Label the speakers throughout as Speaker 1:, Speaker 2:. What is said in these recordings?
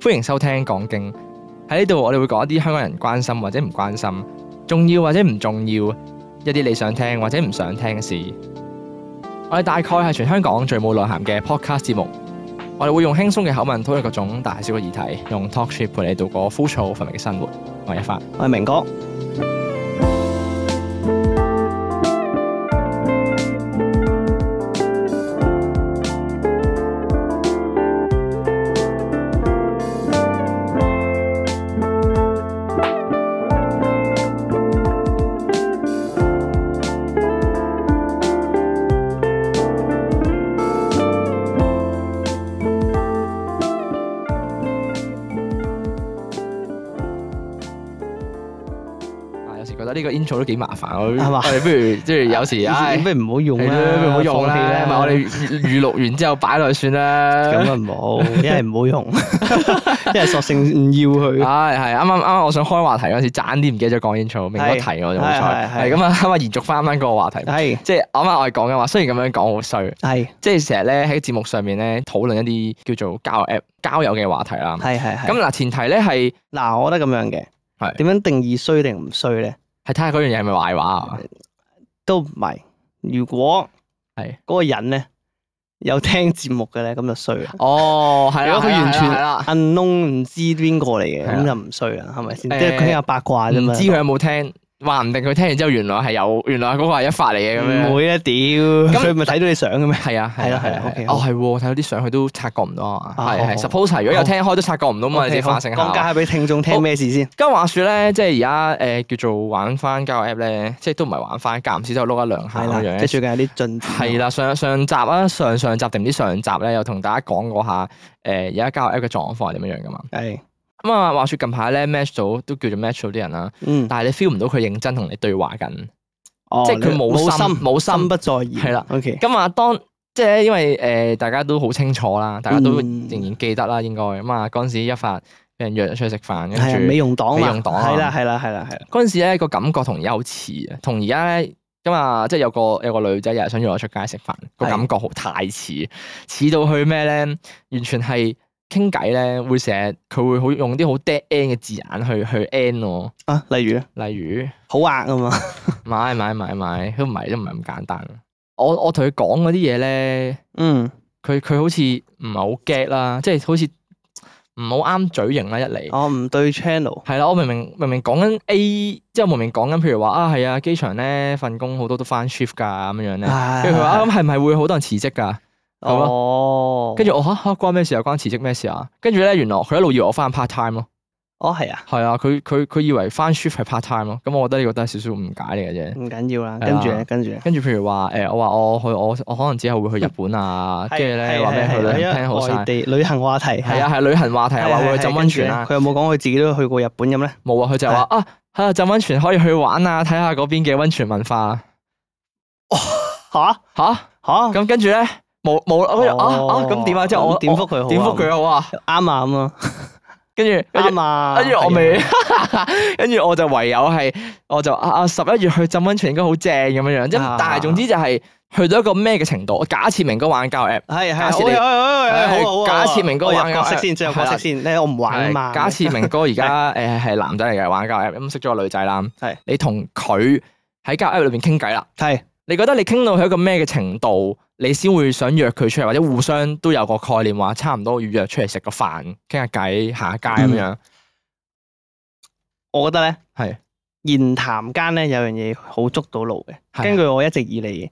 Speaker 1: 歡迎收聽講經喺呢度，我哋會講一啲香港人關心或者唔關心，重要或者唔重要，一啲你想聽或者唔想聽嘅事。我哋大概係全香港最冇內涵嘅 podcast 節目。我哋會用輕鬆嘅口吻討論各種大小嘅議題，用 talk shit 陪你度過枯燥乏味嘅生活。我係一發，
Speaker 2: 我係明哥，
Speaker 1: 啊有時覺得呢個 intro 都幾麻煩，我
Speaker 2: 係嘛
Speaker 1: 我哋不如即係有時唉，
Speaker 2: 不如唔好用
Speaker 1: 係
Speaker 2: 啦，
Speaker 1: 咯唔好用
Speaker 2: 放棄
Speaker 1: 啦，咪我 哋預預錄完之後擺落去算啦。
Speaker 2: 咁啊唔好，一係唔好用，一係索性唔要 佢。
Speaker 1: 唉，係啱啱啱啱，我想開話題嗰時，爭啲唔記得咗講 intro，明哥提我就好彩。
Speaker 2: 係係係
Speaker 1: 係咁啊，啱啱延續翻啱啱嗰個話題，
Speaker 2: 係
Speaker 1: 即係啱啱我哋講嘅話，雖然咁樣講好衰，
Speaker 2: 係
Speaker 1: 即係成日咧喺節目上面咧討論一啲叫做交友 app 交友嘅話題啦。
Speaker 2: 係係係。
Speaker 1: 咁嗱，前提咧係
Speaker 2: 嗱，我覺得咁樣嘅，
Speaker 1: 係
Speaker 2: 點樣定義衰定唔衰咧？
Speaker 1: 係睇下嗰樣嘢係咪壞話啊？
Speaker 2: 都唔係。如果
Speaker 1: 係
Speaker 2: 嗰個人咧有聽節目嘅咧，咁就衰啦。
Speaker 1: 哦， 係啦，
Speaker 2: 如果佢
Speaker 1: 係啦
Speaker 2: 完全
Speaker 1: 係啦
Speaker 2: unknown 唔知邊個嚟嘅，
Speaker 1: 係啊
Speaker 2: 咁就唔衰啦，係咪先？即
Speaker 1: 誒
Speaker 2: 係佢有八卦
Speaker 1: 係
Speaker 2: 啫
Speaker 1: 啦唔
Speaker 2: 嘛。
Speaker 1: 知佢有冇聽，話唔定佢聽完之後原來係有，原來嗰個係一發嚟嘅咁樣。
Speaker 2: 唔會啊！屌，佢咪睇到你相嘅咩？
Speaker 1: 係啊，係啊，係
Speaker 2: 係啦
Speaker 1: 啊
Speaker 2: 係啦，OK，
Speaker 1: 哦，係喎，睇到啲相佢都察覺唔到啊，
Speaker 2: 啊
Speaker 1: 係
Speaker 2: 好
Speaker 1: 係
Speaker 2: 好
Speaker 1: ，suppose 係如果有聽開都察覺唔到嘛，你自己
Speaker 2: OK，好
Speaker 1: 反省
Speaker 2: 講解
Speaker 1: 下。
Speaker 2: 下俾聽眾聽咩事先。
Speaker 1: 跟住話説咧，即係而家誒叫做玩翻交友 app 咧，即係都唔係玩翻，間唔時就碌一兩下
Speaker 2: 係
Speaker 1: 咁
Speaker 2: 啦，即係
Speaker 1: 樣。
Speaker 2: 最近有啲進展。啊
Speaker 1: 係啦，上上集啊，上上集定唔知上集咧，有同大家講過下誒而家交友 app 嘅狀況係點樣樣噶嘛。
Speaker 2: 係，
Speaker 1: 咁啊話説近排咧 match 到都叫做 match 到啲人啦，
Speaker 2: 嗯，
Speaker 1: 但係你 feel 唔到佢認真同你對話緊，
Speaker 2: 哦
Speaker 1: 即係佢
Speaker 2: 你
Speaker 1: 冇心冇心
Speaker 2: 心不在焉。
Speaker 1: 係啦
Speaker 2: ，OK，
Speaker 1: 咁啊，當即係因為誒、呃大家都好清楚啦，大家都
Speaker 2: 嗯
Speaker 1: 仍然記得啦，應該咁啊，嗰陣時一發俾人約咗出去食飯，跟
Speaker 2: 係啊美
Speaker 1: 住
Speaker 2: 容黨嘛，
Speaker 1: 美容黨啊
Speaker 2: 係啦，係啦，係啦，係啦，
Speaker 1: 嗰陣時咧個感覺同而家好似啊，同而家咧咁啊，即係有個有個女仔又係想約我出街食飯，個
Speaker 2: 係
Speaker 1: 感覺好太似，似到去咩咧？完全係傾偈咧，會成日佢會好用啲好 dead end 嘅字眼去去 end 我，
Speaker 2: 啊，例如咧，
Speaker 1: 例如。
Speaker 2: 好呃啊嘛，
Speaker 1: 買買買買，都唔係都唔係咁簡單。我我同佢講嗰啲嘢咧，
Speaker 2: 嗯，
Speaker 1: 佢佢好似唔係好 get 啦，即係好似唔好啱嘴型啦一嚟。
Speaker 2: 我唔對 channel，
Speaker 1: 係啦，我明明明明講緊 A，即係我明明講緊，譬如話啊係啊，機場咧份工好多都翻 shift 㗎咁樣咧。跟住佢話啊咁係咪會好多人辭職㗎？咁咯
Speaker 2: 哦，
Speaker 1: 跟住我嚇嚇關咩事啊？關辭職咩事啊？跟住咧原來佢一路以為我翻 part time 咯。
Speaker 2: 哦係啊，
Speaker 1: 係啊，佢佢佢以為翻 shift 係 part time 咯。咁我覺得呢個都係少少誤解嚟嘅啫。
Speaker 2: 唔緊要啦，
Speaker 1: 係啊
Speaker 2: 跟住咧，跟住咧，
Speaker 1: 跟住譬如話誒、我話我去我我可能之後會去日本啊，跟住咧
Speaker 2: 係
Speaker 1: 話咩
Speaker 2: 係
Speaker 1: 去
Speaker 2: 係
Speaker 1: 旅行
Speaker 2: 因為
Speaker 1: 聽好晒
Speaker 2: 外，地旅行話題
Speaker 1: 係啊，係旅行話題
Speaker 2: 係
Speaker 1: 啊，
Speaker 2: 啊
Speaker 1: 話會
Speaker 2: 係
Speaker 1: 去
Speaker 2: 啊
Speaker 1: 浸
Speaker 2: 跟
Speaker 1: 温
Speaker 2: 住
Speaker 1: 泉
Speaker 2: 咧
Speaker 1: 啦，
Speaker 2: 佢有冇講佢自己都去過日本咁咧？
Speaker 1: 冇啊，佢就話啊喺浸温泉可以去玩啊，睇下嗰邊嘅温泉文化啊
Speaker 2: 吓
Speaker 1: 吓，
Speaker 2: 吓，
Speaker 1: 咁跟住咧冇冇啊啊啊咁點啊？即係我
Speaker 2: 哦
Speaker 1: 點
Speaker 2: 點覆佢好啊？
Speaker 1: 點覆佢好啊？
Speaker 2: 啱啊咁啊，
Speaker 1: 跟住跟住
Speaker 2: 啱啊，
Speaker 1: 跟住我
Speaker 2: 係啊
Speaker 1: 未， 跟住我就唯有係我就啊啊十一月去浸温泉應該好正咁樣樣，即係
Speaker 2: 啊
Speaker 1: 但係總之就係去到一個咩嘅程度？我假設明哥玩交友 app。
Speaker 2: 係係，
Speaker 1: 假設
Speaker 2: 好
Speaker 1: 你
Speaker 2: 啊好啊好啊好啊好啊，
Speaker 1: 假設明哥
Speaker 2: 我入
Speaker 1: 玩
Speaker 2: 角色
Speaker 1: 嘅
Speaker 2: 先，最入角
Speaker 1: 係
Speaker 2: 色
Speaker 1: 啦
Speaker 2: 先，咧我唔玩啊
Speaker 1: 係
Speaker 2: 嘛。
Speaker 1: 假設明哥而 家誒係男仔嚟嘅玩交友 app，咁識咗個女仔啦，
Speaker 2: 係
Speaker 1: 你同佢喺交友 app 裏邊傾偈啦，
Speaker 2: 係
Speaker 1: 你覺得你傾到佢一個咩嘅程度，你先會想約佢出嚟，或者互相都有個概念話差唔多要約出嚟食個飯，傾下偈、行下街
Speaker 2: 嗯
Speaker 1: 咁樣。
Speaker 2: 我覺得咧
Speaker 1: 係
Speaker 2: 言談間咧有樣嘢好捉到路嘅，
Speaker 1: 係
Speaker 2: 根據我一直以嚟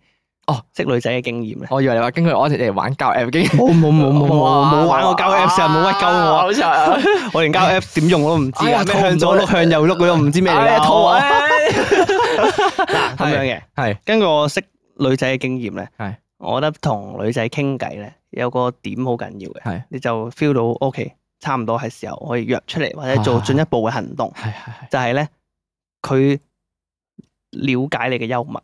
Speaker 1: 哦
Speaker 2: 識女仔嘅經驗咧，
Speaker 1: 我以為你話根據我哋玩交友 app 嘅，
Speaker 2: 冇 冇冇冇冇
Speaker 1: 哇
Speaker 2: 冇玩過交友 Apps 啊，冇屈鳩我，
Speaker 1: 好似係
Speaker 2: 我連交友 Apps 點用我都唔知
Speaker 1: 哎
Speaker 2: 啊，
Speaker 1: 呀
Speaker 2: 咩
Speaker 1: 套唔
Speaker 2: 向左
Speaker 1: 到
Speaker 2: 碌向右碌嗰啲我唔知咩嚟
Speaker 1: 哎呀
Speaker 2: 㗎，
Speaker 1: 肚
Speaker 2: 我
Speaker 1: 啊！
Speaker 2: 嗱咁樣嘅，
Speaker 1: 係
Speaker 2: 根據我識女仔嘅經驗咧，
Speaker 1: 係
Speaker 2: 我覺得同女仔傾偈咧有個點好緊要嘅，
Speaker 1: 係
Speaker 2: 你就 feel 到 OK，差唔多係時候可以約出嚟，或者做
Speaker 1: 啊
Speaker 2: 進一步嘅行動，
Speaker 1: 係係
Speaker 2: 就係咧佢了解你嘅幽默，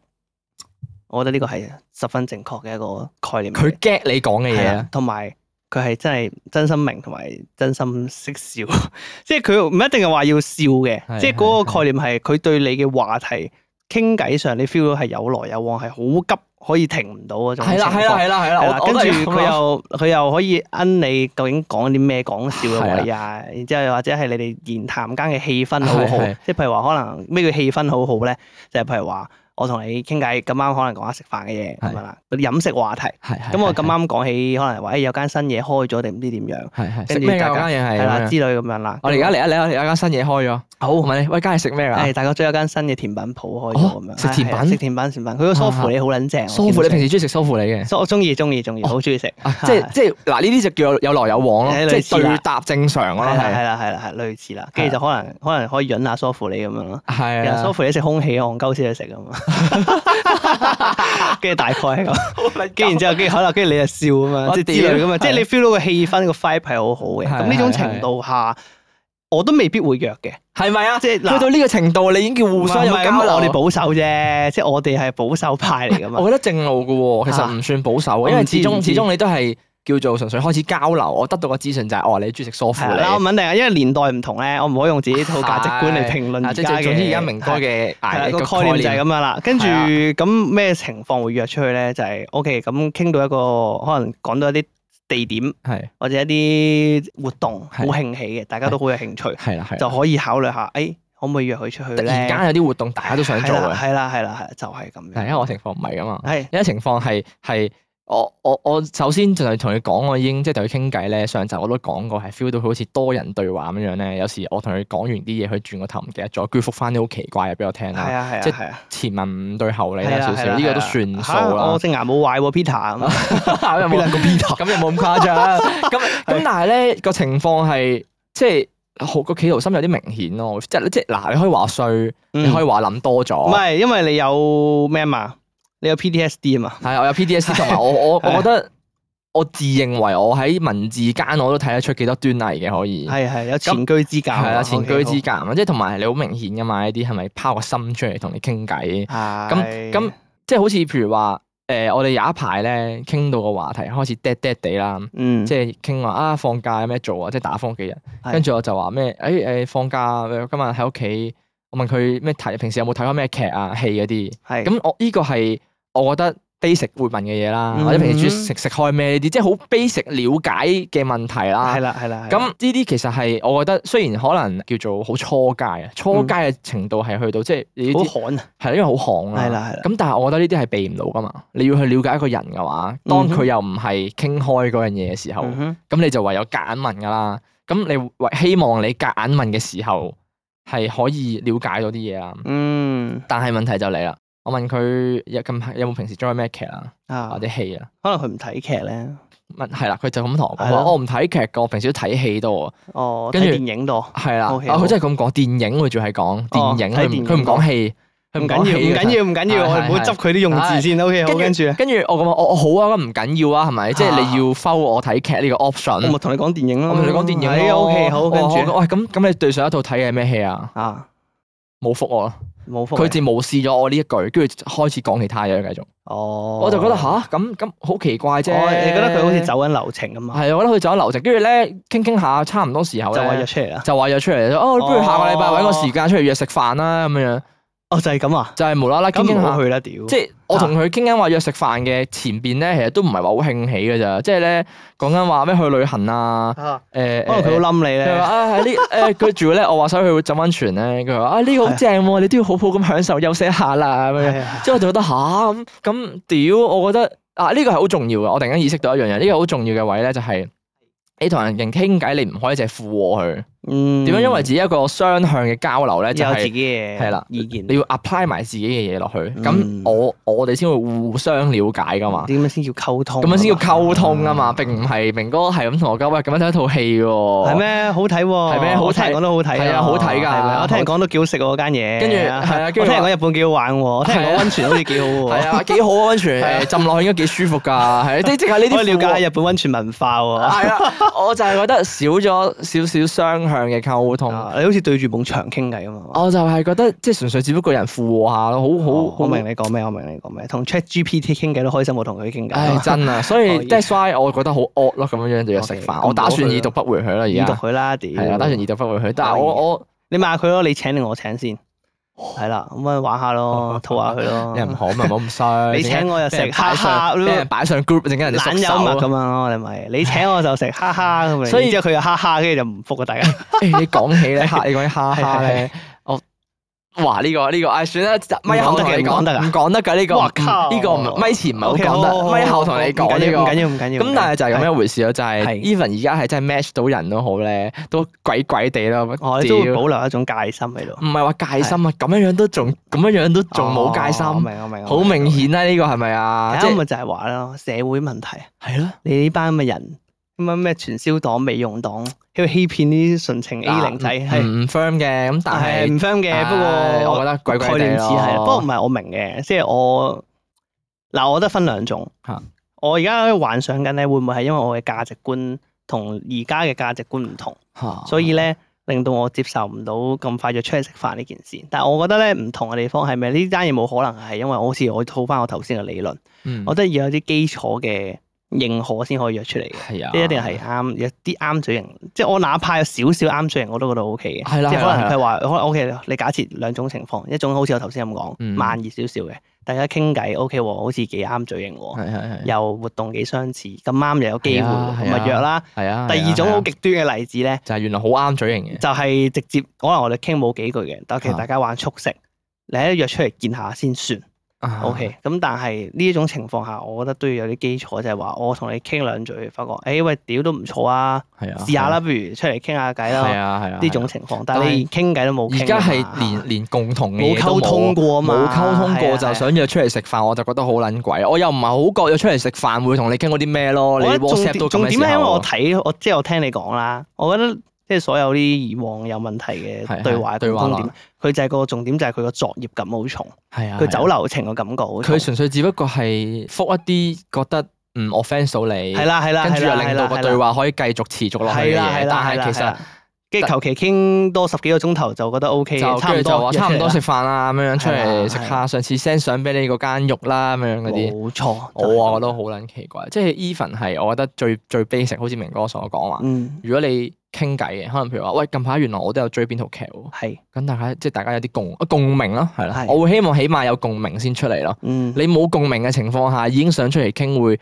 Speaker 2: 我覺得呢個係十分正確嘅一個概念嚟嘅。
Speaker 1: 佢 get 你講嘅
Speaker 2: 係
Speaker 1: 嘢
Speaker 2: 啦
Speaker 1: 啊，
Speaker 2: 同埋佢係真係真心明同埋真心識笑， 即係佢唔一定係話要笑嘅，
Speaker 1: 係
Speaker 2: 即係嗰個概念係佢對你嘅話題傾偈上，你 feel 到係有來有往，係好急可以停唔到嗰種情
Speaker 1: 係啦，係啦，
Speaker 2: 況。
Speaker 1: 係啦，係啦，
Speaker 2: 係啊
Speaker 1: 我
Speaker 2: 啦，
Speaker 1: 我
Speaker 2: 跟
Speaker 1: 都係咁啊
Speaker 2: 住佢
Speaker 1: 諗
Speaker 2: 又佢又可以恩你究竟講啲咩講笑嘅位
Speaker 1: 係
Speaker 2: 啊，然之後又或者係你哋言談間嘅氣氛好好
Speaker 1: 係係，
Speaker 2: 即係譬如話可能咩叫氣氛好好咧，就係譬如話我同你傾偈咁啱，可能講下食飯嘅嘢咁
Speaker 1: 係
Speaker 2: 樣啦，嗰啲飲食話題。
Speaker 1: 係係
Speaker 2: 咁我
Speaker 1: 係
Speaker 2: 咁啱講起，可能話誒哎有間新嘢開咗定唔知點樣，
Speaker 1: 係係
Speaker 2: 跟
Speaker 1: 食
Speaker 2: 住
Speaker 1: 咩㗎？
Speaker 2: 大家
Speaker 1: 嗰間嘢係
Speaker 2: 係啦
Speaker 1: 咁樣
Speaker 2: 之類咁樣啦。
Speaker 1: 我哋而家嚟一嚟，我哋有間新嘢開咗。好，我問你，喂，間係食咩㗎？
Speaker 2: 誒，大家追有間新嘅甜品鋪開咗咁
Speaker 1: 哦
Speaker 2: 樣，
Speaker 1: 食甜品
Speaker 2: 係啊食甜品甜品，佢個梳
Speaker 1: 啊
Speaker 2: 芙梨好撚正。
Speaker 1: 梳芙，你平
Speaker 2: 時
Speaker 1: 時中意食梳芙梨嘅？
Speaker 2: 我中意中意中意，好中意食。
Speaker 1: 啊 即係即係嗱，呢啲就叫有有來有往
Speaker 2: 係
Speaker 1: 咯，即
Speaker 2: 類似
Speaker 1: 係
Speaker 2: 啦
Speaker 1: 對答正常咯，
Speaker 2: 係
Speaker 1: 係
Speaker 2: 啦係
Speaker 1: 啊
Speaker 2: 啦係啦係類似啦，跟住就可能可能可以潤下梳芙梨咁樣咯。
Speaker 1: 係
Speaker 2: 然
Speaker 1: 啊
Speaker 2: 後梳，芙梨食空氣，戇鳩先去 食咁嘛。跟住大概係咁，跟住然之後跟住可能跟住你就笑咁嘛，
Speaker 1: 我
Speaker 2: 即係之
Speaker 1: 屌
Speaker 2: 類咁嘛，即係
Speaker 1: 係
Speaker 2: 你 feel 到個氣氛個 vibe 係好好嘅。
Speaker 1: 係
Speaker 2: 咁呢種程度下，我都未必會弱嘅。
Speaker 1: 係咪啊？
Speaker 2: 即係嗱
Speaker 1: 去到呢個程度，你已經叫互相有
Speaker 2: 唔係唔係
Speaker 1: 交
Speaker 2: 咁
Speaker 1: 流。
Speaker 2: 我哋保守啫，即係我哋係保守派嚟 噶嘛。
Speaker 1: 我覺得正路嘅喎，其
Speaker 2: 啊
Speaker 1: 實唔算保守
Speaker 2: 我
Speaker 1: 嘅，
Speaker 2: 唔
Speaker 1: 因為
Speaker 2: 知
Speaker 1: 始
Speaker 2: 唔
Speaker 1: 終
Speaker 2: 知
Speaker 1: 始終你都係叫做純粹開始交流，我得到個資訊就係哦，你中意食梳芙
Speaker 2: 係
Speaker 1: 梨
Speaker 2: 啦，我唔肯定啊，因為年代唔同咧，我唔可以用自己套價值觀嚟評論
Speaker 1: 啊，
Speaker 2: 而
Speaker 1: 即
Speaker 2: 家
Speaker 1: 係
Speaker 2: 嘅。
Speaker 1: 總之而家明哥嘅
Speaker 2: 係啦
Speaker 1: 捱
Speaker 2: 個
Speaker 1: 個
Speaker 2: 概念就係咁樣啦。跟住
Speaker 1: 係啊
Speaker 2: 咁咩情況會約出去咧？就係 O K，咁傾到一個可能講到一啲地點
Speaker 1: 係
Speaker 2: 或者一啲活動好
Speaker 1: 係
Speaker 2: 興起嘅，大家都好有興趣，
Speaker 1: 係啦係啦，
Speaker 2: 就可以考慮下，誒可唔可以約佢出去
Speaker 1: 突然
Speaker 2: 咧？
Speaker 1: 間有啲活動大家都想做
Speaker 2: 係啦
Speaker 1: 嘅，
Speaker 2: 係啦係啦係啦，就係咁
Speaker 1: 但係因
Speaker 2: 樣。
Speaker 1: 為我情況唔係噶嘛。
Speaker 2: 係
Speaker 1: 有一情況係係我我我首先就係同佢講，我已經即係同佢傾偈咧。上集我都講過，係 feel 到佢好似多人對話咁樣咧。有時我同佢講完啲嘢，佢轉個頭唔記得咗，佢覆翻啲好奇怪嘅俾我聽
Speaker 2: 係
Speaker 1: 啦。
Speaker 2: 啊係啊
Speaker 1: 即係
Speaker 2: 係啊。
Speaker 1: 前文唔對後理
Speaker 2: 係
Speaker 1: 啦，
Speaker 2: 啦
Speaker 1: 少
Speaker 2: 係啦
Speaker 1: 少呢個都
Speaker 2: 係啦
Speaker 1: 算數
Speaker 2: 嚇
Speaker 1: 啦
Speaker 2: 我。隻牙冇壞喎，Peter 啊 咁。
Speaker 1: 咁 有冇
Speaker 2: 個 Peter？
Speaker 1: 咁又冇咁誇 張？咁咁但係咧個情況係即係。好個企圖心有啲明顯咯，即係即係嗱，你可以話衰，你可以
Speaker 2: 以
Speaker 1: 話諗多
Speaker 2: 嗯唔
Speaker 1: 咗，
Speaker 2: 係因為你有咩嘛？你有 PTSD 啊嘛？
Speaker 1: 係我有 PDS 同埋我我我
Speaker 2: 係
Speaker 1: 覺得我自認為我喺文字間我都睇得出幾多端倪嘅可以。
Speaker 2: 係係有前居之鑑啊。
Speaker 1: 嗯係啦，前居
Speaker 2: OK，好
Speaker 1: 之鑑啊，即係同埋你好明顯噶嘛，呢啲係咪拋個心出嚟同你傾偈？
Speaker 2: 係
Speaker 1: 咁即係好似譬如話，誒、我哋有一排咧傾到個話題開始 dead dead 地啦，
Speaker 2: 嗯，
Speaker 1: 即係傾話啊放假有咩做啊，即係打風幾日，
Speaker 2: 係
Speaker 1: 跟住我就話咩誒誒放假呃今日喺屋企，我問佢咩睇，平時有冇睇開咩劇啊戲嗰啲，
Speaker 2: 係
Speaker 1: 咁我呢個係我覺得 basic 會問嘅嘢啦，或者平時
Speaker 2: 嗯
Speaker 1: 中意食食開咩呢啲，即係好 basic 了解嘅問題啦
Speaker 2: 係。啦係啦，係啦
Speaker 1: 啊咁呢啲其實係我覺得，雖然可能叫做好初階啊，初階嘅程度係去到即係你呢嗯啲
Speaker 2: 嗯好旱啊，
Speaker 1: 係因為好行
Speaker 2: 係
Speaker 1: 啦。
Speaker 2: 啦係啦，
Speaker 1: 咁但係我覺得呢啲係避唔到噶嘛，你要去了解一個人嘅話，當佢又唔係傾開嗰樣嘢嘅時候，
Speaker 2: 嗯哼
Speaker 1: 咁你就唯有夾硬問噶啦。咁你為希望你夾硬問嘅時候係可以了解到啲嘢啊啦。
Speaker 2: 嗯
Speaker 1: 但係問題就嚟啦，我問佢有近排有冇平時中意咩劇啊，
Speaker 2: 啊
Speaker 1: 或，者戲啊？
Speaker 2: 可能佢唔睇劇咧，
Speaker 1: 問係啦，佢就咁同我講
Speaker 2: 係
Speaker 1: 話，哦
Speaker 2: 咯
Speaker 1: 我唔睇劇噶，我平時都睇戲多啊。
Speaker 2: 哦，
Speaker 1: 跟
Speaker 2: 睇
Speaker 1: 住
Speaker 2: 電影多，
Speaker 1: 係啦，啊
Speaker 2: OK，
Speaker 1: 佢
Speaker 2: 好
Speaker 1: 真係咁講，電影佢仲係講電影，
Speaker 2: 哦睇
Speaker 1: 佢
Speaker 2: 電影
Speaker 1: 唔佢唔講戲，
Speaker 2: 唔
Speaker 1: 佢
Speaker 2: 緊
Speaker 1: 講戲
Speaker 2: 要唔
Speaker 1: 嘅
Speaker 2: 緊。要唔緊要，
Speaker 1: 係
Speaker 2: 我哋唔好
Speaker 1: 係
Speaker 2: 執佢啲用字先，OK 好，跟住咧，
Speaker 1: 跟住嗯我咁話，我我好啊，咁唔緊要啊，係咪？即係你要 follow 我睇劇呢個
Speaker 2: 我嗯
Speaker 1: option。
Speaker 2: 咪同你講電影咯，
Speaker 1: 我同你講電影咯哦
Speaker 2: o k 啊好，跟住
Speaker 1: 我
Speaker 2: 呢
Speaker 1: 喂咁咁，你對上一套睇嘅係咩戲啊？
Speaker 2: 啊，
Speaker 1: 冇覆我咯，
Speaker 2: 冇覆
Speaker 1: 佢
Speaker 2: 你
Speaker 1: 就無視咗我呢一句，跟住開始講其他嘢繼續。
Speaker 2: 哦，
Speaker 1: 我就覺得吓，咁咁好奇怪啫。
Speaker 2: 哦你覺得佢好似走緊流程咁啊，
Speaker 1: 係，我覺得佢走咗流程，跟住咧傾傾下，差唔多時候
Speaker 2: 就話約
Speaker 1: 咧
Speaker 2: 出嚟啦，啊
Speaker 1: 就話約出嚟，哦，不如下個禮拜揾個時間出嚟約食飯啦咁樣，
Speaker 2: 哦就係咁啊，
Speaker 1: 就係無啦啦
Speaker 2: 咁
Speaker 1: 傾
Speaker 2: 唔
Speaker 1: 傾
Speaker 2: 好
Speaker 1: 下，
Speaker 2: 去啦，屌，
Speaker 1: 即係我同佢傾緊話約食飯嘅前邊咧，其實都唔係話好興起嘅咋，即係咧講緊話咩去旅行啊，
Speaker 2: 啊
Speaker 1: 誒，
Speaker 2: 可能佢
Speaker 1: 誒
Speaker 2: 好冧你
Speaker 1: 佢話
Speaker 2: 咧，
Speaker 1: 啊喺呢誒，佢住咧，我話想去浸温泉咧，佢話啊呢個好正喎，你都要好好咁享受休息一下啦咁樣。
Speaker 2: 係啊
Speaker 1: 即係我就覺得吓咁咁屌，我覺得啊呢個係好重要嘅。我突然間意識到一樣嘢，呢個好重要嘅位咧就係、你同人哋傾偈，你唔可以淨係附和佢。
Speaker 2: 嗯，
Speaker 1: 點樣、因為自己一個雙向嘅交流咧，就
Speaker 2: 有
Speaker 1: 係、
Speaker 2: 自己嘅
Speaker 1: 係啦
Speaker 2: 意見
Speaker 1: 你。要 apply 埋自己嘅嘢落去。咁、
Speaker 2: 嗯
Speaker 1: 我我哋先會互相了解噶嘛。
Speaker 2: 點樣先叫溝通？
Speaker 1: 啊咁樣先叫溝通啊嘛，
Speaker 2: 嗯
Speaker 1: 並唔係明哥係咁同我講，喂咁樣睇一套戲喎。
Speaker 2: 係？咩？好睇喎！
Speaker 1: 係咩好睇
Speaker 2: 我聽人講都好睇啊！
Speaker 1: 係啊好睇㗎
Speaker 2: 係咪我聽人講都幾好食喎間嘢。
Speaker 1: 跟住係啊跟住啊
Speaker 2: 我聽人講日本幾好玩喎，我聽人講温泉好似幾好喎。
Speaker 1: 係啊，幾好啊温泉，
Speaker 2: 係啊
Speaker 1: 誒浸落去應該幾舒服㗎。係啊，即係即係呢啲
Speaker 2: 可以
Speaker 1: 附和
Speaker 2: 了解下日本温泉文化喎。
Speaker 1: 係啊，我就係覺得少咗少少雙向嘅溝通。
Speaker 2: 啊你好似對住埲牆傾偈咁啊嘛。
Speaker 1: 我就係覺得即係純粹只不過有人附和下咯，好啊好
Speaker 2: 哦
Speaker 1: 好
Speaker 2: 我明你講咩，我明你講咩。同 Chat GPT 傾偈都開心過同佢傾
Speaker 1: 唉，
Speaker 2: 偈。
Speaker 1: 真啊！所以
Speaker 2: 可以
Speaker 1: that's why 我覺得好惡咯，咁樣樣就要食
Speaker 2: 哦 OK，
Speaker 1: 飯。我打算已讀不回佢啦，而
Speaker 2: 已讀哦
Speaker 1: 家
Speaker 2: 佢啦，
Speaker 1: 係啊，
Speaker 2: 屌！
Speaker 1: 打算已讀不回佢。但係
Speaker 2: 可以
Speaker 1: 我我
Speaker 2: 你問下佢咯，你請定我請先？係啦，咁啊玩下 咯，吐下佢咯
Speaker 1: 哦你。唔好咪唔好咁衰。
Speaker 2: 你請我又
Speaker 1: 俾人
Speaker 2: 食
Speaker 1: 擺
Speaker 2: 哈哈
Speaker 1: 上，俾人
Speaker 2: 咯，
Speaker 1: 擺上 group，陣間人哋
Speaker 2: 懶
Speaker 1: 縮
Speaker 2: 幽默咁
Speaker 1: 手
Speaker 2: 樣
Speaker 1: 啊。
Speaker 2: 咯，你咪你請我就食哈哈咁樣，
Speaker 1: 所以
Speaker 2: 然之後佢又哈哈，跟住就唔復啊大家。
Speaker 1: 誒你講起咧，嚇你講起哈哈
Speaker 2: 係
Speaker 1: 咧，我哇呢個呢個，唉算啦，咪後
Speaker 2: 唔講
Speaker 1: 同你
Speaker 2: 得嘅唔講得㗎
Speaker 1: 唔講得㗎呢個，
Speaker 2: 哇靠
Speaker 1: 呢個唔咪 前唔係好
Speaker 2: OK，
Speaker 1: 講
Speaker 2: 好好
Speaker 1: 得，
Speaker 2: 好
Speaker 1: 咪後同你
Speaker 2: 唔
Speaker 1: 講
Speaker 2: 緊
Speaker 1: 呢
Speaker 2: 要唔緊
Speaker 1: 個。
Speaker 2: 要唔緊要。
Speaker 1: 咁但係就係咁
Speaker 2: 樣，
Speaker 1: 一回事咯，就係
Speaker 2: 係
Speaker 1: even 而家係真係 match 到人都好咧，都鬼鬼地咯。
Speaker 2: 我哦哋都會
Speaker 1: 屌
Speaker 2: 保留一種戒心喺度。
Speaker 1: 唔係話戒心啊，咁樣樣都仲咁樣樣都仲冇戒心，
Speaker 2: 哦我明我明，
Speaker 1: 好
Speaker 2: 我
Speaker 1: 明。顯啦呢個係咪啊？即
Speaker 2: 啱
Speaker 1: 係
Speaker 2: 咪就係話咯，社會問題。
Speaker 1: 係咯，
Speaker 2: 你呢班咁嘅人，咁啊咩傳銷黨、美容黨，喺度欺騙呢啲純情 A 零仔，係
Speaker 1: 唔 firm 嘅，咁但
Speaker 2: 係
Speaker 1: 係
Speaker 2: 唔 firm 嘅，不
Speaker 1: 嗯唉我覺
Speaker 2: 過
Speaker 1: 得鬼
Speaker 2: 概
Speaker 1: 鬼
Speaker 2: 念
Speaker 1: 地
Speaker 2: 似
Speaker 1: 咯
Speaker 2: 係，哦不過唔係我明嘅，即係我嗱，我覺得分兩種
Speaker 1: 嚇。
Speaker 2: 我而家幻想緊咧，會唔會係因為我嘅價值觀同而家嘅價值觀唔同，
Speaker 1: 嚇
Speaker 2: 所以咧令到我接受唔到咁快就出去食飯呢件事？但係我覺得咧唔同嘅地方係咪呢單嘢冇可能係因為我好似我套翻我頭先嘅理論，
Speaker 1: 嗯
Speaker 2: 我覺得要有啲基礎嘅認可先可以約出嚟嘅。
Speaker 1: 係啊，
Speaker 2: 即係一定係啱，有啲啱嘴型，即係我哪怕有少少啱嘴型，我都覺得 O K 嘅。
Speaker 1: 係啦
Speaker 2: 即係
Speaker 1: 係啦
Speaker 2: 可能
Speaker 1: 係
Speaker 2: 佢話，可能 O K，你假設兩種情況，一種好似我頭先咁講，
Speaker 1: 嗯
Speaker 2: 慢熱少少嘅，大家傾偈 O K 喎，好似幾啱嘴型喎，
Speaker 1: 係係係
Speaker 2: 又活動幾相似，咁啱又有機會
Speaker 1: 係啊係
Speaker 2: 喎，
Speaker 1: 啊
Speaker 2: 咪約啦。
Speaker 1: 係啊。
Speaker 2: 第
Speaker 1: 係啊
Speaker 2: 二種
Speaker 1: 係
Speaker 2: 好
Speaker 1: 啊
Speaker 2: 極端嘅例子 咧，
Speaker 1: 就係原來好啱嘴型嘅，
Speaker 2: 就係直接可能我哋傾冇幾句嘅，但其實
Speaker 1: 啊
Speaker 2: 大家玩速食，你喺約出嚟見下先算。O
Speaker 1: 啊
Speaker 2: K，咁但係呢一種情況下，我覺得都要有啲基礎，就係話我同你傾兩句，發覺誒、欸喂，屌都唔錯啊！
Speaker 1: 係啊，
Speaker 2: 試下啦，不如出嚟傾下偈
Speaker 1: 係啊，係
Speaker 2: 啦，
Speaker 1: 啊係啊，
Speaker 2: 呢種情況。但係你傾偈都冇
Speaker 1: 而
Speaker 2: 傾㗎嘛，啊
Speaker 1: 家係連連共同嘅
Speaker 2: 冇
Speaker 1: 嘢都
Speaker 2: 溝通過啊嘛，
Speaker 1: 冇溝通
Speaker 2: 係
Speaker 1: 過
Speaker 2: 啊
Speaker 1: 就。想約出嚟食飯，我就覺得好撚鬼。我又唔係好覺約出嚟食飯會同你傾嗰啲咩咯。
Speaker 2: 啊我
Speaker 1: 你
Speaker 2: 覺得重
Speaker 1: WhatsApp 都
Speaker 2: 點重
Speaker 1: 咁嘅
Speaker 2: 點
Speaker 1: 時
Speaker 2: 係因為
Speaker 1: 候
Speaker 2: 我，睇我即係我聽你講啦，我覺得即係所有啲以往有問題
Speaker 1: 係
Speaker 2: 嘅
Speaker 1: 係
Speaker 2: 對話
Speaker 1: 對
Speaker 2: 共
Speaker 1: 話
Speaker 2: 通點，佢就係個重點就係佢個作業感好重，
Speaker 1: 係啊，
Speaker 2: 佢走
Speaker 1: 啦，
Speaker 2: 流程嘅感覺好重
Speaker 1: 佢。純粹只不過係覆一啲覺得唔 offence 到你，
Speaker 2: 係啦係啦，
Speaker 1: 跟住
Speaker 2: 係
Speaker 1: 又
Speaker 2: 啦
Speaker 1: 令到個對話可以繼續持續落去嘅
Speaker 2: 係啦係
Speaker 1: 嘢。
Speaker 2: 啦
Speaker 1: 但
Speaker 2: 係啦，
Speaker 1: 係其
Speaker 2: 係
Speaker 1: 實
Speaker 2: 啦跟住求其傾多十幾個鐘頭就覺得 O K
Speaker 1: 就
Speaker 2: 差
Speaker 1: 跟
Speaker 2: 唔
Speaker 1: 住就
Speaker 2: 多
Speaker 1: 話
Speaker 2: 約出
Speaker 1: 差
Speaker 2: 嚟啦，
Speaker 1: 唔多食飯啦，咁樣出
Speaker 2: 係啦
Speaker 1: 嚟食
Speaker 2: 係
Speaker 1: 下。上次 send 相俾你嗰間肉啦，咁樣嗰啲。
Speaker 2: 冇錯，
Speaker 1: 我啊
Speaker 2: 我
Speaker 1: 覺得好撚奇怪，即係 even 係我覺得最最 basic，好似明哥所講話，
Speaker 2: 嗯
Speaker 1: 如果你傾偈嘅，可能譬如話，喂近排原來我都有追邊套劇喎，
Speaker 2: 係
Speaker 1: 咁大家即係大家有啲共啊共鳴咯，係啦，
Speaker 2: 係
Speaker 1: 我會希望起碼有共鳴先出嚟咯。
Speaker 2: 嗯。
Speaker 1: 你冇共鳴嘅情況下，已經想出嚟傾會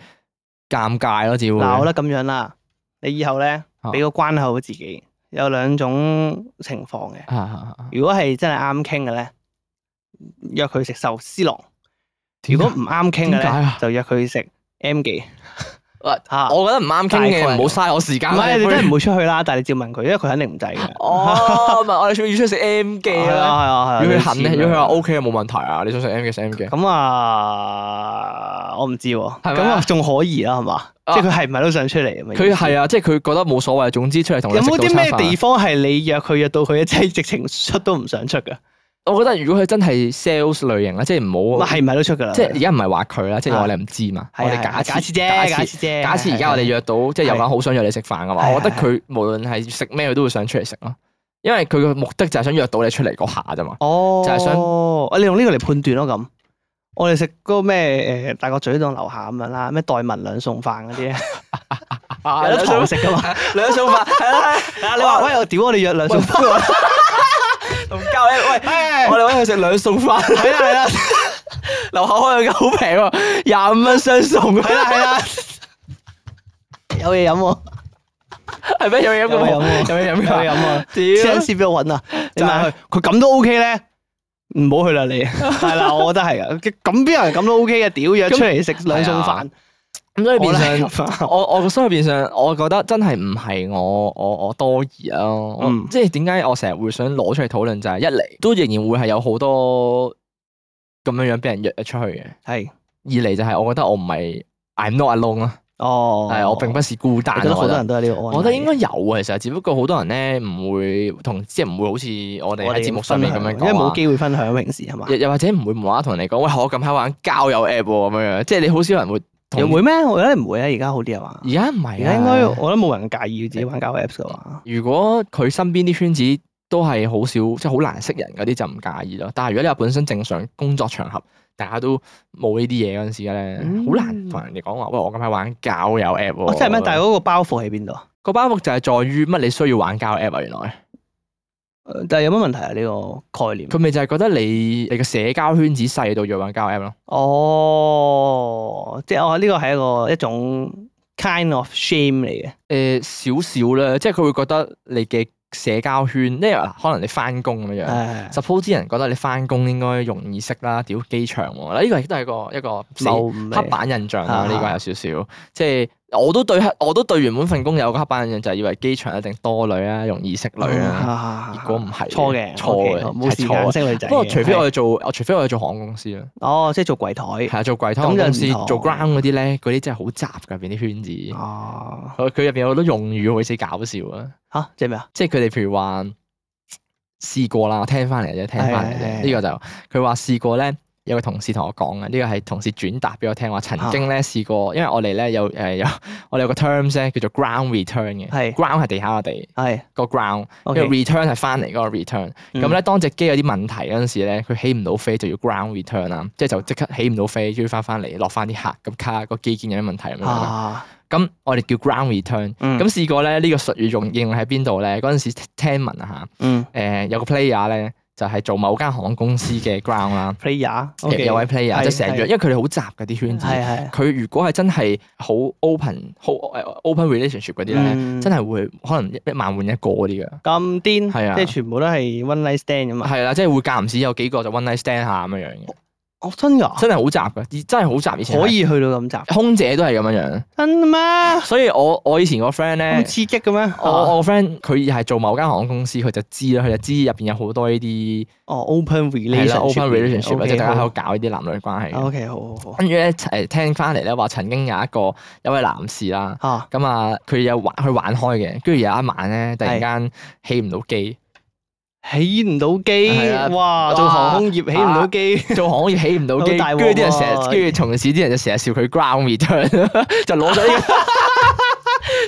Speaker 1: 尷尬咯，只會
Speaker 2: 嗱，我覺得咁樣啦，你以後咧
Speaker 1: 啊
Speaker 2: 俾個關口自己，有兩種情況嘅。
Speaker 1: 啊啊啊
Speaker 2: 如果係真係啱傾嘅咧，約佢食壽司郎；
Speaker 1: 點
Speaker 2: 如
Speaker 1: 解
Speaker 2: 果唔啱傾嘅
Speaker 1: 點解
Speaker 2: 咧
Speaker 1: 啊，
Speaker 2: 就約佢食 M 記。啊
Speaker 1: 喂
Speaker 2: 嚇
Speaker 1: 我覺得唔啱傾嘅，
Speaker 2: 大概
Speaker 1: 唔好嘥我時間
Speaker 2: 唔
Speaker 1: 啦。
Speaker 2: 係
Speaker 1: 不
Speaker 2: 你
Speaker 1: 如
Speaker 2: 真係唔會出去啦，但係你照問佢，因為佢肯定唔 制嘅。
Speaker 1: 哦，唔係我哋要要出去食 M 記
Speaker 2: 係啊，係
Speaker 1: 啦，
Speaker 2: 啊，係
Speaker 1: 要
Speaker 2: 啊。
Speaker 1: 去
Speaker 2: 類似
Speaker 1: 行咧，
Speaker 2: 咁
Speaker 1: 要佢話
Speaker 2: 樣
Speaker 1: OK 冇問題啊，你想食 M 記食 M 記。
Speaker 2: 咁啊，我唔知喎。
Speaker 1: 係咪
Speaker 2: 咁
Speaker 1: 啊
Speaker 2: 啊，仲可以啦，係嘛？
Speaker 1: 啊
Speaker 2: 即係佢係唔係都想出嚟咁嘅意思？
Speaker 1: 佢係啊，即係佢覺得冇所謂，總之出嚟同你
Speaker 2: 有
Speaker 1: 食
Speaker 2: 冇
Speaker 1: 早
Speaker 2: 啲
Speaker 1: 餐
Speaker 2: 咩
Speaker 1: 飯。
Speaker 2: 地方係你約佢約到佢，即係直情出都唔想出嘅？
Speaker 1: 啊我覺得如果佢真係 sales 類型啦，即係唔
Speaker 2: 咪
Speaker 1: 好，
Speaker 2: 係唔係都出㗎啦？
Speaker 1: 即係而家唔係話佢啦，即係
Speaker 2: 啊
Speaker 1: 我哋唔知嘛，我
Speaker 2: 係啊
Speaker 1: 哋假
Speaker 2: 假設
Speaker 1: 設
Speaker 2: 啫，假
Speaker 1: 假設
Speaker 2: 設啫。啊
Speaker 1: 假設而家我哋約到，即係有個人好想約你食飯嘅話，
Speaker 2: 係啊
Speaker 1: 我覺得佢無論係食咩，佢都會想出嚟食咯，因為佢個目的就係想約到你出嚟嗰下啫嘛。
Speaker 2: 哦，
Speaker 1: 就係想
Speaker 2: 想你用呢個嚟判斷咯咁。我哋食嗰個咩誒大角咀檔樓下咁樣啦，咩代文兩餸飯嗰啲咧，
Speaker 1: 啊
Speaker 2: 有 得堂食噶嘛？
Speaker 1: 兩餸飯係啦，
Speaker 2: 啊，你話喂我屌我哋約兩餸飯，
Speaker 1: 同教你喂，
Speaker 2: 係
Speaker 1: 我哋揾佢食兩餸飯，
Speaker 2: 係啦啊係啦
Speaker 1: 樓下開嘅好平喎，廿五蚊雙餸
Speaker 2: 係啊啦係啦，有嘢飲喎，
Speaker 1: 係咩？有嘢飲嘅
Speaker 2: 有嘢飲啊
Speaker 1: 有嘢飲
Speaker 2: 有嘢飲啊喎。
Speaker 1: 㗎
Speaker 2: 先
Speaker 1: 屌！
Speaker 2: 先俾我揾啊！你
Speaker 1: 就係
Speaker 2: 問佢，佢咁都 OK 咧，唔好去啦你。係啦，我覺得係噶，咁邊有人咁都 OK 嘅？屌約出嚟食兩餸飯，
Speaker 1: 咁所以變相
Speaker 2: 我。覺得係咁啊
Speaker 1: 我我個心入邊上，我覺得真係唔係我我我多疑咯、我
Speaker 2: 嗯
Speaker 1: 即係點解我成日會想攞出嚟討論就係、一嚟都仍然會係有好多咁樣樣俾人約咗出去嘅，
Speaker 2: 係
Speaker 1: 二嚟就係我覺得我唔係 I'm not alone 啦，
Speaker 2: 哦，
Speaker 1: 係、我並不是孤單
Speaker 2: 我覺得
Speaker 1: 咯。
Speaker 2: 好
Speaker 1: 我
Speaker 2: 多
Speaker 1: 覺得
Speaker 2: 人都有呢個案例。
Speaker 1: 我覺得應該有啊，其實只不過好多人咧唔會同即係唔會好似我哋喺節目上面咁樣
Speaker 2: 分享
Speaker 1: 講
Speaker 2: 因為冇
Speaker 1: 啊。
Speaker 2: 機會分享平時係嘛
Speaker 1: 又？又或者唔會無啦啦同人哋講，喂，我近排玩交友 app 喎咁樣樣，即係你好少人會同。
Speaker 2: 又會咩？我覺得唔會啊，而家好啲係嘛？
Speaker 1: 而家唔
Speaker 2: 而
Speaker 1: 係
Speaker 2: 家
Speaker 1: 啊，
Speaker 2: 應該我覺得冇人介意自己玩交友 Apps 嘅話，
Speaker 1: 如果佢身邊啲圈子都係好少，即係好難識人嗰啲就唔介意咯。但係如果你話本身正常工作場合，大家都冇呢啲嘢嗰陣時咧，好、
Speaker 2: 嗯
Speaker 1: 難同人哋講話，喂，我近排玩交友 app 喎、
Speaker 2: 我真係咩？但係嗰個包袱喺邊度啊？
Speaker 1: 個包袱就係在於乜你需要玩交友 app 啊？原來
Speaker 2: 呃但係有乜問題啊？呢個概念？
Speaker 1: 佢咪就係覺得你你個社交圈子細到要玩交友 app 咯。
Speaker 2: 哦，即係我呢個係一個一種 kind of shame 嚟嘅。
Speaker 1: 誒少少啦，即係佢會覺得你嘅社交圈，因為嗱可能你翻工咁樣樣。
Speaker 2: 誒，
Speaker 1: suppose 啲人覺得你翻工應該容易識啦，屌機場喎，嗱呢個亦都係一個一個死
Speaker 2: 謬誤嚟
Speaker 1: 黑板印象啦，
Speaker 2: 啊
Speaker 1: 呢個有少少，即係我都對黑我都對原本份工有個黑板印象，就係以為機場一定多女啊，容易識女啊，
Speaker 2: 啊
Speaker 1: 結果唔係
Speaker 2: 錯嘅，
Speaker 1: 錯
Speaker 2: OK，
Speaker 1: 嘅，
Speaker 2: 冇
Speaker 1: 係
Speaker 2: 時間
Speaker 1: 錯嘅。
Speaker 2: 識女仔嘅。
Speaker 1: 不過除非
Speaker 2: 係
Speaker 1: 我哋做，我除非我哋做航空公司啦，
Speaker 2: 哦，即係做櫃台。
Speaker 1: 係啊，做櫃湯
Speaker 2: 咁就唔
Speaker 1: 公司
Speaker 2: 同
Speaker 1: 做 ground 嗰啲咧，嗰啲真係好雜㗎，入邊啲圈子，
Speaker 2: 哦，
Speaker 1: 佢佢入邊有好多用語好似搞笑啊。
Speaker 2: 吓，即係咩啊？
Speaker 1: 即係佢哋譬如話試過啦，我聽翻嚟啫，聽翻嚟
Speaker 2: 係
Speaker 1: 啫。
Speaker 2: 係
Speaker 1: 呢個就佢話試過咧，有個同事同我講嘅，呢個係同事轉達俾我聽話，曾
Speaker 2: 啊
Speaker 1: 經咧試過，因為我哋咧有誒有我哋有個 terms 咧叫做 ground return 嘅
Speaker 2: 係
Speaker 1: ，ground 係地下個地
Speaker 2: 係
Speaker 1: 個 ground，跟
Speaker 2: OK 嗯
Speaker 1: 住 return 係翻嚟嗰個 return。咁咧當只機有啲問題嗰陣時咧，佢起唔到飛就要 ground return 啦，即係就即刻起唔到飛，要翻翻嚟落翻啲客，咁卡個機件有啲問題咁樣啦。
Speaker 2: 啊，
Speaker 1: 咁我哋叫 ground return。
Speaker 2: 嗯
Speaker 1: 咁試過咧，呢、個術語用應用喺邊度咧？嗰陣時聽聞啊
Speaker 2: 嗯
Speaker 1: 嚇，誒、有個 player 咧就係、做某間航空公司嘅 ground 啦
Speaker 2: ，player，OK，
Speaker 1: 有位 player
Speaker 2: 係
Speaker 1: 即係成日
Speaker 2: 係
Speaker 1: 約，因為佢哋好雜嗰啲圈子。
Speaker 2: 係係
Speaker 1: 佢如果係真係好 open、好誒 open relationship 嗰啲咧，
Speaker 2: 嗯
Speaker 1: 真係會可能一一萬換一個嗰啲嘅。
Speaker 2: 咁癲，
Speaker 1: 係啊
Speaker 2: 即係全部都係 one night stand 咁啊！
Speaker 1: 係啦，即係會間唔時有幾個就 one night stand 下咁樣樣嘅，
Speaker 2: 哦，真噶，
Speaker 1: 真係好雜嘅，真係好雜。以前係
Speaker 2: 可以去到咁雜，
Speaker 1: 空姐都係咁樣樣，
Speaker 2: 真嘅 咩？
Speaker 1: 所以我我以前個 friend 咧
Speaker 2: 咁。刺激嘅咩？
Speaker 1: 我我個 friend 佢係做某間航空公司，佢就知啦，佢就知入邊有好多呢啲
Speaker 2: 哦，open relationship，
Speaker 1: 係啦，open relationship 啊啦即係大家喺度
Speaker 2: 好啊
Speaker 1: 搞呢啲男女關係嘅。
Speaker 2: O K，好好好
Speaker 1: 跟住咧誒聽翻嚟咧話，曾經有一個有位男士啦，
Speaker 2: 啊，
Speaker 1: 咁啊佢有玩去玩開嘅，跟住有一晚咧突然間起唔到機，
Speaker 2: 起唔到
Speaker 1: 係啊
Speaker 2: 機，哇！做航空業起唔到機，
Speaker 1: 做行業起唔到機，
Speaker 2: 好大鑊
Speaker 1: 跟
Speaker 2: 喎
Speaker 1: 住啲人成日，跟住同事啲人就成日笑佢 ground return，就 攞咗呢個。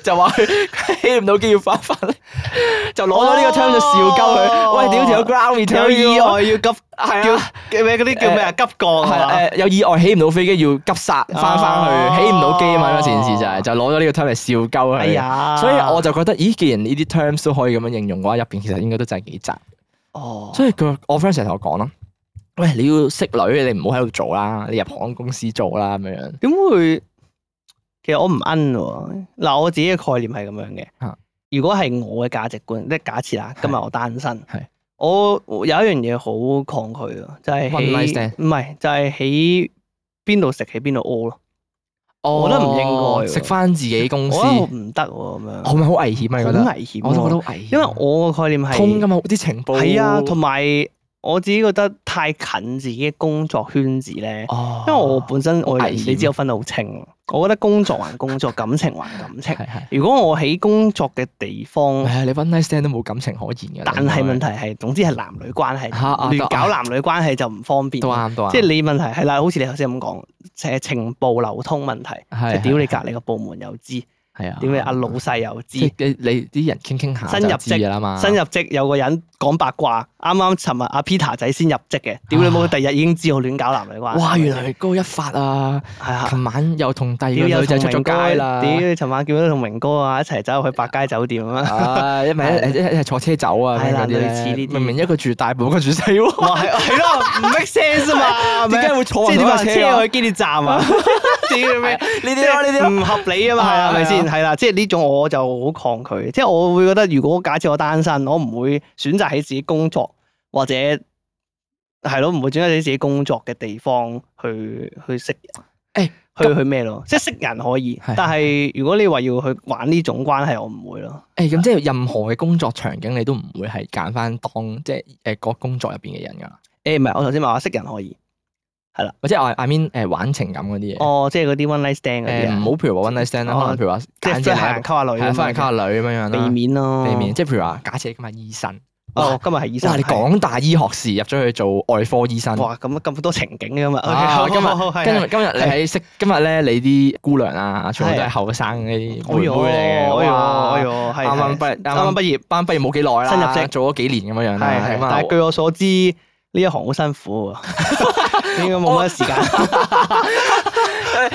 Speaker 1: 就話佢 起唔到機要翻返嚟，就攞咗呢個 term 就笑鳩佢。
Speaker 2: 哦
Speaker 1: 喂，屌條 ground return
Speaker 2: 有意
Speaker 1: 喎
Speaker 2: 外要急
Speaker 1: 係啊，
Speaker 2: 叫咩嗰啲叫咩啊？急降
Speaker 1: 係
Speaker 2: 啊！
Speaker 1: 誒有意外起唔到飛機要急剎翻翻
Speaker 2: 哦
Speaker 1: 去，起唔到機啊嘛！嗰件事就係就攞咗呢個 term 嚟笑鳩
Speaker 2: 哎
Speaker 1: 佢。
Speaker 2: 呀，
Speaker 1: 所以我就覺得，咦，既然呢啲 terms 都可以咁樣應用嘅話，入邊其實應該都真係幾雜。
Speaker 2: 哦，
Speaker 1: 所以佢我 friend 成日同我講咯，喂，你要識女，你唔好喺度做啦，你入航空公司做啦咁樣樣。
Speaker 2: 點會？其實我唔奀喎。嗱，我自己嘅概念係咁樣嘅
Speaker 1: 啊。
Speaker 2: 如果係我嘅價值觀，即係假設啊啦，今日我單身
Speaker 1: 係，
Speaker 2: 我有一樣嘢好抗拒啊，就係
Speaker 1: One night
Speaker 2: 喺
Speaker 1: stand
Speaker 2: 唔係就係喺邊度食喺邊度屙咯。我覺得唔應該喎
Speaker 1: 食翻自己
Speaker 2: 我
Speaker 1: 公司，
Speaker 2: 覺得好
Speaker 1: 係
Speaker 2: 唔得喎，咁樣
Speaker 1: 咪好危險啊？你覺
Speaker 2: 好
Speaker 1: 得？
Speaker 2: 危險
Speaker 1: 我都覺得
Speaker 2: 喎。
Speaker 1: 好危險，
Speaker 2: 因為我嘅概念係
Speaker 1: 通噶嘛，啲情報
Speaker 2: 係啊，同埋我自己覺得太近自己嘅工作圈子咧。
Speaker 1: 哦
Speaker 2: 因為我本身我人
Speaker 1: 危險啊
Speaker 2: 你知我分得好清，我覺得工作還工作，感情還感情。
Speaker 1: 係係，
Speaker 2: 如果我喺工作嘅地方，
Speaker 1: 係啊你 one night stand 都冇感情可言嘅。
Speaker 2: 嗯但係問題係，總之係男女關係，
Speaker 1: 嚇啊
Speaker 2: 亂搞男女關係就唔方便
Speaker 1: 都。啊啱，都啱。
Speaker 2: 即係你問題係啦，好似你頭先咁講，誒情報流通問題，即
Speaker 1: 係
Speaker 2: 係屌
Speaker 1: 係
Speaker 2: 你隔離個部門又知，
Speaker 1: 係啊，
Speaker 2: 屌你阿老細又知，
Speaker 1: 即係你你啲人傾傾下
Speaker 2: 新入
Speaker 1: 啊就知
Speaker 2: 職
Speaker 1: 㗎啦嘛，
Speaker 2: 新入職有個人講八卦，啱啱尋日阿 Peter 仔先入職嘅，屌你冇，
Speaker 1: 啊
Speaker 2: 第日已經知我亂搞男女關係。
Speaker 1: 哇原來高一發啊！
Speaker 2: 係啊。
Speaker 1: 琴晚又同第二
Speaker 2: 屌
Speaker 1: 個
Speaker 2: 有
Speaker 1: 女仔
Speaker 2: 同
Speaker 1: 出
Speaker 2: 明
Speaker 1: 咗街
Speaker 2: 哥，
Speaker 1: 啦
Speaker 2: 屌！你尋晚見到同明哥啊一齊走去百佳酒店啊！
Speaker 1: 啊，因為一一一係坐車走啊，
Speaker 2: 係啦
Speaker 1: 嗰啲咧
Speaker 2: 類似呢啲
Speaker 1: 明明一個住大埔，一個住西喎，
Speaker 2: 哇，係係咯，唔 make sense 啊 嘛，
Speaker 1: 點解會坐
Speaker 2: 即
Speaker 1: 唔到
Speaker 2: 係你
Speaker 1: 架
Speaker 2: 話
Speaker 1: 車
Speaker 2: 車
Speaker 1: 啊？
Speaker 2: 去基鐵 站啊？ 屌你咩？
Speaker 1: 呢啲咯，啊呢啲咯，
Speaker 2: 唔合理啊啊嘛，
Speaker 1: 係啊
Speaker 2: 係咪
Speaker 1: 係
Speaker 2: 先？係啦，即係呢種我就好抗拒，即係我會覺得，如果假設我單身，我唔會選擇喺自己工作或者係咯，唔會選擇喺自己工作嘅地方去去識人，
Speaker 1: 誒
Speaker 2: 去去咩咯？即係識人可以
Speaker 1: 係，
Speaker 2: 但係如果你話要去玩呢種關係，我唔會咯。
Speaker 1: 嗯誒咁即係任何嘅工作場景，你都唔會係揀翻當即係誒個工作入邊嘅人㗎啦，
Speaker 2: 誒唔係，我頭先咪話識人可以，
Speaker 1: 或者我啊 I mean 誒玩情感嗰啲嘢，
Speaker 2: 哦，即係嗰啲 one night stand 嗰啲
Speaker 1: 誒唔
Speaker 2: 啊
Speaker 1: 好譬如話 one night stand 啦，可能譬如話
Speaker 2: 即
Speaker 1: 揀
Speaker 2: 係即係
Speaker 1: 正
Speaker 2: 行
Speaker 1: 係
Speaker 2: 人溝下女咁
Speaker 1: 啊，
Speaker 2: 樣，
Speaker 1: 翻嚟溝下女咁樣樣
Speaker 2: 避
Speaker 1: 啦。
Speaker 2: 免咯，
Speaker 1: 避免。即係譬如話，假設今日醫生，
Speaker 2: 哦，今日係醫
Speaker 1: 哇！
Speaker 2: 生，
Speaker 1: 你港大醫學士入咗去做外科醫生，
Speaker 2: 哇，咁咁多情景嘅嘛，
Speaker 1: 啊
Speaker 2: OK，
Speaker 1: 今日
Speaker 2: 好好好
Speaker 1: 今
Speaker 2: 係
Speaker 1: 日今日你喺識，今日咧你啲姑娘啊，全部都係後生嗰啲
Speaker 2: 哎
Speaker 1: 妹妹
Speaker 2: 呦，
Speaker 1: 嚟嘅，
Speaker 2: 哎呦，
Speaker 1: 哇
Speaker 2: 哎！呦，係
Speaker 1: 啱啱
Speaker 2: 係
Speaker 1: 畢
Speaker 2: 啱啱
Speaker 1: 畢
Speaker 2: 畢業，
Speaker 1: 班畢業冇幾耐啦，
Speaker 2: 新入職
Speaker 1: 做咗幾年咁樣樣
Speaker 2: 係
Speaker 1: 啦，
Speaker 2: 係，
Speaker 1: 咁啊
Speaker 2: 但係據我所知 呢一行好辛苦喎，應該冇乜時間，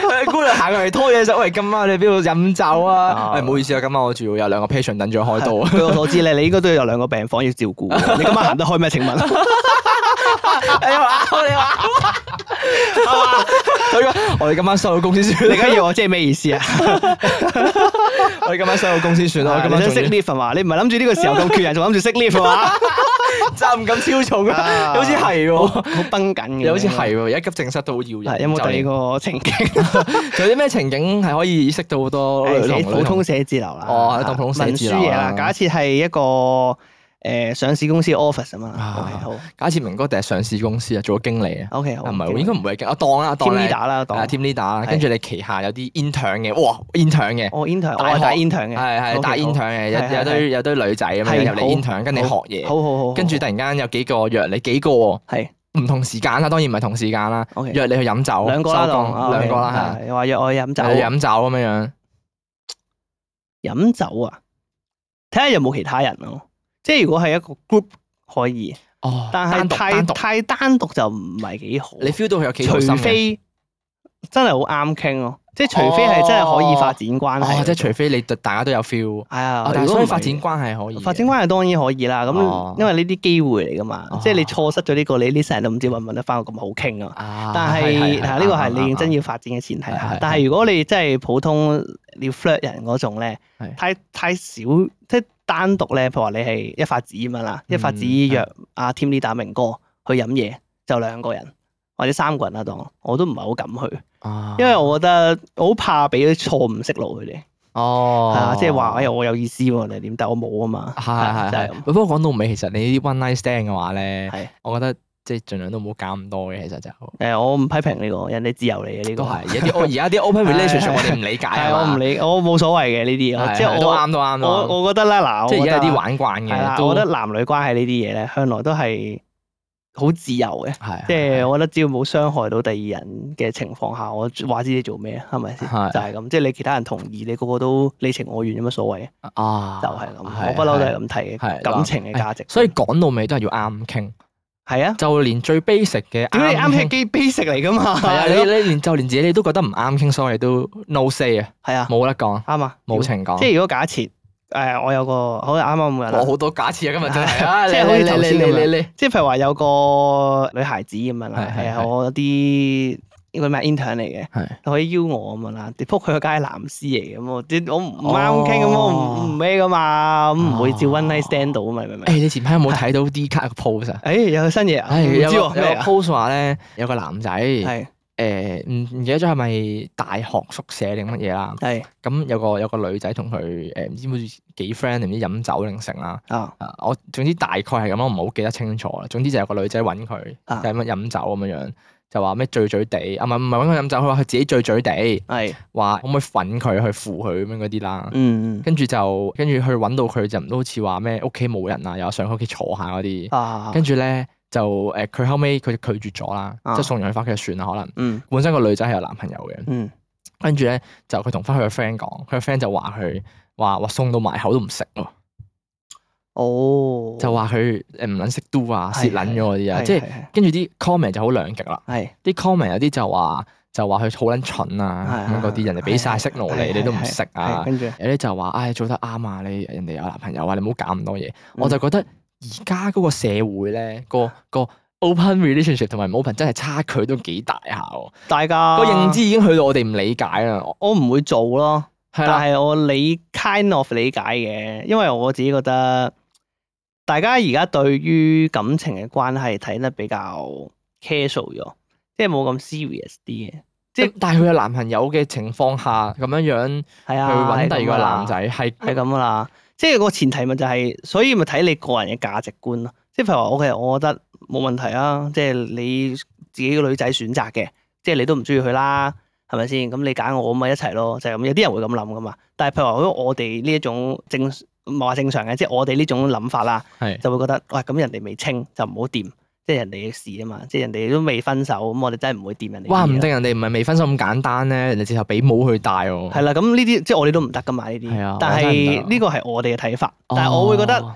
Speaker 1: 喂 姑娘行過嚟拖嘢手，喂，今晚你邊度飲酒啊？
Speaker 2: 啊
Speaker 1: 喂，唔好意思啊，今晚我仲要有兩個 patient 等住我開 刀啊。
Speaker 2: 據我所知咧，你應該都有兩個病房要照顧 嘅。你今晚行得開咩？請問？
Speaker 1: 你又拗，你又拗，佢話我哋今晚收到公司算
Speaker 2: 你
Speaker 1: 啦
Speaker 2: 而，家要我即係咩意思 啊？
Speaker 1: 我哋今晚收到公司算啦，我今
Speaker 2: 你
Speaker 1: 晚
Speaker 2: 想
Speaker 1: 仲
Speaker 2: 識
Speaker 1: 要
Speaker 2: lift 係嘛？你唔係諗住呢個時候咁缺人，仲諗住識 lift 係嘛？
Speaker 1: 責任感超重啊，
Speaker 2: 啊
Speaker 1: 好似係喎。
Speaker 2: 好崩緊 嘅，
Speaker 1: 又好似係喎，而家急症室都好要
Speaker 2: 係。
Speaker 1: 人。
Speaker 2: 有冇第二
Speaker 1: 就
Speaker 2: 個情景？
Speaker 1: 連有啲咩情景係可以識 到好多女
Speaker 2: 寫
Speaker 1: 同
Speaker 2: 普通
Speaker 1: 女
Speaker 2: 寫字樓啦，
Speaker 1: 哦當普通寫字樓啦
Speaker 2: 文書嘢啦。假設係一個誒上市公司 office 啊
Speaker 1: 啊
Speaker 2: 嘛。OK 好
Speaker 1: 同假設明哥第日上市公司啊，做咗經理啊，
Speaker 2: ，OK 好。
Speaker 1: 啊唔係喎，應該唔會係經我當啦，當
Speaker 2: team
Speaker 1: 你
Speaker 2: leader 啦，當
Speaker 1: 啊 team leader 啦，
Speaker 2: 係
Speaker 1: 跟住你旗下有啲 intern 嘅，哇 intern 嘅，
Speaker 2: 我哦 intern，
Speaker 1: 大學
Speaker 2: 我係打 intern 嘅，
Speaker 1: 係係
Speaker 2: OK，
Speaker 1: 大 intern 嘅，
Speaker 2: 係
Speaker 1: 有
Speaker 2: 係
Speaker 1: 有堆有堆女仔咁樣
Speaker 2: 係
Speaker 1: 入
Speaker 2: 好
Speaker 1: 嚟 intern，跟你學嘢，
Speaker 2: 好好好好，
Speaker 1: 跟住突然間有幾個約你幾個喎
Speaker 2: 係
Speaker 1: 唔同時間啊啦，當然唔係同時間啦，
Speaker 2: OK
Speaker 1: 約你去飲酒，
Speaker 2: 兩個啦，
Speaker 1: 收
Speaker 2: 當
Speaker 1: 工
Speaker 2: 啊
Speaker 1: 兩個
Speaker 2: OK，
Speaker 1: 啦
Speaker 2: 係又話約我去飲
Speaker 1: 嚇，
Speaker 2: 酒，
Speaker 1: 去飲酒咁樣樣。
Speaker 2: 飲酒啊，睇下有冇其他人咯。即係如果係一個 group 可以，
Speaker 1: 哦，
Speaker 2: 但
Speaker 1: 單
Speaker 2: 係
Speaker 1: 獨
Speaker 2: 太
Speaker 1: 單獨
Speaker 2: 太單獨就唔係幾好。
Speaker 1: 你 feel 到佢有幾
Speaker 2: 除
Speaker 1: 好心嘅
Speaker 2: 非真係好啱傾咯，即係除非係真係可以發展關係。
Speaker 1: 哦，即係除非你大家都有 feel，
Speaker 2: 係啊
Speaker 1: 哦，但
Speaker 2: 如
Speaker 1: 係
Speaker 2: 果
Speaker 1: 所以
Speaker 2: 唔係
Speaker 1: 發展關係可以嘅，
Speaker 2: 發展關係當然可以啦。
Speaker 1: 哦
Speaker 2: 咁因為呢啲機會嚟噶嘛
Speaker 1: 哦，
Speaker 2: 即係你錯失咗呢個，你呢世人都唔知揾唔揾得翻個咁好傾啊。
Speaker 1: 啊，
Speaker 2: 但係係呢個係你認真
Speaker 1: 要
Speaker 2: 要發展嘅前提
Speaker 1: 係係
Speaker 2: 下。但係如果你真係普通你 flirt 人嗰種咧
Speaker 1: 係，
Speaker 2: 太太少即係單獨咧，譬如話你係一發子咁樣啦，一發子
Speaker 1: 嗯
Speaker 2: 約阿 Tim Lee 打明哥去飲嘢，就兩個人或者三個人啦，啊當我都唔係好敢去，
Speaker 1: 啊
Speaker 2: 因為我覺得我好怕俾啲錯誤識路佢哋，係
Speaker 1: 哦，
Speaker 2: 啊，即係話哎呀我有意思喎，你點？但我冇啊嘛，
Speaker 1: 係
Speaker 2: 啊
Speaker 1: 係
Speaker 2: 就係
Speaker 1: 係
Speaker 2: 咁
Speaker 1: 係。，不過講到尾，其實你呢啲 one night stand 嘅話咧，
Speaker 2: 係
Speaker 1: 我覺得即係盡量都唔好搞咁多嘅，其實就
Speaker 2: 誒我唔批評呢個，人哋自由嚟嘅呢個
Speaker 1: 都係而家啲而 家啲 open
Speaker 2: 係
Speaker 1: relationship 我哋唔理解
Speaker 2: 係啊
Speaker 1: 係
Speaker 2: 我唔
Speaker 1: 理，
Speaker 2: 理，我冇所謂嘅呢
Speaker 1: 係
Speaker 2: 啲，即係
Speaker 1: 都
Speaker 2: 我
Speaker 1: 啱都啱都啱
Speaker 2: 我我覺得啦，嗱，
Speaker 1: 啊即係
Speaker 2: 我
Speaker 1: 而
Speaker 2: 覺
Speaker 1: 家
Speaker 2: 得
Speaker 1: 有啲
Speaker 2: 啊
Speaker 1: 玩慣
Speaker 2: 係啦
Speaker 1: 嘅，，都
Speaker 2: 我覺得男女關係呢啲嘢咧，向來都係好自由嘅，
Speaker 1: 係啊
Speaker 2: 即係
Speaker 1: 係
Speaker 2: 我覺得只要冇傷害到第二人嘅情況下，我話知你做咩，係咪先？
Speaker 1: 係
Speaker 2: 就係咁，即係你其他人同意，你個個都你情我願，有乜所謂？
Speaker 1: 啊
Speaker 2: 就係咁，我不嬲都係。咁
Speaker 1: 係
Speaker 2: 睇嘅，感情嘅價值。
Speaker 1: 所以講到尾都係要啱傾，
Speaker 2: 係啊，
Speaker 1: 就連最 basic 嘅
Speaker 2: 屌你啱
Speaker 1: 傾
Speaker 2: 係基 basic 嚟㗎嘛？
Speaker 1: 係啊，你
Speaker 2: 係咯
Speaker 1: 你連就連自己你都覺得唔啱傾，所以都 no say 啊，
Speaker 2: 係啊，
Speaker 1: 冇得講，
Speaker 2: 啱啊，
Speaker 1: 冇情講。
Speaker 2: 即係如果假設誒，我有個好似啱啱咁樣啦
Speaker 1: 我好多假設啊，今日真係啊，
Speaker 2: 即係好似頭先咁樣
Speaker 1: 你
Speaker 2: 即係譬如話有個女孩子咁樣啦，
Speaker 1: 係係
Speaker 2: 係啊我啲呢個咩 intern 嚟嘅，
Speaker 1: 係
Speaker 2: 可以邀我咁樣啦。你撲佢個街係男司嚟嘅咁，我啲我唔啱傾咁，我
Speaker 1: 哦
Speaker 2: 唔唔咩噶嘛，咁唔會照 one night stand 到啊嘛，你明唔明？
Speaker 1: 誒，你前排有冇睇到 D 卡個 post 啊？
Speaker 2: 誒有新嘢啊，
Speaker 1: 唉
Speaker 2: 唔
Speaker 1: 有
Speaker 2: 知
Speaker 1: 個有
Speaker 2: 喎
Speaker 1: 個
Speaker 2: 咩嚟㗎
Speaker 1: post 話咧，有個男仔誒
Speaker 2: 係
Speaker 1: 唔唔記得咗係咪大學宿舍定乜嘢啦？
Speaker 2: 係
Speaker 1: 咁有個有個女仔同佢誒唔知好似幾 friend 定唔知飲酒定成啦。
Speaker 2: 啊
Speaker 1: 啊，我總之大概係咁咯，我唔係好記得清楚啦。總之就有個女仔揾佢，
Speaker 2: 啊
Speaker 1: 就係乜飲酒咁樣樣，就話咩醉醉地，啊唔係唔係揾佢飲酒，佢話佢自己醉醉地，
Speaker 2: 係
Speaker 1: 話可唔可以粉佢去扶佢咁樣嗰啲啦。
Speaker 2: 嗯
Speaker 1: 跟住就跟住去揾到佢就唔都好似話咩屋企冇人啊，又話上佢屋企坐下嗰啲。
Speaker 2: 啊
Speaker 1: 跟住咧就誒，佢、後尾佢就拒絕咗啦，
Speaker 2: 啊
Speaker 1: 即係送完佢翻屋企就算啦。可能
Speaker 2: 嗯
Speaker 1: 本身個女仔係有男朋友嘅，
Speaker 2: 嗯
Speaker 1: 跟住咧就佢同翻佢個 friend 講，佢個 friend 就話佢話話送到埋口都唔食喎，
Speaker 2: 哦
Speaker 1: 就話佢誒唔撚識 do 啊，蝕
Speaker 2: 係
Speaker 1: 撚咗嗰啲啊，
Speaker 2: 係
Speaker 1: 即係
Speaker 2: 係係
Speaker 1: 跟住啲 comment 就好兩極啦。
Speaker 2: 係
Speaker 1: 啲 comment 有啲就話就話佢好撚蠢啊
Speaker 2: 係
Speaker 1: 咁樣嗰啲，人哋俾晒 signal
Speaker 2: 係
Speaker 1: 你，
Speaker 2: 係
Speaker 1: 你都唔
Speaker 2: 係
Speaker 1: 食
Speaker 2: 係
Speaker 1: 啊。
Speaker 2: 跟住
Speaker 1: 有啲就話唉做得啱啊，你人哋有男朋友啊，你唔好搞咁多
Speaker 2: 嗯
Speaker 1: 嘢。我就覺得而家嗰個社會咧，個個 open relationship 同埋唔 open 真係差距都幾大下喎。
Speaker 2: 大家
Speaker 1: 個認知已經去到我哋唔理解啦，我
Speaker 2: 我唔會做咯。
Speaker 1: 係啦，
Speaker 2: 但係我理 kind of 理解嘅，因為我自己覺得大家而家對於感情嘅關係睇得比較 casual 咗，即係冇咁 serious 啲嘅。
Speaker 1: 即係但係佢有男朋友嘅情況下咁樣樣
Speaker 2: 係
Speaker 1: 去
Speaker 2: 啊，
Speaker 1: 揾第二個男
Speaker 2: 係咁㗎啦，
Speaker 1: 仔係
Speaker 2: 係咁噶啦。即係個前提咪就係、所以咪睇你個人嘅價值觀咯。即係譬如話，OK，我覺得冇問題啊，即係你自己個女仔選擇嘅，即係你都唔中意佢啦，係咪先？咁你揀我咪一齊咯，就係、咁。有啲人會咁諗噶嘛。但係譬如話，如果我哋呢一種正唔係話正常嘅，即係我哋呢種諗法啦，
Speaker 1: 係
Speaker 2: 就會覺得喂咁人哋未清就唔好掂，即係人哋嘅事啊嘛，即係人哋都未分手，咁我哋真係唔會掂人哋嘅嘢咯。啊
Speaker 1: 哇唔定人哋唔係未分手咁簡單咧，人哋直頭俾帽佢戴喎。
Speaker 2: 係啦，咁呢啲即係我哋都唔得噶嘛呢
Speaker 1: 係啊
Speaker 2: 啲，但
Speaker 1: 我真係唔
Speaker 2: 係
Speaker 1: 得
Speaker 2: 呢個係我哋嘅睇法，但係我會覺得
Speaker 1: 哦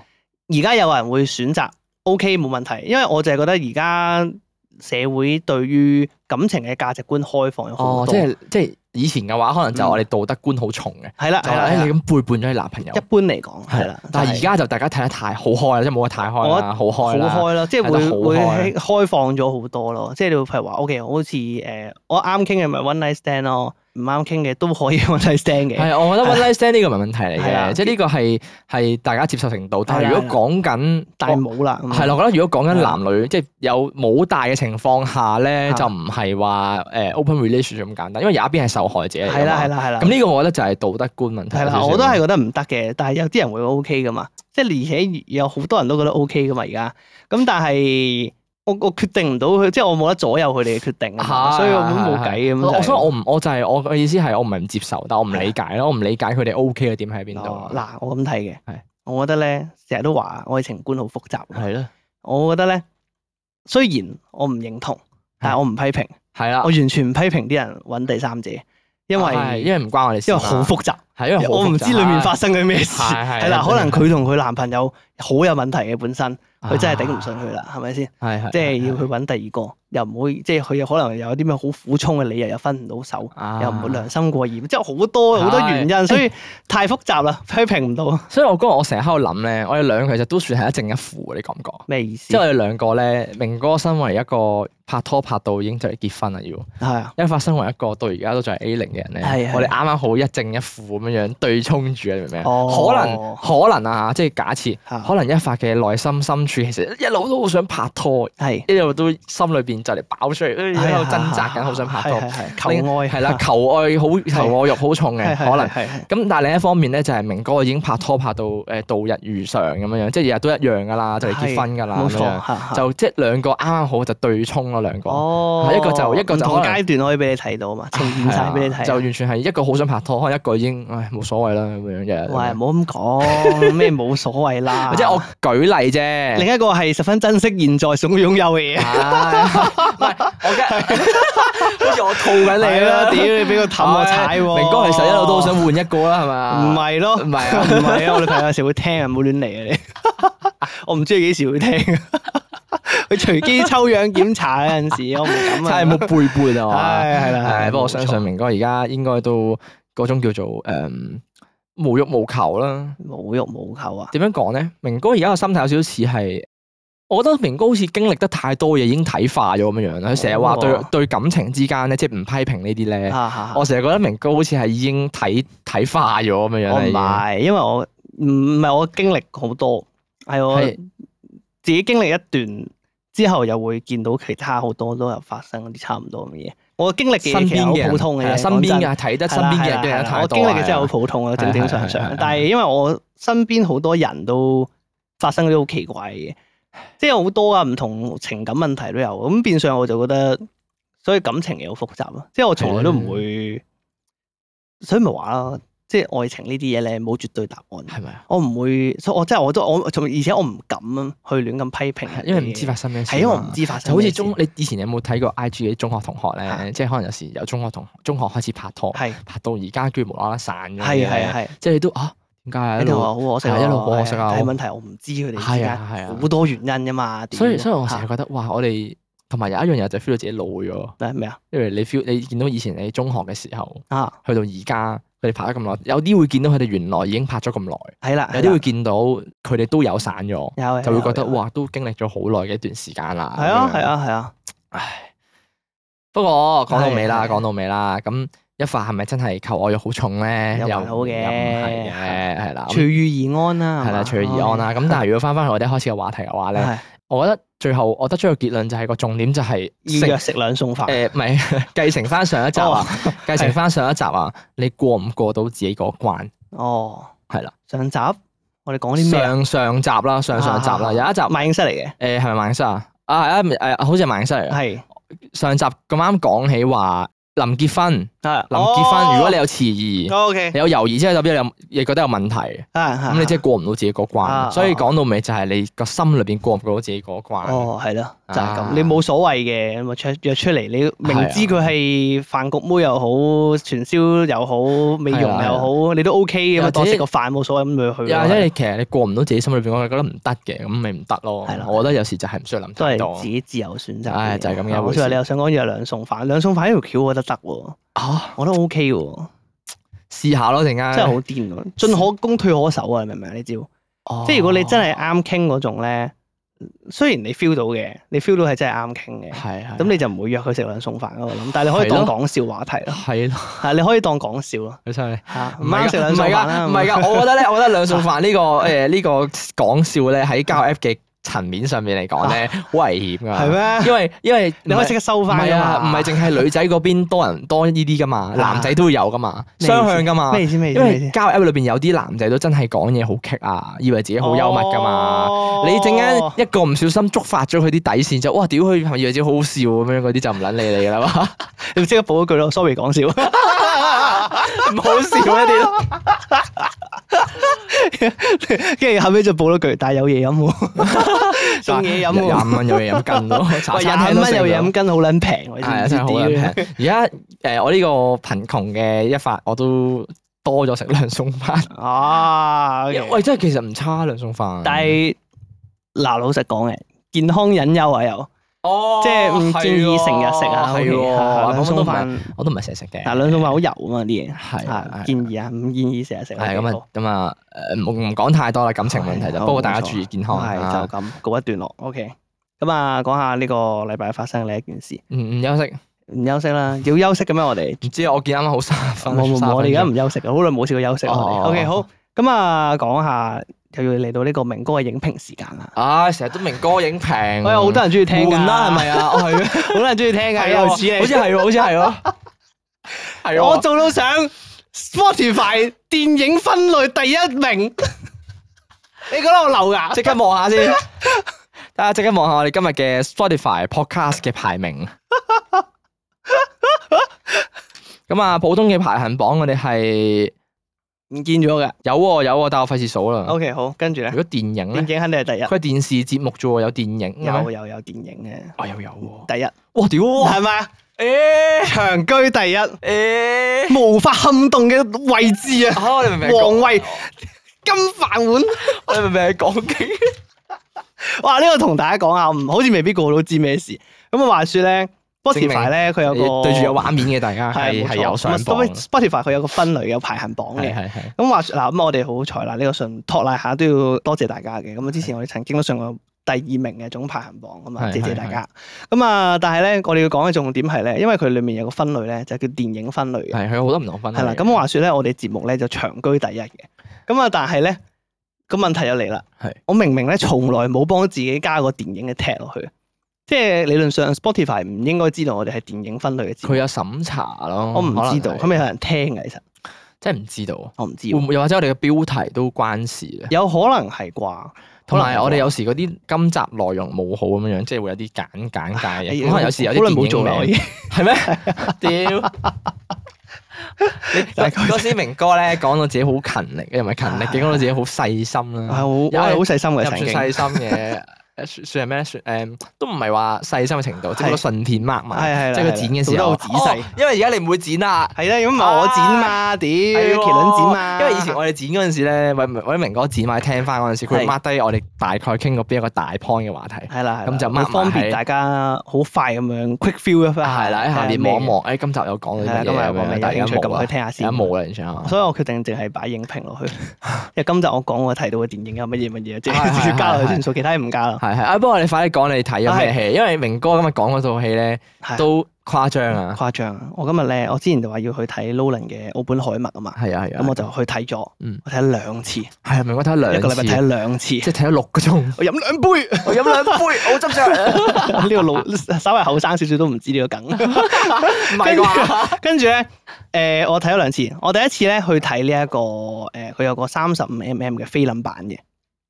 Speaker 2: 而家有人會選擇 OK 冇問題，因為我就係覺得而家社會對於感情嘅價值觀開放咗好
Speaker 1: 哦，
Speaker 2: 多。
Speaker 1: 即係即係以前嘅話，可能就我哋道德觀好重嘅，
Speaker 2: 係啦
Speaker 1: 就
Speaker 2: 係
Speaker 1: 係
Speaker 2: 啦
Speaker 1: 哎
Speaker 2: 係
Speaker 1: 你
Speaker 2: 啦，
Speaker 1: 咁背叛咗你男朋友
Speaker 2: 一。般嚟講
Speaker 1: 係
Speaker 2: 係
Speaker 1: 啦
Speaker 2: 啦，，
Speaker 1: 但係而
Speaker 2: 就
Speaker 1: 家就大家睇得太好開啦，即係冇得太開啦，好
Speaker 2: 好
Speaker 1: 開啦，
Speaker 2: 開啦，即係
Speaker 1: 睇得
Speaker 2: 會
Speaker 1: 好
Speaker 2: 會
Speaker 1: 開
Speaker 2: 喺開放咗好多咯。即係你會譬如話，OK，好似誒我啱傾嘅咪 one night stand 咯，唔啱傾嘅都可以 one night stand 嘅。
Speaker 1: 係，啊我覺得 one night stand 呢個唔係問題嚟
Speaker 2: 係啦
Speaker 1: 嘅，即係呢個係係大家接受程度。但係
Speaker 2: 係啦
Speaker 1: 如果講緊
Speaker 2: 但係冇啦，咁
Speaker 1: 係啦，我覺得如果講緊
Speaker 2: 係啦
Speaker 1: 男女即係有冇大嘅情況下咧，
Speaker 2: 嚇
Speaker 1: 就唔係話誒 open relationship 咁簡單，因為有一邊係受害者嚟㗎嘛
Speaker 2: 係啦係啦係啦。
Speaker 1: 咁呢個我覺得就係道德觀問題。
Speaker 2: 係
Speaker 1: 少
Speaker 2: 啦，
Speaker 1: 少
Speaker 2: 我都係覺得唔得嘅，但係有啲人會 O K 噶嘛，即係而且有好多人都覺得 O K 噶嘛而家，咁但係我我決定唔到佢，即係我冇得左右佢哋嘅決定啊嘛，
Speaker 1: 係
Speaker 2: 所以我都冇計咁就係。
Speaker 1: 我所以我唔我就係我嘅意思係我唔係唔接受，但我唔理解咯，我唔理解佢哋 O K 嘅點喺邊
Speaker 2: 哦
Speaker 1: 度。啊
Speaker 2: 嗱，我咁睇嘅
Speaker 1: 係，
Speaker 2: 我覺得咧成日都話愛情觀好複雜，啊
Speaker 1: 係咯，
Speaker 2: 我覺得咧雖然我唔認同，但係我唔批評，
Speaker 1: 係啦
Speaker 2: 我，完全唔批評啲人揾第三者，因
Speaker 1: 啊係
Speaker 2: 為
Speaker 1: 因為唔關我哋事
Speaker 2: 因為
Speaker 1: 嘛，
Speaker 2: 好複雜。
Speaker 1: 係因為好
Speaker 2: 我唔
Speaker 1: 複
Speaker 2: 知
Speaker 1: 雜
Speaker 2: 裡面發生緊咩事，
Speaker 1: 係係
Speaker 2: 係啦，
Speaker 1: 係
Speaker 2: 可能佢同佢男朋友好有問題嘅本身，佢真係頂唔順，
Speaker 1: 啊
Speaker 2: 佢啦，係咪先？
Speaker 1: 係係
Speaker 2: 即係要去揾第二個，又唔會即係佢有可能有啲咩好苦衷嘅理由，又分唔到手，
Speaker 1: 啊
Speaker 2: 又唔會良心過意，即係好多好多原因，
Speaker 1: 係
Speaker 2: 所以太複雜啦，批評唔到啊
Speaker 1: 所以我嗰日我成日喺度諗咧，我哋兩個其實都算係一正一負嘅，你覺唔覺？
Speaker 2: 咩意思
Speaker 1: 即係？我哋兩個咧，明哥身為一個拍拖拍到已經就嚟結婚啦，要
Speaker 2: 係啊，
Speaker 1: 一發身為一個到而家都仲係 A 零嘅人
Speaker 2: 係
Speaker 1: 咧，
Speaker 2: 係
Speaker 1: 我哋啱啱好一正一負咁樣樣對沖住啊，你明唔明啊？
Speaker 2: 哦
Speaker 1: 可能可能啊，即係假設，
Speaker 2: 嚇
Speaker 1: 可能一發嘅內心深處其實一路都好想拍拖，
Speaker 2: 係
Speaker 1: 一路都心裏邊就嚟爆出嚟，
Speaker 2: 係
Speaker 1: 哎喺度掙扎緊，好想拍拖。
Speaker 2: 係係係求愛
Speaker 1: 係啦，求愛 好求愛欲好重嘅，
Speaker 2: 係係
Speaker 1: 可能。
Speaker 2: 係係
Speaker 1: 咁但係另一方面咧，就係明哥已經拍拖拍到誒度日如常咁樣樣，即係日日都一樣噶啦，就嚟結婚噶啦
Speaker 2: 冇
Speaker 1: 咁樣，
Speaker 2: 錯嚇嚇
Speaker 1: 就即係兩個啱啱好就對沖咯，兩個
Speaker 2: 哦，
Speaker 1: 係一個就一個就可
Speaker 2: 唔同
Speaker 1: 能
Speaker 2: 階段可以俾你睇到啊嘛，呈現晒俾你
Speaker 1: 係啊
Speaker 2: 睇
Speaker 1: 就
Speaker 2: 啊。
Speaker 1: 完全係一個好想拍拖，可能一個已經唉冇所謂啦咁樣嘅。
Speaker 2: 喂，唔好咁講，咩冇所謂 啦。
Speaker 1: 或者我舉例啫，
Speaker 2: 另一個係十分珍惜現在所擁有嘅嘢。
Speaker 1: 唉唔係我 梗係 好似我套緊你
Speaker 2: 係啊啦，
Speaker 1: 啦，
Speaker 2: 屌你俾個氹我踩喎！
Speaker 1: 明哥其實一路都好想換一個啊啦，係嘛？
Speaker 2: 唔係咯，
Speaker 1: 唔係啊
Speaker 2: 唔係啊！我女朋友有時會聽啊，唔好亂嚟啊你！ 我唔知佢幾時會聽，佢隨機抽樣檢查嗰陣時，我唔
Speaker 1: 真
Speaker 2: 敢啊！
Speaker 1: 係冇背叛啊！
Speaker 2: 唉，係啦，係
Speaker 1: 係，
Speaker 2: 啦
Speaker 1: 不過我
Speaker 2: 冇
Speaker 1: 相
Speaker 2: 錯
Speaker 1: 信明哥而家應該都嗰種叫做誒嗯無欲無求啦。
Speaker 2: 無欲無求啊！
Speaker 1: 點樣講咧？明哥而家個心態有少少似係，我覺得明哥好似經歷得太多嘢，已經睇化咗咁樣樣啦。佢成日話對
Speaker 2: 哦啊
Speaker 1: 對感情之間咧，即係唔批評呢啲咧。
Speaker 2: 嚇嚇嚇
Speaker 1: 我成日覺得明哥好似係已經睇睇化咗咁樣樣
Speaker 2: 我唔
Speaker 1: 啦。
Speaker 2: 係，因為我唔唔係我經歷好多，係我
Speaker 1: 係
Speaker 2: 自己經歷一段之後，又會見到其他好多都有發生啲差唔多咁嘅嘢。我經歷
Speaker 1: 已經
Speaker 2: 嘅嘢
Speaker 1: 身
Speaker 2: 其
Speaker 1: 邊嘅
Speaker 2: 實好
Speaker 1: 人
Speaker 2: 普通嘅
Speaker 1: 係啊
Speaker 2: 嘢，
Speaker 1: 身
Speaker 2: 講
Speaker 1: 邊
Speaker 2: 真
Speaker 1: 嘅睇得身
Speaker 2: 係啦
Speaker 1: 邊嘅
Speaker 2: 係啦
Speaker 1: 人經歷
Speaker 2: 係
Speaker 1: 得
Speaker 2: 啦
Speaker 1: 太
Speaker 2: 我
Speaker 1: 多
Speaker 2: 經歷嘅真係好
Speaker 1: 係啊
Speaker 2: 普通啊，
Speaker 1: 係啊
Speaker 2: 正正
Speaker 1: 係啊
Speaker 2: 常
Speaker 1: 係啊係啊
Speaker 2: 常。但係因為我身邊好多人都發生咗好奇怪嘅嘢，即係好多啊，唔同情感問題都有。咁變相我就覺得，所以感情嘢好複雜啊咯。即係我從來都唔
Speaker 1: 啊
Speaker 2: 會，所以咪話咯，即係愛情呢啲嘢咧冇絕對答案。
Speaker 1: 係咪啊？
Speaker 2: 我唔會，所以我真係我都我，從而且我唔敢去亂咁批評人哋嘅嘢，
Speaker 1: 因為唔知發生咩事啊
Speaker 2: 係
Speaker 1: 嘛。
Speaker 2: 因為我唔知發生
Speaker 1: 就好似
Speaker 2: 咩事
Speaker 1: 中，你以前有冇睇過 I G 嘅中學同學咧？
Speaker 2: 係
Speaker 1: 即係可能有時由中學同中學開始拍拖，
Speaker 2: 係
Speaker 1: 拍到而家居然無啦啦散咗嘅。
Speaker 2: 係係係。
Speaker 1: 啊即係你都啊，點解啊？
Speaker 2: 喺
Speaker 1: 一
Speaker 2: 度話
Speaker 1: 路
Speaker 2: 好可惜
Speaker 1: 係
Speaker 2: 啊，
Speaker 1: 一路好可惜啊
Speaker 2: 但係
Speaker 1: 我
Speaker 2: 問題我唔知佢哋之
Speaker 1: 係
Speaker 2: 間
Speaker 1: 啊係啊
Speaker 2: 好，多原因噶嘛。
Speaker 1: 所以
Speaker 2: 屌
Speaker 1: 所以我成日
Speaker 2: 啊嚇
Speaker 1: 覺得哇，我哋同埋有一樣嘢就 feel 到自己老咗，
Speaker 2: 咩咩啊
Speaker 1: 因為你 feel 你見到以前你中學嘅時候，
Speaker 2: 啊
Speaker 1: 去到而家佢哋拍咗咁耐，有啲會見到佢哋原來已經拍咗咁耐，
Speaker 2: 係啦，
Speaker 1: 有啲會
Speaker 2: 會
Speaker 1: 見到佢哋都有散咗，
Speaker 2: 有
Speaker 1: 就會覺得
Speaker 2: 係
Speaker 1: 哇，都經歷咗好耐嘅一段時間啦。
Speaker 2: 啊
Speaker 1: 咁樣
Speaker 2: 係，啊係啊，
Speaker 1: 唉，不過講到尾啦，
Speaker 2: 係係
Speaker 1: 講到尾啦，咁一發係咪真係求愛欲好重咧？
Speaker 2: 又
Speaker 1: 又
Speaker 2: 還好嘅
Speaker 1: 又唔係嘅，係啊啦，咁
Speaker 2: 隨遇而安啦，
Speaker 1: 係啦，
Speaker 2: 嘛嗯
Speaker 1: 隨遇而安啦。咁但係如果翻翻去我哋一開始嘅話題嘅話咧。
Speaker 2: 係
Speaker 1: 我覺得最後我得出個結論就係個重點就係
Speaker 2: 要約食兩餸飯，
Speaker 1: 誒，唔係 繼承翻上一集啊，
Speaker 2: 哦
Speaker 1: 繼承翻上一集啊，你過唔過到自己嗰關？
Speaker 2: 哦
Speaker 1: 係啦，
Speaker 2: 上集我哋講啲咩啊？
Speaker 1: 上上集啦，上上集啦，
Speaker 2: 啊
Speaker 1: 有一集
Speaker 2: 萬應室嚟嘅，
Speaker 1: 誒啊係咪萬應室啊？啊係啊誒，好似係萬應室嚟嘅。
Speaker 2: 係
Speaker 1: 上集咁啱講起話臨結婚，
Speaker 2: 係啊
Speaker 1: 臨結
Speaker 2: 哦
Speaker 1: 婚，如果你有遲疑，
Speaker 2: O K，
Speaker 1: 你有猶豫，即係代表你有你覺得有問題，
Speaker 2: 係
Speaker 1: 咁你即係過唔到自己嗰
Speaker 2: 啊
Speaker 1: 關。所以
Speaker 2: 啊
Speaker 1: 講到尾就係你個心裏邊過唔到自己嗰關。
Speaker 2: 哦，係咯，就係
Speaker 1: 啊
Speaker 2: 咁，你冇所謂嘅，咁啊出約出嚟，你明知佢係飯局妹又好，傳銷又好，美容
Speaker 1: 係啊係啊
Speaker 2: 又好，你都 O K 嘅
Speaker 1: 又
Speaker 2: 嘛，
Speaker 1: 或者
Speaker 2: 當食個飯冇所謂咁咪去
Speaker 1: 又
Speaker 2: 咯。
Speaker 1: 或者
Speaker 2: 係
Speaker 1: 你其實你過唔到自己心裏邊嗰關，覺得唔得嘅，咁咪唔得咯
Speaker 2: 係啦。
Speaker 1: 我覺得有時就係唔需要諗
Speaker 2: 都
Speaker 1: 太
Speaker 2: 係
Speaker 1: 多
Speaker 2: 自。己自由選擇嘅。
Speaker 1: 啊
Speaker 2: 啊
Speaker 1: 唉就係咁嘅一回事
Speaker 2: 我話你又想講約兩餸飯，兩餸飯呢條橋我覺得得喎，
Speaker 1: 啊，
Speaker 2: 我覺得 O K 喎，
Speaker 1: 試下咯，陣間
Speaker 2: 真係好癲喎，進可攻退可守啊！你明唔明啊呢招？
Speaker 1: 好
Speaker 2: 即係如果你真係啱傾嗰種咧，雖然你 feel 到嘅，你 feel 到係真係啱傾嘅，
Speaker 1: 係係
Speaker 2: 咁你就唔會約佢食兩餸飯咯。我諗，但係你可以當
Speaker 1: 係咯
Speaker 2: 講笑話題咯，
Speaker 1: 係咯，
Speaker 2: 啊係你可以當講笑咯，
Speaker 1: 好犀利。
Speaker 2: 嚇唔
Speaker 1: 唔係
Speaker 2: 啱食兩餸飯啦，
Speaker 1: 㗎，唔係
Speaker 2: 咁
Speaker 1: 㗎，我覺 得咧，我覺得兩餸飯呢個誒呢個講笑咧，喺交友 app 嘅層面上面嚟講咧，好危險㗎。
Speaker 2: 樣啊係？咩？
Speaker 1: 因為因為
Speaker 2: 你可以即刻收
Speaker 1: 唔
Speaker 2: 翻
Speaker 1: 係
Speaker 2: 㗎
Speaker 1: 啊，唔
Speaker 2: 嘛
Speaker 1: 係淨係女仔嗰邊多人多呢啲㗎 嘛，男仔都會有㗎嘛，
Speaker 2: 咩意思
Speaker 1: 雙向㗎嘛。
Speaker 2: 啊咩意思？咩意
Speaker 1: 因
Speaker 2: 思？咩意
Speaker 1: 為
Speaker 2: 思？
Speaker 1: 交友 app 裏邊有啲男仔都真係講嘢好棘啊，以為自己好幽默㗎嘛。
Speaker 2: 哦
Speaker 1: 你陣間一個唔小心觸發咗佢啲底線就，哇！屌佢係咪以為自己好好笑咁樣嗰啲就唔撚理你㗎啦嘛。
Speaker 2: 你即刻補一句咯，sorry 講笑，
Speaker 1: 唔好笑一啲咯。
Speaker 2: 跟住後尾就補咗句，但係有嘢飲 喎，送嘢飲
Speaker 1: 廿
Speaker 2: 喎，
Speaker 1: 五蚊有嘢飲羹 咯，茶
Speaker 2: 喂
Speaker 1: 餐
Speaker 2: 廿
Speaker 1: 廳
Speaker 2: 五
Speaker 1: 都
Speaker 2: 蚊
Speaker 1: 食
Speaker 2: 有
Speaker 1: 到
Speaker 2: 嘢飲羹好撚平喎，
Speaker 1: 係啊，
Speaker 2: 你知
Speaker 1: 真係
Speaker 2: 唔
Speaker 1: 好
Speaker 2: 知？
Speaker 1: 撚平。而家誒，我呢個貧窮嘅一發，我都多咗食兩餸 飯。
Speaker 2: 啊，OK
Speaker 1: 喂，真係其實唔差兩餸飯。
Speaker 2: 但係嗱，老實講嘅，健康隱憂啊又，
Speaker 1: 哦
Speaker 2: 即係唔建議成日食啊。
Speaker 1: 係
Speaker 2: OK，
Speaker 1: 喎，
Speaker 2: 嚇兩
Speaker 1: 我都
Speaker 2: 餸
Speaker 1: 唔係，
Speaker 2: 飯，
Speaker 1: 我都唔係成日食嘅。
Speaker 2: 嗱兩餸飯好油啊嘛啲嘢，
Speaker 1: 係
Speaker 2: 嚇
Speaker 1: 係
Speaker 2: 建議啊，唔建議成日食。
Speaker 1: 係咁啊，咁啊，誒唔唔講太多啦，感情問題就，
Speaker 2: 好
Speaker 1: 不過大家
Speaker 2: 冇錯
Speaker 1: 注意健康
Speaker 2: 係
Speaker 1: 啊。
Speaker 2: 就咁告一段落。OK，咁啊，講下呢個禮拜發生嘅另一件事，
Speaker 1: 唔唔嗯休息，
Speaker 2: 唔休息 啦，要休息嘅咩？我哋
Speaker 1: 唔知啊我見啱啱好三十分，
Speaker 2: 冇冇
Speaker 1: 三
Speaker 2: 冇，
Speaker 1: 十
Speaker 2: 我
Speaker 1: 分
Speaker 2: 哋而家
Speaker 1: 鐘
Speaker 2: 唔休息啊，好耐冇試過休息啊我哋。
Speaker 1: 哦
Speaker 2: OK，好，咁啊，講下又要嚟到呢個明哥嘅影評時間啦。
Speaker 1: 唉，成日都明哥影評，
Speaker 2: 我有好多人中意聽㗎，
Speaker 1: 換啦，係咪啊？係啊，
Speaker 2: 好多人中意聽 㗎，
Speaker 1: 係
Speaker 2: 又
Speaker 1: 啊，
Speaker 2: 似你
Speaker 1: 好。似係喎，好似係喎，係
Speaker 2: 我
Speaker 1: 我
Speaker 2: 做到上 Spotify 電影分類第一 名，你覺得我流牙？
Speaker 1: 即刻望下先， 大家即刻望下我哋今日嘅 Spotify podcast 嘅排名。 咁啊，普通嘅排行榜我哋係
Speaker 2: 唔見咗嘅。
Speaker 1: 有喎有喎，但我費事數啦。
Speaker 2: OK，好，跟住咧
Speaker 1: 如，果電影
Speaker 2: 電
Speaker 1: 咧，
Speaker 2: 影肯定係第
Speaker 1: 嗯佢係電視節目啫喎，有電影嘅
Speaker 2: 一，有啊
Speaker 1: 咩
Speaker 2: 有有電影嘅
Speaker 1: 啊有有喎，
Speaker 2: 第一，
Speaker 1: 哇屌 喎，
Speaker 2: 係咪啊？
Speaker 1: 誒
Speaker 2: 長居第一，
Speaker 1: 誒，
Speaker 2: 無法撼動嘅位置啊！
Speaker 1: 嚇我哋明唔明係
Speaker 2: 王
Speaker 1: 講？
Speaker 2: 位金飯碗，
Speaker 1: 我哋明唔明係講經？
Speaker 2: 哇！呢個同大家講下，唔好似未必個個都知咩事。咁啊，話説咧，Spotify 咧佢有個
Speaker 1: 對住有畫面嘅，大家係
Speaker 2: 係
Speaker 1: 係有上榜嘅，
Speaker 2: Spotify 佢有個分類有排行榜嘅
Speaker 1: 係。係係。
Speaker 2: 咁話説嗱，咁我哋好彩啦，呢、個信托賴下都要多謝大家嘅。咁啊，之前我哋曾經都上過第二名嘅總排行榜咁啊，
Speaker 1: 係
Speaker 2: 謝謝大家。咁啊，但係咧，我哋要講嘅重點係咧，因為佢裡面有個分類咧，就叫電影分類嘅，啊
Speaker 1: 係佢有好多唔同分類
Speaker 2: 係啦。咁話説咧，我哋節目咧就長居第一嘅。咁啊，但係咧個問題又嚟啦
Speaker 1: 係，
Speaker 2: 我明明咧從來冇幫自己加過電影嘅 tag 落去，即係理論上 Spotify 唔應該知道我哋係電影分類嘅節目
Speaker 1: 佢，有審查咯，
Speaker 2: 我唔
Speaker 1: 可能
Speaker 2: 知道，
Speaker 1: 係
Speaker 2: 係咪有人聽嘅？其實
Speaker 1: 真係唔知道，啊
Speaker 2: 我唔知
Speaker 1: 會
Speaker 2: 喎，
Speaker 1: 唔會又或者我哋嘅標題都關事咧？
Speaker 2: 有可能係啩。
Speaker 1: 同埋我哋
Speaker 2: 有。
Speaker 1: 有時嗰啲今集內容冇好咁樣樣，即係會有啲簡簡介嘅，
Speaker 2: 哎
Speaker 1: 咁可能有時有啲
Speaker 2: 好耐冇
Speaker 1: 電
Speaker 2: 做
Speaker 1: 影
Speaker 2: 啦我 已
Speaker 1: 名
Speaker 2: 經
Speaker 1: 係 咩？屌！你
Speaker 2: 大
Speaker 1: 嗰
Speaker 2: 概
Speaker 1: 嗰時明哥咧講到自己好勤力，又唔係勤 力嘅，講到自己好細心
Speaker 2: 係好，
Speaker 1: 啦，
Speaker 2: 我係好細心
Speaker 1: 又
Speaker 2: 嘅
Speaker 1: 唔
Speaker 2: 曾
Speaker 1: 算
Speaker 2: 經，
Speaker 1: 細心嘅，誒算算係咩咧？算誒都唔係話細心嘅程度，即係好多順片 mark 埋。
Speaker 2: 係係
Speaker 1: 即係佢剪嘅時候
Speaker 2: 好仔細
Speaker 1: 哦，因為而家你唔會剪啦。
Speaker 2: 係啦，如果唔係我剪啊嘛，屌麒
Speaker 1: 啊係喎
Speaker 2: 麟剪嘛，
Speaker 1: 因為以前我哋剪嗰陣時咧，或或者明哥剪埋聽翻嗰陣時，佢
Speaker 2: 係
Speaker 1: mark 低我哋大概傾過邊一個大 point 嘅話題。
Speaker 2: 係啦，係啦
Speaker 1: 咁就
Speaker 2: 會
Speaker 1: mark
Speaker 2: 方
Speaker 1: 埋喺啊
Speaker 2: 便大家好快咁樣 quick feel 一翻，
Speaker 1: 係啦，喺下面望一望，誒，今集有講
Speaker 2: 係
Speaker 1: 到
Speaker 2: 啦，
Speaker 1: 啲
Speaker 2: 今日
Speaker 1: 乜嘢咁
Speaker 2: 有個
Speaker 1: 樣，
Speaker 2: 咩
Speaker 1: 但係
Speaker 2: 有
Speaker 1: 而
Speaker 2: 興
Speaker 1: 家冇
Speaker 2: 趣撳去
Speaker 1: 啦，
Speaker 2: 聽下
Speaker 1: 而家
Speaker 2: 先。
Speaker 1: 冇啦，完全啊。
Speaker 2: 所以我決定淨係擺影評落 去，因為今集我講我提到嘅電影有乜嘢乜嘢，即
Speaker 1: 係係
Speaker 2: 係
Speaker 1: 係
Speaker 2: 加落去
Speaker 1: 係
Speaker 2: 算數，其他嘢唔加啦。
Speaker 1: 係係啊，不過你快啲講你睇咗咩戲，因為明哥今日講嗰套戲咧
Speaker 2: 係
Speaker 1: 都誇張啊，
Speaker 2: 誇張啊！我今日咧，我之前就話要去睇 Nolan 嘅《奧本海默》啊嘛，
Speaker 1: 係啊係啊，
Speaker 2: 咁我就去睇咗，
Speaker 1: 嗯
Speaker 2: 我睇咗兩次，一
Speaker 1: 係啊，明哥睇咗兩
Speaker 2: 個禮拜睇
Speaker 1: 次，
Speaker 2: 咗兩次
Speaker 1: 即，係睇咗六個鐘，
Speaker 2: 我飲兩杯。
Speaker 1: 我飲兩杯，我執着，
Speaker 2: 呢個老稍微後生少少都唔知呢個 梗。
Speaker 1: 唔係啩？
Speaker 2: 跟住咧，誒、我睇咗兩次。我第一次咧去睇呢一個誒，佢、有個三十五 mm 嘅菲林版嘅。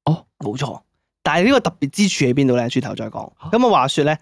Speaker 1: 哦，
Speaker 2: 冇錯。但係呢個特別之處喺邊度咧？轉頭再講。咁啊，話説咧，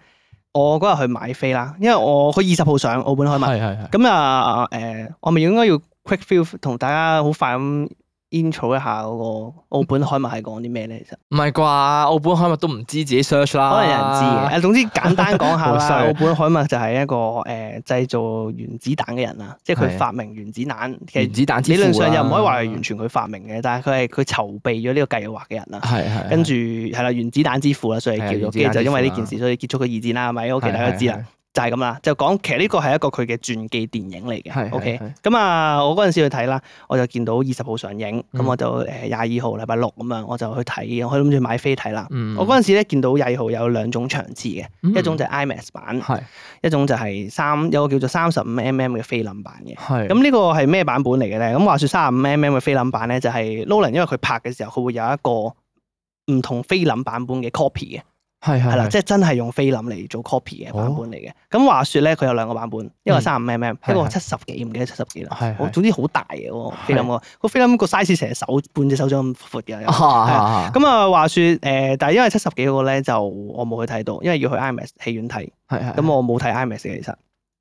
Speaker 2: 我嗰日去買飛啦，因為我佢二十號上澳門開
Speaker 1: 係
Speaker 2: 賣，
Speaker 1: 係係，
Speaker 2: 咁啊誒，我咪應該要 quick feel 同大家好快咁 intro 一下嗰個澳門開賣係講啲咩咧？其實
Speaker 1: 唔係啩？澳本海默都唔知自己 search 啦，
Speaker 2: 可能有人知嘅，誒啊總之簡單講下
Speaker 1: 啊 好
Speaker 2: 啦。
Speaker 1: 衰
Speaker 2: 澳本海默就係一個誒製造原子彈嘅人啦，即係
Speaker 1: 係
Speaker 2: 佢發明原子彈，其
Speaker 1: 原
Speaker 2: 實
Speaker 1: 子彈之啊
Speaker 2: 理論上又唔可以話係
Speaker 1: 原
Speaker 2: 完，全佢發明嘅，但係佢係佢籌備咗呢個計劃嘅人啦。啊
Speaker 1: 係係
Speaker 2: 跟住係啦，原子彈之父啦，所以
Speaker 1: 係
Speaker 2: 叫
Speaker 1: 啊
Speaker 2: 做，
Speaker 1: 原子彈
Speaker 2: 跟住就因為
Speaker 1: 之
Speaker 2: 呢
Speaker 1: 父
Speaker 2: 件
Speaker 1: 啦
Speaker 2: 事，所以結束個二戰啦，係咪？OK，大家都知啦，，就係咁啦。就講其實呢個係一個佢嘅傳記電影嚟
Speaker 1: 係係
Speaker 2: 嘅
Speaker 1: 係係。
Speaker 2: ，OK
Speaker 1: 係
Speaker 2: 咁啊，我嗰陣時去睇啦，我就見到二十號上映，咁
Speaker 1: 嗯
Speaker 2: 我就誒廿二號禮拜六咁樣，我就去睇，我諗住買飛睇啦。
Speaker 1: 嗯
Speaker 2: 我嗰陣時咧見到廿二號有兩種場次嘅，
Speaker 1: 嗯
Speaker 2: 一種就係 IMAX 版，
Speaker 1: 係
Speaker 2: 一種就係三有個叫做三十五 mm 嘅菲林版嘅。
Speaker 1: 係
Speaker 2: 咁呢個係咩版本嚟嘅咧？咁話説三十五 mm 嘅菲林版咧，就係 Nolan 因為佢拍嘅時候，佢會有一個唔同菲林版本嘅 copy 嘅，
Speaker 1: 係
Speaker 2: 係
Speaker 1: 係
Speaker 2: 啦，
Speaker 1: 啦，
Speaker 2: 即係真係用菲林嚟做 copy 嘅版本嚟嘅。咁話説咧，佢有兩個版本，一個三十五 mm，
Speaker 1: 嗯係
Speaker 2: 一個
Speaker 1: 係哦
Speaker 2: 七十幾，唔記得七十幾啦。
Speaker 1: 係
Speaker 2: 好
Speaker 1: 係
Speaker 2: 總之好大嘅嗰個菲林個個菲林個 size 成手半隻手掌咁闊嘅。有
Speaker 1: 啊
Speaker 2: 咁啊，話説誒、但係因為七十幾嗰個咧，就我冇去睇到，因為要去 IMAX 戲院睇，
Speaker 1: 係係
Speaker 2: 咁我冇 睇 IMAX 嘅其實，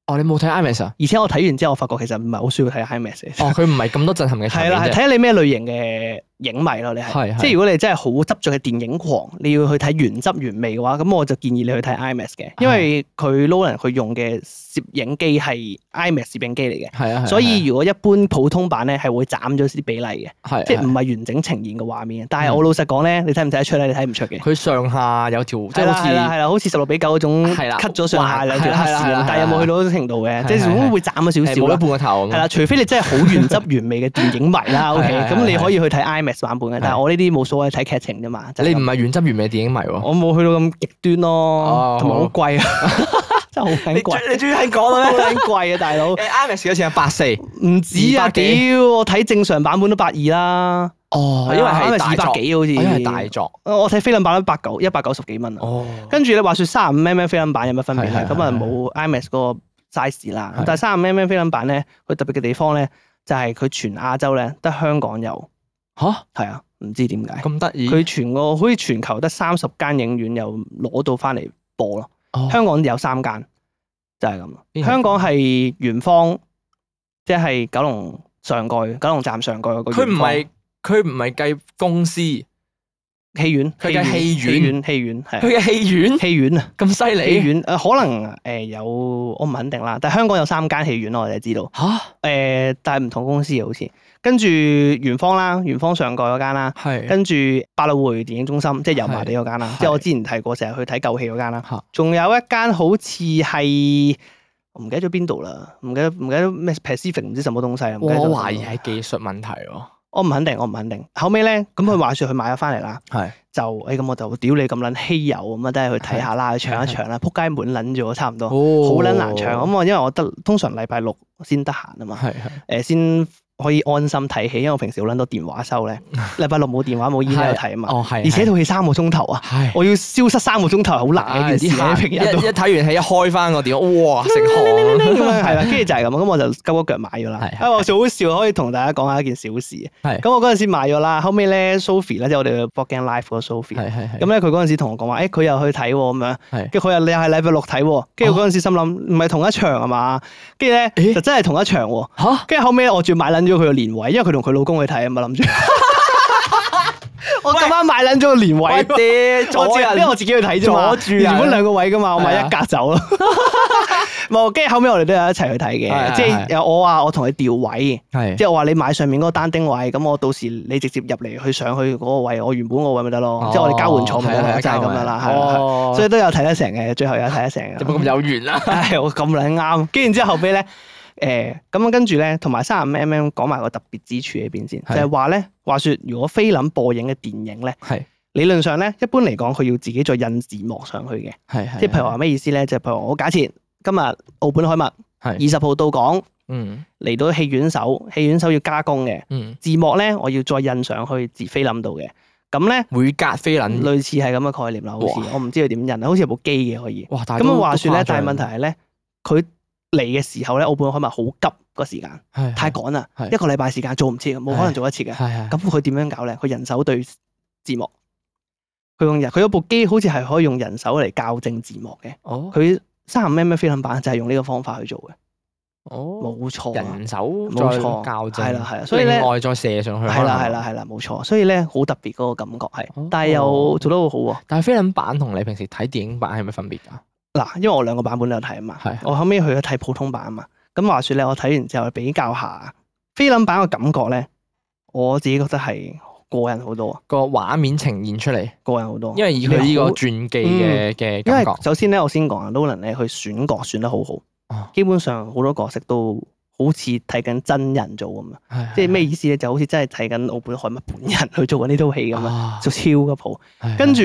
Speaker 1: 哦你冇睇 IMAX 啊？
Speaker 2: 而且我睇完之後，我發覺其實唔係好需要睇 IMAX 嘅。
Speaker 1: 哦佢唔係咁多震撼嘅場
Speaker 2: 係
Speaker 1: 面
Speaker 2: 啦，係睇
Speaker 1: 啫，
Speaker 2: 下你咩類型嘅影迷咯，你係
Speaker 1: 係係
Speaker 2: 即係如果你真係好執着嘅電影狂，你要去睇原汁原味嘅話，咁我就建議你去睇 IMAX 嘅，因為佢 Nolan 佢用嘅攝影機係 IMAX 攝影機嚟
Speaker 1: 係啊，
Speaker 2: 嘅，所以如果一般普通版咧係會斬咗啲比例嘅，
Speaker 1: 係
Speaker 2: 即係
Speaker 1: 係
Speaker 2: 唔係完整呈現嘅畫面嘅。但係我老實講咧，你睇唔睇得出咧？你睇唔出嘅。
Speaker 1: 佢上下有條即係
Speaker 2: 係啦
Speaker 1: 好
Speaker 2: 係啦係
Speaker 1: 似
Speaker 2: 啦，好似十六比九嗰種
Speaker 1: 係啦
Speaker 2: cut 咗上下
Speaker 1: 哇
Speaker 2: 兩條黑
Speaker 1: 係啦係啦係
Speaker 2: 線
Speaker 1: 啦，
Speaker 2: 但係有冇去到嗰種程度嘅？即係
Speaker 1: 係係
Speaker 2: 總
Speaker 1: 係
Speaker 2: 會斬咗少
Speaker 1: 誒
Speaker 2: 少
Speaker 1: 冇
Speaker 2: 啦
Speaker 1: 咗。半個頭咁
Speaker 2: 係
Speaker 1: 樣。
Speaker 2: 啦，除非你真係好原汁原味嘅電影迷 啦，OK，
Speaker 1: 係係係
Speaker 2: 咁你可以去睇 IMAX 版本嘅
Speaker 1: 係，
Speaker 2: 但係我呢啲冇所謂睇劇情啫嘛。就係
Speaker 1: 你
Speaker 2: 咁哦
Speaker 1: 唔係原汁原味電影迷喎，
Speaker 2: 我冇去到咁極端咯
Speaker 1: 哦，
Speaker 2: 同埋好貴啊， 真係好撚貴，
Speaker 1: 你終於係講
Speaker 2: 好撚貴啊，大佬，
Speaker 1: IMAX 幾多錢啊？八四
Speaker 2: 唔止啊，
Speaker 1: 200幾
Speaker 2: 屌，我睇正常版本都百二啦，
Speaker 1: 哦
Speaker 2: 係
Speaker 1: 因為
Speaker 2: 啊
Speaker 1: 係
Speaker 2: IMAX 二
Speaker 1: 大
Speaker 2: 百
Speaker 1: 作，哦
Speaker 2: 幾好似，
Speaker 1: 因為大作
Speaker 2: 我睇菲林版都百九一百九十幾蚊啊。
Speaker 1: 哦。
Speaker 2: 跟住你話説三十五 mm 菲林版有乜分別咧
Speaker 1: 係？係
Speaker 2: 咁啊
Speaker 1: 係
Speaker 2: 冇 IMAX 嗰個 size 啦
Speaker 1: 係。
Speaker 2: 但係三十五 mm 菲林版咧，佢特別嘅地方咧，就係佢全亞洲咧得香港有，
Speaker 1: 吓
Speaker 2: 係啊，唔知點解。
Speaker 1: 咁得意，
Speaker 2: 佢全個好似全球得三十間影院有攞到翻嚟播咯，
Speaker 1: 哦
Speaker 2: 香港有三間，就係咁咯
Speaker 1: 邊。係
Speaker 2: 香港係元芳，即係九龍上蓋、九龍站上蓋嗰個
Speaker 1: 佢唔
Speaker 2: 元芳
Speaker 1: 係佢唔係計公司，佢
Speaker 2: 戲院，
Speaker 1: 佢嘅
Speaker 2: 戲
Speaker 1: 戲
Speaker 2: 院
Speaker 1: 院
Speaker 2: 戲院係啊
Speaker 1: 嘅戲院
Speaker 2: 戲院啊。
Speaker 1: 咁犀
Speaker 2: 戲
Speaker 1: 利
Speaker 2: 院誒、呃可能誒、呃有，我唔肯定啦。但係香港有三間戲院咯，我哋知道。誒、呃
Speaker 1: 吓，
Speaker 2: 但係唔同公司嘅好似。跟住元芳啦，元芳上蓋嗰間啦，
Speaker 1: 係
Speaker 2: 跟住百老匯電影中心，即係油麻地嗰間啦，
Speaker 1: 係
Speaker 2: 即係我之前提過，成日去睇舊戲嗰間啦。
Speaker 1: 吓
Speaker 2: 仲有一間好似係我唔記得咗邊度啦，唔記得唔記得咩 Pacific 唔知什麼東西啊啦。唔
Speaker 1: 我
Speaker 2: 記得咗
Speaker 1: 懷疑係技術問題喎，
Speaker 2: 我唔肯定，我唔肯定。後尾咧，咁佢話説佢買咗翻嚟啦。
Speaker 1: 係
Speaker 2: 就誒咁我就屌你咁撚稀有咁啊，都係去睇 下啦，去搶一搶啦，撲街滿撚咗差唔多，
Speaker 1: 哦
Speaker 2: 好撚難搶啊咁我因為我得通常禮拜六先得閒啊嘛，
Speaker 1: 係係
Speaker 2: 誒先可以安心睇戲，因為我平時好撚多電話收咧，禮拜六冇電話冇 email 睇啊嘛，
Speaker 1: 哦係，
Speaker 2: 而且套戲三個鐘頭啊，
Speaker 1: 係
Speaker 2: 我要消失三個鐘頭係好難嘅一件事嚟，
Speaker 1: 唉
Speaker 2: 平日都
Speaker 1: 一一睇完戲一開翻個電話， 哇成行
Speaker 2: 咁樣係啦，跟住就係咁，咁我就鳩一腳買咗啦。
Speaker 1: 係係
Speaker 2: 啊，我好笑，可以同大家講下一件小事。
Speaker 1: 係
Speaker 2: 咁我嗰陣時買咗啦，後尾咧 Sophie 咧，即係我哋嘅 b o g a m Life 嗰個 Sophie。
Speaker 1: 係係係
Speaker 2: 咁咧佢嗰陣時同我講話，誒、佢又去睇喎咁樣，
Speaker 1: 係
Speaker 2: 跟住佢又你又係哦禮拜六睇喎，跟住我嗰陣時心諗唔係同一場啊嘛，跟住咧
Speaker 1: 咦
Speaker 2: 就真係同一場喎，
Speaker 1: 吓
Speaker 2: 跟住後尾我仲買撚咗佢個年位，因為佢同佢老公去睇啊嘛，諗住 我咁啱買撚咗個年位，
Speaker 1: 喂啊
Speaker 2: 我
Speaker 1: 左
Speaker 2: 自因為我
Speaker 1: 人
Speaker 2: 自己去睇啫嘛，
Speaker 1: 阻住人
Speaker 2: 原本兩個位噶嘛，我買
Speaker 1: 係啊
Speaker 2: 一格走咯。 冇，跟住後尾我哋都有一齊去睇
Speaker 1: 係
Speaker 2: 嘅，
Speaker 1: 係
Speaker 2: 即係我話我同佢調位，
Speaker 1: 係
Speaker 2: 即係我話你買上面嗰個單丁位，咁我到時你直接入嚟去上去嗰個位，我原本嗰個位咪得咯，即係我哋交換坐咪
Speaker 1: 係
Speaker 2: 得咯，
Speaker 1: 啊
Speaker 2: 就係
Speaker 1: 交
Speaker 2: 咁
Speaker 1: 換
Speaker 2: 樣啦，係啦
Speaker 1: 哦，
Speaker 2: 所以都有睇得成嘅，最後有睇 得成嘅。
Speaker 1: 就冇咁有緣啊啦，
Speaker 2: 唉，我咁撚啱，跟住然之後後尾咧，誒咁樣跟住咧，同埋三十五 mm 講埋個特別之處喺邊先，就
Speaker 1: 係
Speaker 2: 係話咧，話説如果菲林播映嘅電影咧，
Speaker 1: 係
Speaker 2: 理論上咧，一般嚟講佢要自己再印字幕上去嘅，
Speaker 1: 係係
Speaker 2: 即係譬如話咩意思咧？就係譬如我假設今日澳本海默
Speaker 1: 係
Speaker 2: 二十號到港
Speaker 1: 嗯
Speaker 2: 嚟到戲院首，戲院首要加工嘅
Speaker 1: 嗯
Speaker 2: 字幕咧，我要再印上去字菲林度嘅，咁咧
Speaker 1: 會隔飛撚
Speaker 2: 類似係咁嘅概念啦，好
Speaker 1: 嗯哇
Speaker 2: 似我唔知佢點印啊，好似有部機嘅可以。
Speaker 1: 哇！但係
Speaker 2: 咁
Speaker 1: 都
Speaker 2: 啊，話説咧，
Speaker 1: 都誇張
Speaker 2: 但係問題係咧，佢嚟嘅時候咧，澳本海默好急個時間，
Speaker 1: 係
Speaker 2: 太趕啦，
Speaker 1: 係
Speaker 2: 一個禮拜時間做唔切，冇可能
Speaker 1: 係
Speaker 2: 做一次嘅
Speaker 1: 係。係
Speaker 2: 咁佢點樣搞咧？佢人手對字幕，佢用人，佢有部機好似係可以用人手嚟校正字幕嘅。
Speaker 1: 哦
Speaker 2: 佢三十 mm 菲林版就係用呢個方法去做嘅，
Speaker 1: 哦，
Speaker 2: 冇錯啊。
Speaker 1: 人手
Speaker 2: 冇
Speaker 1: 再
Speaker 2: 錯啊
Speaker 1: 校正，
Speaker 2: 係啦係啦所以呢
Speaker 1: 另外再射上去，
Speaker 2: 係啦係啦。係啦，冇錯。所以咧好特別嗰個感覺
Speaker 1: 哦
Speaker 2: 係，但係又做得好好喎。
Speaker 1: 但係菲林版同你平時睇電影版係咩分別㗎？
Speaker 2: 嗱，因為我兩個版本都有睇啊嘛
Speaker 1: 係，
Speaker 2: 我後尾去咗睇普通版啊嘛。咁話說咧，我睇完之後比較下菲林版嘅感覺咧，我自己覺得係過癮好多啊，
Speaker 1: 個畫面呈現出嚟，
Speaker 2: 過癮好多。
Speaker 1: 因為以佢呢個
Speaker 2: 哦你好嗯
Speaker 1: 傳記嘅嘅
Speaker 2: 因
Speaker 1: 感
Speaker 2: 為
Speaker 1: 覺，
Speaker 2: 首先咧，我先講啊，Nolan 咧，佢選角選得好好，
Speaker 1: 哦
Speaker 2: 基本上好多角色都好似睇緊真人做咁啊，
Speaker 1: 係
Speaker 2: 即係咩意思咧？就好似真係睇緊奧本海默本人去做緊呢套戲咁啊，
Speaker 1: 啊
Speaker 2: 就超級好。
Speaker 1: 係
Speaker 2: 跟住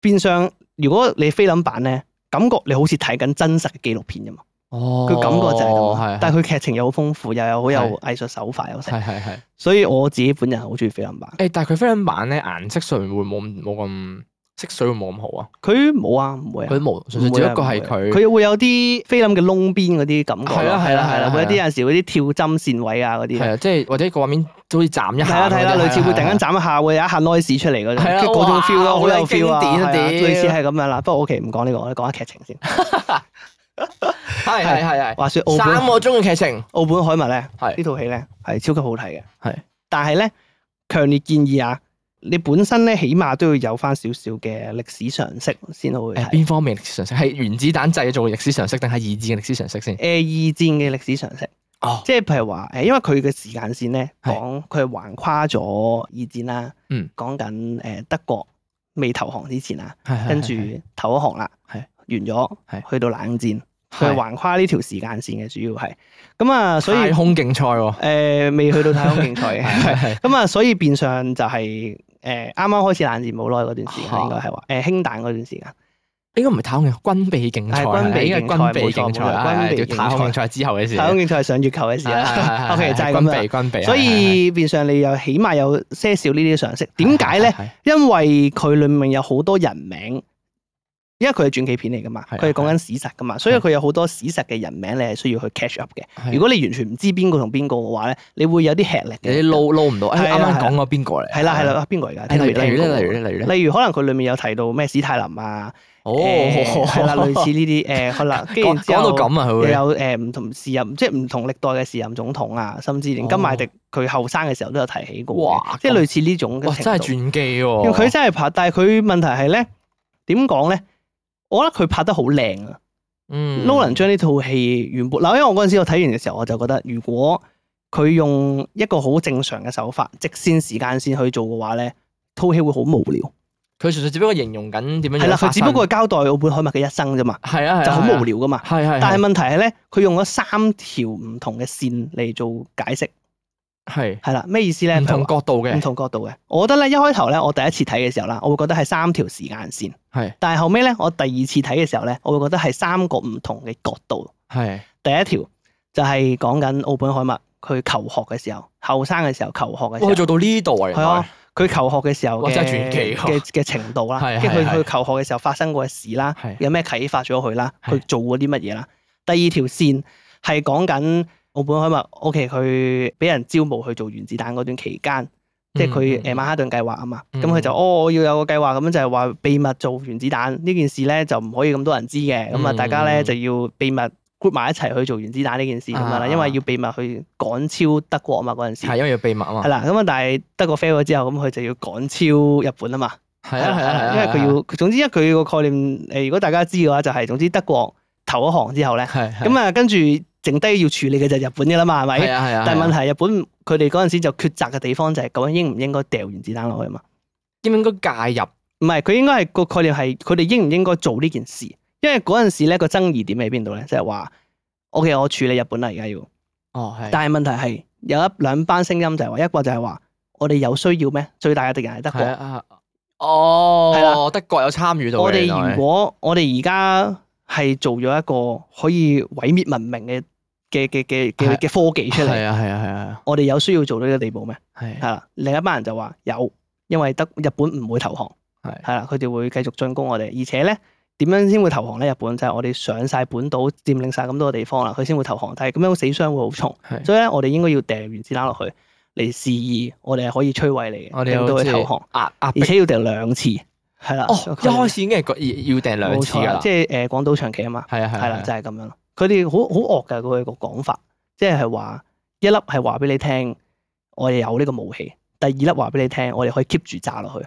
Speaker 2: 變相，如果你菲林版咧，感覺你好似睇緊真實嘅紀錄片咁嘛，啊
Speaker 1: 哦，
Speaker 2: 佢感覺就係咁啊。但
Speaker 1: 係
Speaker 2: 係佢劇情又好豐富，又有好有
Speaker 1: 係
Speaker 2: 藝術手法又成，
Speaker 1: 係係係。
Speaker 2: 所以我自己本人好中意菲林版。
Speaker 1: 誒，但係佢菲林版咧顏色上面會冇咁冇咁色水會冇咁好啊？
Speaker 2: 佢冇啊，唔會啊
Speaker 1: 佢。冇，純粹
Speaker 2: 唔會
Speaker 1: 只
Speaker 2: 啊
Speaker 1: 不過係佢
Speaker 2: 佢會有啲菲林嘅窿邊嗰啲感覺咯，啊
Speaker 1: 係啦係啦係啦
Speaker 2: 會
Speaker 1: 係
Speaker 2: 有啲有陣時嗰啲跳針線位啊嗰啲
Speaker 1: 係
Speaker 2: 啊，
Speaker 1: 啊，即係或者個畫面好似站一
Speaker 2: 係
Speaker 1: 下
Speaker 2: 啦
Speaker 1: 嗰啲，
Speaker 2: 係啦，類似會突然間
Speaker 1: 係啊
Speaker 2: 斬一下，會有一下 noise 出嚟嗰種，
Speaker 1: 係啦啊
Speaker 2: 即係嗰種
Speaker 1: 哇
Speaker 2: feel 咯，好有
Speaker 1: 好經
Speaker 2: feel 啊，
Speaker 1: 典啊
Speaker 2: 係啦
Speaker 1: 屌
Speaker 2: 類似係咁樣啦。不過 OK，唔講呢個，我哋講下劇情先。
Speaker 1: 係係係
Speaker 2: 話說
Speaker 1: 係
Speaker 2: 澳
Speaker 1: 三
Speaker 2: 本
Speaker 1: 個鐘嘅劇情
Speaker 2: 澳本海默咧，呢
Speaker 1: 係
Speaker 2: 套戲咧係超級好睇嘅，
Speaker 1: 係。
Speaker 2: 但係咧，強烈建議啊，你本身咧起碼都要有翻少少嘅歷史常識先好去
Speaker 1: 誒
Speaker 2: 睇。
Speaker 1: 邊方面嘅歷史常識？係原子彈製造嘅歷史常識定係二戰嘅歷史常識先？
Speaker 2: 誒二戰嘅歷史常識。
Speaker 1: 哦，
Speaker 2: 即係譬如話誒，因為佢嘅時間線咧
Speaker 1: 係
Speaker 2: 講佢係橫跨咗二戰啦，
Speaker 1: 嗯
Speaker 2: 講緊誒德國未投降之前啦，
Speaker 1: 係係
Speaker 2: 跟住
Speaker 1: 係
Speaker 2: 投咗降啦，
Speaker 1: 係
Speaker 2: 完咗，
Speaker 1: 係
Speaker 2: 去到冷戰，佢
Speaker 1: 係
Speaker 2: 係橫跨呢條時間線嘅主要係咁啊，所以
Speaker 1: 太空競賽 喎，
Speaker 2: 誒未去到太空競賽嘅，
Speaker 1: 係
Speaker 2: 咁啊，所以變相就係誒啱啱開始冷戰冇耐嗰段時間，
Speaker 1: 啊
Speaker 2: 應該係話誒氫彈嗰段時間，
Speaker 1: 應該唔係太空嘅軍備競賽，
Speaker 2: 係軍備
Speaker 1: 係應該係軍備
Speaker 2: 競賽
Speaker 1: 競
Speaker 2: 冇錯
Speaker 1: 賽啊，
Speaker 2: 冇錯軍備
Speaker 1: 係係叫太空競賽之後嘅事。
Speaker 2: 太空競賽係上月球嘅事
Speaker 1: 係係係
Speaker 2: 啦
Speaker 1: 係
Speaker 2: ，OK 就係咁
Speaker 1: 軍
Speaker 2: 樣啦
Speaker 1: 備。軍備，
Speaker 2: 所
Speaker 1: 係
Speaker 2: 以變相你又起碼有些少呢啲常識。點解咧？？
Speaker 1: 係係係
Speaker 2: 因為佢裡面有好多人名，因為佢係傳記片嚟噶嘛，
Speaker 1: 係啊
Speaker 2: 佢係講緊史實噶嘛，所以佢有好多史實嘅人名，你係需要去 catch up 嘅。
Speaker 1: 係
Speaker 2: 如果你完全唔知邊個同邊個嘅話咧，你會有啲吃力
Speaker 1: 有
Speaker 2: 嘅。
Speaker 1: 啲撈撈唔到，誒
Speaker 2: 係啦
Speaker 1: 啱啱
Speaker 2: 係啦
Speaker 1: 講過邊個嚟？
Speaker 2: 係啦係啦，啊邊個
Speaker 1: 誒，
Speaker 2: 嚟
Speaker 1: 例
Speaker 2: 㗎？
Speaker 1: 如例如
Speaker 2: 聽
Speaker 1: 咧，
Speaker 2: 過
Speaker 1: 例如咧，例如咧，
Speaker 2: 例如可能佢裡面有提到咩史泰林啊，
Speaker 1: 哦，
Speaker 2: 誒係啦，類似呢 啲誒，好啦，跟住
Speaker 1: 講
Speaker 2: 之
Speaker 1: 講到
Speaker 2: 後。
Speaker 1: 咁啊，佢
Speaker 2: 又
Speaker 1: 會
Speaker 2: 有誒唔同時任，即係唔同歷代嘅時任總統啊，甚至連金馬迪佢後生嘅時候都有提起過嘅
Speaker 1: 哦哇
Speaker 2: 即係類似呢種嘅
Speaker 1: 哇，
Speaker 2: 程
Speaker 1: 真係
Speaker 2: 度
Speaker 1: 傳記
Speaker 2: 因為
Speaker 1: 喎。
Speaker 2: 佢真係拍，但係佢問題係咧點講咧？我覺得佢拍得好靚啊
Speaker 1: 嗯
Speaker 2: l o l a n 將呢套戲原本嗱，因為我嗰陣時我睇完嘅時候，我就覺得如果佢用一個好正常嘅手法，直線時間線去做嘅話咧，套戲會好無聊。
Speaker 1: 佢純粹只不過形容緊點樣樣
Speaker 2: 係啦，
Speaker 1: 發
Speaker 2: 佢只不過
Speaker 1: 生
Speaker 2: 係交代奧本海默嘅一生啫嘛，
Speaker 1: 係啊，係啊
Speaker 2: 就好
Speaker 1: 係啊
Speaker 2: 無聊噶嘛。
Speaker 1: 係係，
Speaker 2: 但係
Speaker 1: 係
Speaker 2: 問題係咧，佢用咗三條唔同嘅線嚟做解釋，
Speaker 1: 係
Speaker 2: 係啦，咩意思咧？
Speaker 1: 唔同
Speaker 2: 譬
Speaker 1: 角度
Speaker 2: 如話
Speaker 1: 嘅
Speaker 2: 唔，同角度嘅。我覺得咧，一開頭咧，我第一次睇嘅時候啦，我會覺得係三條時間線，
Speaker 1: 係
Speaker 2: 但係後尾咧，我第二次睇嘅時候咧，我會覺得係三個唔同嘅角度。
Speaker 1: 係
Speaker 2: 第一條就係講緊奧本海默佢求學嘅時候，後生嘅時候求學嘅時
Speaker 1: 哇，
Speaker 2: 候
Speaker 1: 佢。做到呢度啊，原
Speaker 2: 係啊
Speaker 1: 來，
Speaker 2: 佢求學嘅時候
Speaker 1: 哇
Speaker 2: 嘅
Speaker 1: 真係傳奇喎
Speaker 2: 嘅嘅程度啦，
Speaker 1: 係
Speaker 2: 跟住佢
Speaker 1: 係係
Speaker 2: 佢求學嘅時候發生過嘅事啦
Speaker 1: 係，
Speaker 2: 有咩啟發咗佢啦，
Speaker 1: 係
Speaker 2: 佢做過啲乜嘢啦。第二條線係講緊奧本海默，OK，佢俾人招募去做原子彈嗰段期間，即
Speaker 1: 嗯
Speaker 2: 係佢
Speaker 1: 嗯
Speaker 2: 誒曼哈頓計劃啊嘛，
Speaker 1: 嗯
Speaker 2: 咁佢就哦，我要有個計劃，咁就係話秘密做原子彈呢件事咧就唔可以咁多人知嘅，咁啊
Speaker 1: 嗯
Speaker 2: 大家
Speaker 1: 嗯
Speaker 2: 咧就要秘密 group 埋一齊去做原子彈呢件事咁樣
Speaker 1: 啊
Speaker 2: 啦，因為要秘密去趕超德國啊嘛嗰陣時。
Speaker 1: 係因為要秘密啊嘛
Speaker 2: 係，啦，咁啊，但係德國 fail 咗之後，咁佢就要趕超日本啊嘛。
Speaker 1: 係啊係啊係啊，
Speaker 2: 因為佢要，總之因為佢個概念，誒，如果大家知嘅話，就係總之德國投咗航之後咧，
Speaker 1: 係係
Speaker 2: 咁啊，跟住剩低要處理嘅就係日本嘅啦嘛，係
Speaker 1: 係
Speaker 2: 咪？
Speaker 1: 啊係啊，
Speaker 2: 但係
Speaker 1: 係
Speaker 2: 問
Speaker 1: 啊
Speaker 2: 題日本佢哋嗰陣時就抉擇嘅地方就係究竟應唔應該掉原子彈落去啊嘛？
Speaker 1: 應唔應該介入？
Speaker 2: 唔係，佢應該係個概念係佢哋應唔應該做呢件事，因為嗰陣時咧個爭議點喺邊度咧，就係話，OK，我處理日本啦，而家要。
Speaker 1: 哦係，
Speaker 2: 但係問題係有一兩班聲音就係話，一個就係話我哋有需要咩？最大嘅敵人係德
Speaker 1: 係
Speaker 2: 國。
Speaker 1: 啊啊哦，
Speaker 2: 係啦
Speaker 1: 德國有參與到嘅
Speaker 2: 我
Speaker 1: 原來
Speaker 2: 哋如果我哋而家係做咗一個可以毀滅文明嘅嘅嘅嘅嘅嘅科技出嚟，
Speaker 1: 係啊係啊係啊
Speaker 2: 我哋有需要做到呢個地步咩？
Speaker 1: 係啊
Speaker 2: 係啦，另一班人就話有，因為德日本唔會投降，
Speaker 1: 係
Speaker 2: 係啦，佢哋會繼續進攻我哋，而且咧。點樣先會投降咧？日本就係我哋上晒本島，佔領晒咁多個地方啦，佢先會投降。但係咁樣死傷會好重，
Speaker 1: 係啊
Speaker 2: 所以咧，我哋應該要掟原子彈落去。嚟示意，我哋係可以摧毀你嘅，
Speaker 1: 我哋
Speaker 2: 令
Speaker 1: 有
Speaker 2: 到
Speaker 1: 即
Speaker 2: 佢
Speaker 1: 係
Speaker 2: 投降，
Speaker 1: 壓壓迫
Speaker 2: 而且要訂兩次，係啦。
Speaker 1: 哦，
Speaker 2: 佢
Speaker 1: 一開始已經係個要要訂兩
Speaker 2: 冇
Speaker 1: 次啊
Speaker 2: 錯
Speaker 1: 㗎
Speaker 2: 啦
Speaker 1: 啦，
Speaker 2: 即係誒廣島長期啊嘛，
Speaker 1: 係啊係
Speaker 2: 係啦，
Speaker 1: 啦，
Speaker 2: 就係咁樣咯。佢哋好好惡㗎，佢哋個講法，即係係話一粒係話俾你聽，我哋有呢個武器；第二粒話俾你聽，我哋可以 keep 住炸落去。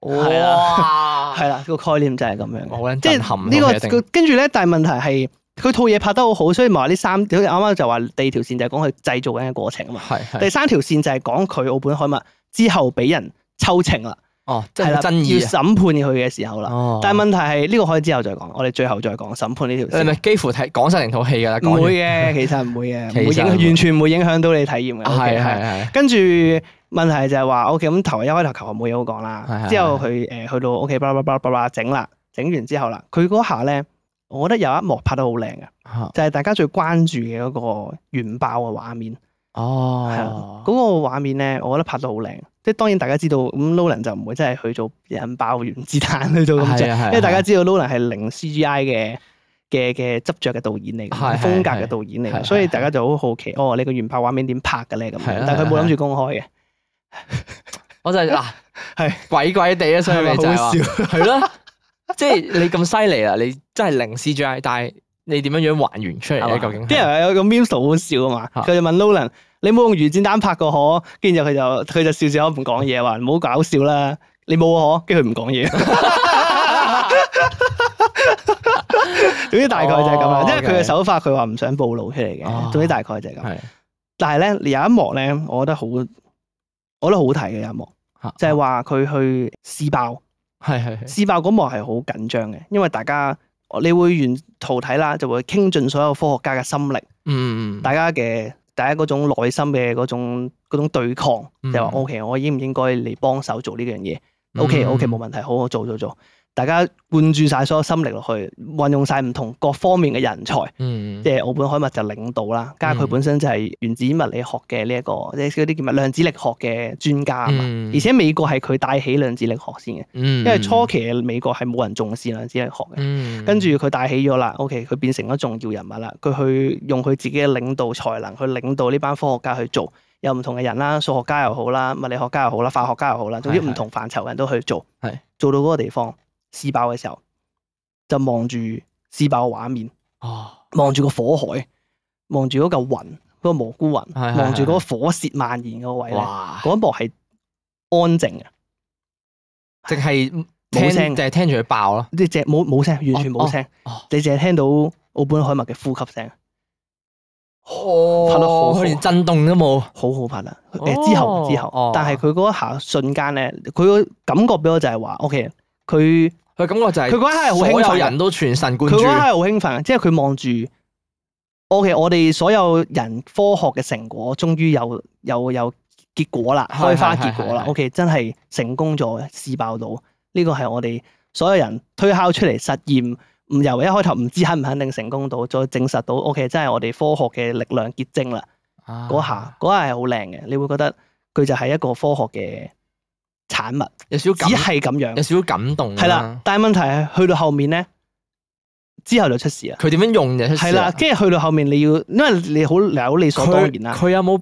Speaker 2: 係啦，
Speaker 1: 哇，
Speaker 2: 係啦，個概念就係咁樣嘅。
Speaker 1: 哦我好撚
Speaker 2: 即
Speaker 1: 震撼
Speaker 2: 係
Speaker 1: 咯
Speaker 2: 呢
Speaker 1: 其實一定
Speaker 2: 個佢跟住咧，但係問題係佢套嘢拍得好好，所以咪話呢三條，好似啱啱就話第二條線就係講佢製造緊嘅過程啊嘛。
Speaker 1: 係係
Speaker 2: 第三條線就係講佢澳本海默之後俾人抽情啦，
Speaker 1: 哦，即
Speaker 2: 係
Speaker 1: 係
Speaker 2: 啦，
Speaker 1: 爭
Speaker 2: 要
Speaker 1: 議
Speaker 2: 審判佢嘅時候啦。
Speaker 1: 啊，
Speaker 2: 但係
Speaker 1: 係
Speaker 2: 問題係呢個可以之後再講，我哋最後再講審判呢條
Speaker 1: 你咪
Speaker 2: 線。
Speaker 1: 幾乎睇講晒成套戲㗎啦，
Speaker 2: 唔
Speaker 1: 講
Speaker 2: 會
Speaker 1: 完
Speaker 2: 嘅，其實唔會嘅，唔
Speaker 1: 其實唔
Speaker 2: 會
Speaker 1: 會
Speaker 2: 影完全唔會影響到你體驗嘅。
Speaker 1: 係
Speaker 2: OK，
Speaker 1: 係係
Speaker 2: 跟住問題就係話，OK，咁頭一開頭求學冇嘢好講
Speaker 1: 係
Speaker 2: 啦
Speaker 1: 係，
Speaker 2: 之後佢誒去到 OK，巴拉巴拉巴拉整啦，整完之後啦，佢嗰下咧，我覺得有一幕拍得好靚嘅，
Speaker 1: 嚇
Speaker 2: 就係大家最關注嘅嗰個原爆嘅畫面，係啦
Speaker 1: 哦，
Speaker 2: 嗰個畫面咧，我覺得拍得好靚。即係當然大家知道，咁 Nolan 就唔會真係去做引爆原子彈去做咁
Speaker 1: 係
Speaker 2: 做，
Speaker 1: 啊係啊
Speaker 2: 因為大家知道 Nolan 係零 CGI 嘅。嘅嘅執着嘅導演嚟
Speaker 1: 係係
Speaker 2: 嘅，風格嘅導演嚟
Speaker 1: 係係
Speaker 2: 嘅，所以大家就好好奇，哦，你個原爆畫面點拍嘅咧咁
Speaker 1: 係啊
Speaker 2: 樣，但係佢
Speaker 1: 係啊
Speaker 2: 冇諗住公開嘅。
Speaker 1: 我 就係嗱，
Speaker 2: 係
Speaker 1: 鬼鬼地啊，所以咪就係話 係咯，即係你咁犀利啦，你真係零 CGI，但係你點樣樣還原出嚟咧？究竟係
Speaker 2: 啲人有個 meme 好好
Speaker 1: 嚇
Speaker 2: 笑啊嘛，佢就問 Nolan：你冇用魚戰彈拍過可？跟住佢就佢就笑笑口唔講嘢，話唔好搞笑啦，你冇啊可？跟住佢唔 講嘢。總之大概就係咁
Speaker 1: 哦
Speaker 2: 啦，因為佢
Speaker 1: OK
Speaker 2: 嘅手法佢話唔想暴露出嚟
Speaker 1: 哦
Speaker 2: 嘅，總之大概就係咁。
Speaker 1: 係
Speaker 2: 但係咧有一幕咧，我覺得好，我覺得好睇嘅有一幕，
Speaker 1: 嚇
Speaker 2: 就係話佢去試爆。
Speaker 1: 係係係
Speaker 2: 試爆嗰幕係好緊張嘅，因為大家你會沿途睇啦，就會傾盡所有科學家嘅心力，
Speaker 1: 嗯嗯
Speaker 2: 大家嘅大家嗰種內心嘅嗰種嗰種對抗，
Speaker 1: 嗯
Speaker 2: 就話 O K，我應唔應該嚟幫手做呢樣嘢
Speaker 1: 嗯
Speaker 2: ？O K O K，冇問題，好好做做做。大家灌注晒所有心力落去，運用晒唔同各方面嘅人才，
Speaker 1: 嗯
Speaker 2: 即係奧本海默就領導啦，加上佢
Speaker 1: 嗯
Speaker 2: 本身就係原子物理學嘅呢一個，即係嗰啲叫咩量子力學嘅專家啊嘛。
Speaker 1: 嗯
Speaker 2: 而且美國係佢帶起量子力學先嘅。
Speaker 1: 因
Speaker 2: 因為初期嘅美國係冇人重視量子力學嘅，
Speaker 1: 嗯
Speaker 2: 跟住佢帶起咗啦，OK，佢變成咗重要人物啦，佢去用佢自己嘅領導才能去領導呢班科學家去做，有唔同嘅人啦，數學家又好啦，物理學家又好啦，化學家又好啦，總之
Speaker 1: 係係
Speaker 2: 唔同範疇嘅人都去做，
Speaker 1: 係
Speaker 2: 做到嗰個地方試爆嘅時候，就望住試爆嘅畫面，
Speaker 1: 哦
Speaker 2: 望住個火海，望住嗰嚿雲，嗰個蘑菇雲，
Speaker 1: 係係
Speaker 2: 望
Speaker 1: 係
Speaker 2: 住嗰個火舌蔓延嗰個位咧，
Speaker 1: 哇，
Speaker 2: 嗰一幕係安靜嘅，
Speaker 1: 淨係
Speaker 2: 冇
Speaker 1: 聽
Speaker 2: 聲
Speaker 1: 就係聽住佢爆咯，
Speaker 2: 即係冇冇聲，完全冇聲。
Speaker 1: 哦
Speaker 2: 你淨係聽到奧本海默嘅呼吸聲，
Speaker 1: 哦
Speaker 2: 拍得好啊好
Speaker 1: 佢連震動都冇，
Speaker 2: 好好拍啦。誒、
Speaker 1: 哦
Speaker 2: 之後之後，
Speaker 1: 哦
Speaker 2: 但係佢嗰一下瞬間咧，佢個感覺俾我就係話，OK，佢
Speaker 1: 佢感覺就係
Speaker 2: 佢嗰一刻係好
Speaker 1: 所
Speaker 2: 興
Speaker 1: 有
Speaker 2: 奮
Speaker 1: 人
Speaker 2: 嘅，
Speaker 1: 都全神貫
Speaker 2: 佢
Speaker 1: 注
Speaker 2: 嗰一，刻係好興奮嘅，啊即係佢望住，OK，我哋所有人科學嘅成果終於有有有結果啦，
Speaker 1: 係
Speaker 2: 開花
Speaker 1: 係係
Speaker 2: 結果啦
Speaker 1: 係係
Speaker 2: ，OK，真係成功咗，試爆到呢個係我哋所有人推敲出嚟實驗。唔由一開頭唔知肯唔肯定成功到，再證實到，OK，真係我哋科學嘅力量結晶啦。
Speaker 1: 啊
Speaker 2: 嗰下嗰下係好靚嘅，你會覺得佢就係一個科學嘅產物，
Speaker 1: 有少少
Speaker 2: 只
Speaker 1: 感
Speaker 2: 係咁
Speaker 1: 有
Speaker 2: 樣，
Speaker 1: 少少感動，啊
Speaker 2: 係啦。。但係問題係去到後面咧，之後就出事啦，
Speaker 1: 佢點樣用嘅？
Speaker 2: 係啦，跟住去到後面你要，因為你好有理所當然啦，
Speaker 1: 佢有冇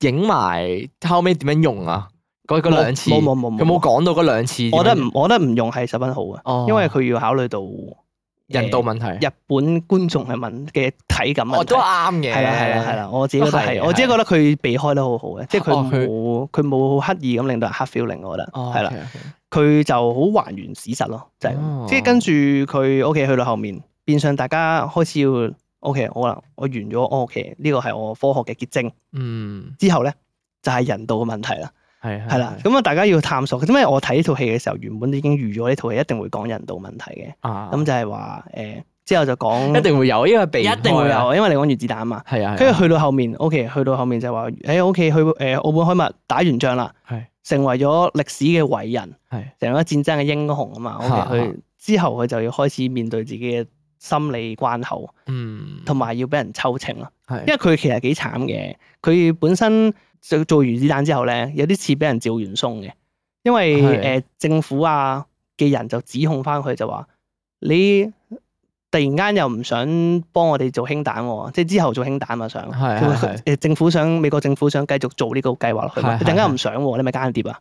Speaker 1: 影埋後尾點樣用啊？嗰嗰兩次，
Speaker 2: 冇
Speaker 1: 佢
Speaker 2: 冇冇冇
Speaker 1: 冇講到嗰兩次點樣用？
Speaker 2: 我覺得唔我覺得唔用係十分好嘅，
Speaker 1: 哦，
Speaker 2: 因為佢要考慮到
Speaker 1: 人道
Speaker 2: 呃
Speaker 1: 問題，
Speaker 2: 日本觀眾嘅問嘅體感
Speaker 1: 我
Speaker 2: 問題
Speaker 1: 都。啱嘅，
Speaker 2: 係啦係啦係啦，我自己覺得
Speaker 1: 都係
Speaker 2: 係，
Speaker 1: 嘅
Speaker 2: 我自己覺得佢避開得好好嘅，即係
Speaker 1: 哦佢
Speaker 2: 佢冇佢冇好刻意咁令到人黑 feeling，我覺得
Speaker 1: 哦，
Speaker 2: 係啦。
Speaker 1: OK，OK，
Speaker 2: 佢就好還原史實咯，就係、
Speaker 1: 哦
Speaker 2: 咁。即係跟住佢 OK 去到後面，變相大家開始要 OK，我啦，我完咗我 OK，呢個係我科學嘅結晶。
Speaker 1: 嗯，
Speaker 2: 之後咧就係、人道嘅問題啦，
Speaker 1: 係
Speaker 2: 係啦，，咁啊大家要探索。因為我睇呢套戲嘅時候，原本已經預咗呢套戲一定會講人道問題嘅，
Speaker 1: 啊，
Speaker 2: 咁就係話誒之後就講
Speaker 1: 一定會有，因為避
Speaker 2: 一定會
Speaker 1: 開啊，
Speaker 2: 有，因為你講原子彈啊嘛。
Speaker 1: 係啊，
Speaker 2: 跟住去到後面，OK，去到後面就係話誒 OK，去誒、呃、澳本海默打完仗啦，
Speaker 1: 係
Speaker 2: 成為咗歷史嘅偉人。
Speaker 1: 係
Speaker 2: 成咗戰爭嘅英雄啊嘛
Speaker 1: 嚇
Speaker 2: ，OK，佢之後佢就要開始面對自己嘅心理關口，
Speaker 1: 嗯，
Speaker 2: 同埋要俾人抽情啦。因
Speaker 1: 係
Speaker 2: 為佢其實幾慘嘅，佢本身就做原子彈之後咧，有啲似俾人趙元松嘅，因為誒、
Speaker 1: 係
Speaker 2: 啊呃政府啊嘅人就指控翻佢就話你突然間又唔想幫我哋做氫彈喎，即係之後做氫彈嘛想，
Speaker 1: 係
Speaker 2: 佢
Speaker 1: 係
Speaker 2: 誒政府想美國政府想繼續做呢個計劃落去嘛，
Speaker 1: 係
Speaker 2: 你突然
Speaker 1: 係
Speaker 2: 間唔想喎，你咪間諜啊！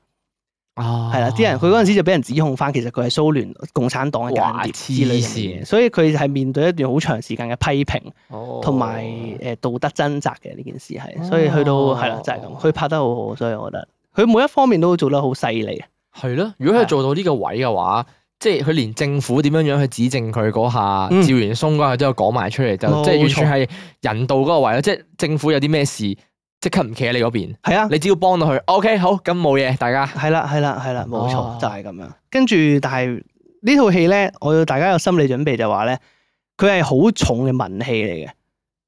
Speaker 1: 啊，
Speaker 2: 係啦，啲人佢嗰陣時就俾人指控翻，其實佢係蘇聯共產黨嘅間
Speaker 1: 哇
Speaker 2: 諜之類
Speaker 1: 黐
Speaker 2: 嘅嘢，所以佢係面對一段好長時間嘅批評
Speaker 1: 哦
Speaker 2: 同埋誒道德掙扎嘅呢件事係，所以去到係啦就係咁，佢拍得好好，所以我覺得佢每一方面都做得好犀利，
Speaker 1: 係咯。如果佢
Speaker 2: 係啊
Speaker 1: 做到呢個位嘅話，即係佢連政府點樣樣去指證佢嗰下，
Speaker 2: 嗯
Speaker 1: 趙元松嗰下都有講埋出嚟，就
Speaker 2: 冇
Speaker 1: 即係完全
Speaker 2: 錯
Speaker 1: 係人道嗰個位咯。即係政府有啲咩事，即刻唔企喺你嗰邊，
Speaker 2: 係啊。
Speaker 1: 你只要幫到佢，OK 好，咁冇嘢，大家
Speaker 2: 係啦，係啦，係啦，冇
Speaker 1: 哦
Speaker 2: 錯，就係咁樣。跟住，但係呢套戲咧，我要大家有心理準備就話咧，佢係好重嘅文戲嚟嘅，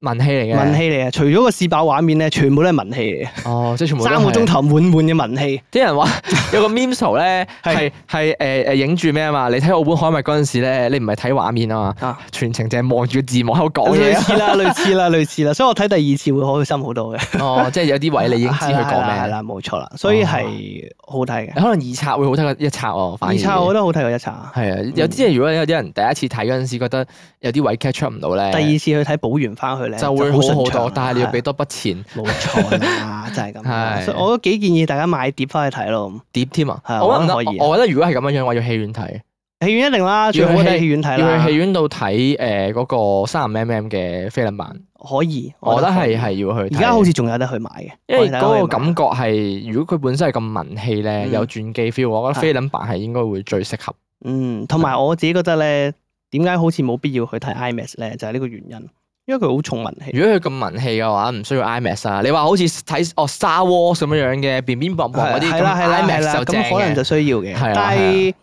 Speaker 1: 文氣嚟嘅，
Speaker 2: 文戲嚟嘅。除咗個試爆畫面咧，全部都係文戲嚟嘅，
Speaker 1: 哦，即係全部都
Speaker 2: 三個
Speaker 1: 係
Speaker 2: 鐘頭滿滿嘅文戲。
Speaker 1: 啲 人話有個 meme 圖咧，係
Speaker 2: 係
Speaker 1: 係誒誒影住咩啊嘛？你睇澳本海默嗰陣時咧，你唔係睇畫面啊嘛
Speaker 2: 啊，
Speaker 1: 全程淨係望住個字幕喺度講嘢
Speaker 2: 類
Speaker 1: 啊。
Speaker 2: 似啦，類似啦，類似啦，所以我睇第二次會開心好多嘅。
Speaker 1: 哦，即係有啲位你已經知佢
Speaker 2: 係啦係
Speaker 1: 講
Speaker 2: 啦係
Speaker 1: 咩啦。
Speaker 2: 啦，冇錯啦，所以係好睇嘅。
Speaker 1: 可能二刷會好睇過一刷喎，反而
Speaker 2: 二刷我覺得好睇過一刷，
Speaker 1: 係啊，有啲即係如果有啲人第一次睇嗰陣時覺得有啲位 catch up 唔到咧，
Speaker 2: 第二次去睇補完翻去咧
Speaker 1: 就會好好
Speaker 2: 順暢啊
Speaker 1: 多，但係你要俾
Speaker 2: 係
Speaker 1: 多筆錢
Speaker 2: 冇 錯啦，就係咁啦。
Speaker 1: 係
Speaker 2: 所以我都幾建議大家買碟翻去睇咯。
Speaker 1: 碟添啊
Speaker 2: 係。
Speaker 1: 我覺得
Speaker 2: 我覺得可以啊
Speaker 1: 我我覺得如果係咁樣樣，我要戲院睇，
Speaker 2: 戲院一定啦，最好都係戲院睇
Speaker 1: 要
Speaker 2: 啦
Speaker 1: 去戲。院度睇誒嗰個三十 mm 嘅菲林版，
Speaker 2: 可以，
Speaker 1: 我覺得
Speaker 2: 可以
Speaker 1: 係係要去睇。
Speaker 2: 而家好似仲有得去買嘅，
Speaker 1: 因為
Speaker 2: 我哋大家可
Speaker 1: 嗰個
Speaker 2: 以買
Speaker 1: 感覺係，如果佢本身係咁文氣咧，
Speaker 2: 嗯
Speaker 1: 有轉機 feel，我覺得
Speaker 2: 係
Speaker 1: 菲林版係應該會最適合。
Speaker 2: 嗯，同埋我自己覺得咧，點解好似冇必要去睇 IMAX 咧？就係呢個原因，因為佢好重文氣。
Speaker 1: 如果佢咁文氣嘅話，唔需要 IMAX 啊。你話好似睇哦 Star Wars 咁樣樣嘅，邊邊薄薄嗰啲
Speaker 2: 係啦係
Speaker 1: 咁
Speaker 2: 啦係
Speaker 1: IMAX
Speaker 2: 啦，
Speaker 1: 就正
Speaker 2: 咁可能
Speaker 1: 嘅。
Speaker 2: 就需要嘅
Speaker 1: 係啦。啊
Speaker 2: 但係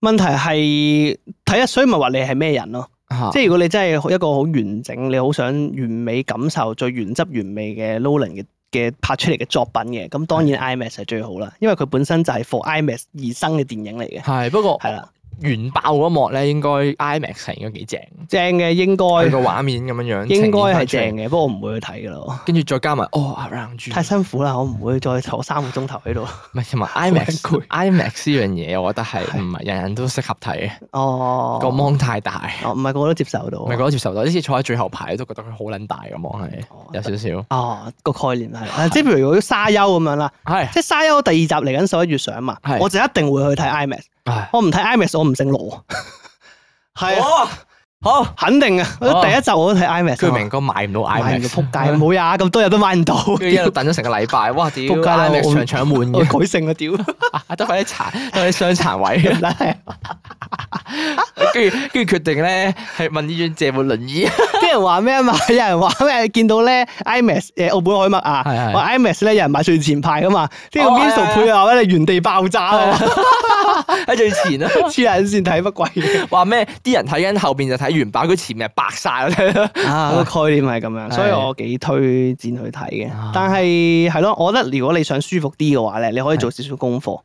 Speaker 2: 問題係睇啊，所以咪話你係咩人咯？
Speaker 1: 嚇
Speaker 2: 即係如果你真係一個好完整，你好想完美感受最原汁原味嘅 Nolan 嘅嘅拍出嚟嘅作品嘅，咁當然 IMAX 係最好啦，因為佢本身就係 for IMAX 而生嘅電影嚟嘅，
Speaker 1: 係不過
Speaker 2: 係啦，
Speaker 1: 原爆嗰幕咧，應該 IMAX 係應該幾正，
Speaker 2: 正嘅應
Speaker 1: 佢
Speaker 2: 該。
Speaker 1: 個畫面咁樣樣
Speaker 2: 應該係
Speaker 1: 呈現
Speaker 2: 正
Speaker 1: 返出嚟，
Speaker 2: 嘅，不過我唔會去睇噶咯，
Speaker 1: 跟住再加埋哦 Around
Speaker 2: 太
Speaker 1: You，
Speaker 2: 辛苦啦，我唔會再坐三個鐘頭喺度。
Speaker 1: 唔係同埋
Speaker 2: 人
Speaker 1: IMAX
Speaker 2: 攰
Speaker 1: IMAX 呢樣嘢，我覺得係
Speaker 2: 係
Speaker 1: 唔係人人都適合睇嘅，
Speaker 2: 哦，
Speaker 1: 個 mon 太大。
Speaker 2: 哦，唔係個個都接受到
Speaker 1: 唔。係覺得接受到，呢次坐喺最後排都覺得佢好撚大咁望係，
Speaker 2: 哦
Speaker 1: 有少少
Speaker 2: 哦，個概念係，啊即係譬如嗰啲沙丘咁樣啦，
Speaker 1: 係
Speaker 2: 即係沙丘第二集嚟緊十一月上嘛
Speaker 1: 係，
Speaker 2: 我就一定會去睇 IMAX。
Speaker 1: 唉哦
Speaker 2: 我唔睇 IMAX，我唔姓羅。係啊，
Speaker 1: 好好，
Speaker 2: 肯定啊！
Speaker 1: 哦
Speaker 2: 第一集我都睇 IMAX 啊嘛。
Speaker 1: 佢明哥買唔到
Speaker 2: 買唔
Speaker 1: IMAX，
Speaker 2: 到撲街，冇呀！咁多日都買唔到，
Speaker 1: 跟住一路等咗成個禮拜，哇屌
Speaker 2: 仆街啦
Speaker 1: ！IMAX
Speaker 2: 我
Speaker 1: 場場滿
Speaker 2: 我
Speaker 1: 嘅，
Speaker 2: 改姓啊屌！
Speaker 1: 得翻啲殘，得翻啲傷殘位，
Speaker 2: 真係
Speaker 1: 跟住跟住決定咧係問醫院借部輪椅，
Speaker 2: 啲人話咩啊嘛？ 有人話咩？見到咧 IMAX 誒澳本海默啊，
Speaker 1: 係係
Speaker 2: 話 IMAX 咧有人買最前排噶嘛，跟住
Speaker 1: 哦
Speaker 2: v i n c
Speaker 1: 係係
Speaker 2: e 配話咧原地爆炸啊，
Speaker 1: 喺最前啊！
Speaker 2: 黐人線睇乜鬼嘢
Speaker 1: 話咩？啲人睇緊後邊就睇原版，佢前面係白晒啦。
Speaker 2: 啊？個概念係咁樣，所以
Speaker 1: 係
Speaker 2: 我幾推薦去睇嘅
Speaker 1: 啊。
Speaker 2: 但係係咯，我覺得如果你想舒服啲嘅話咧，你可以做少少功課，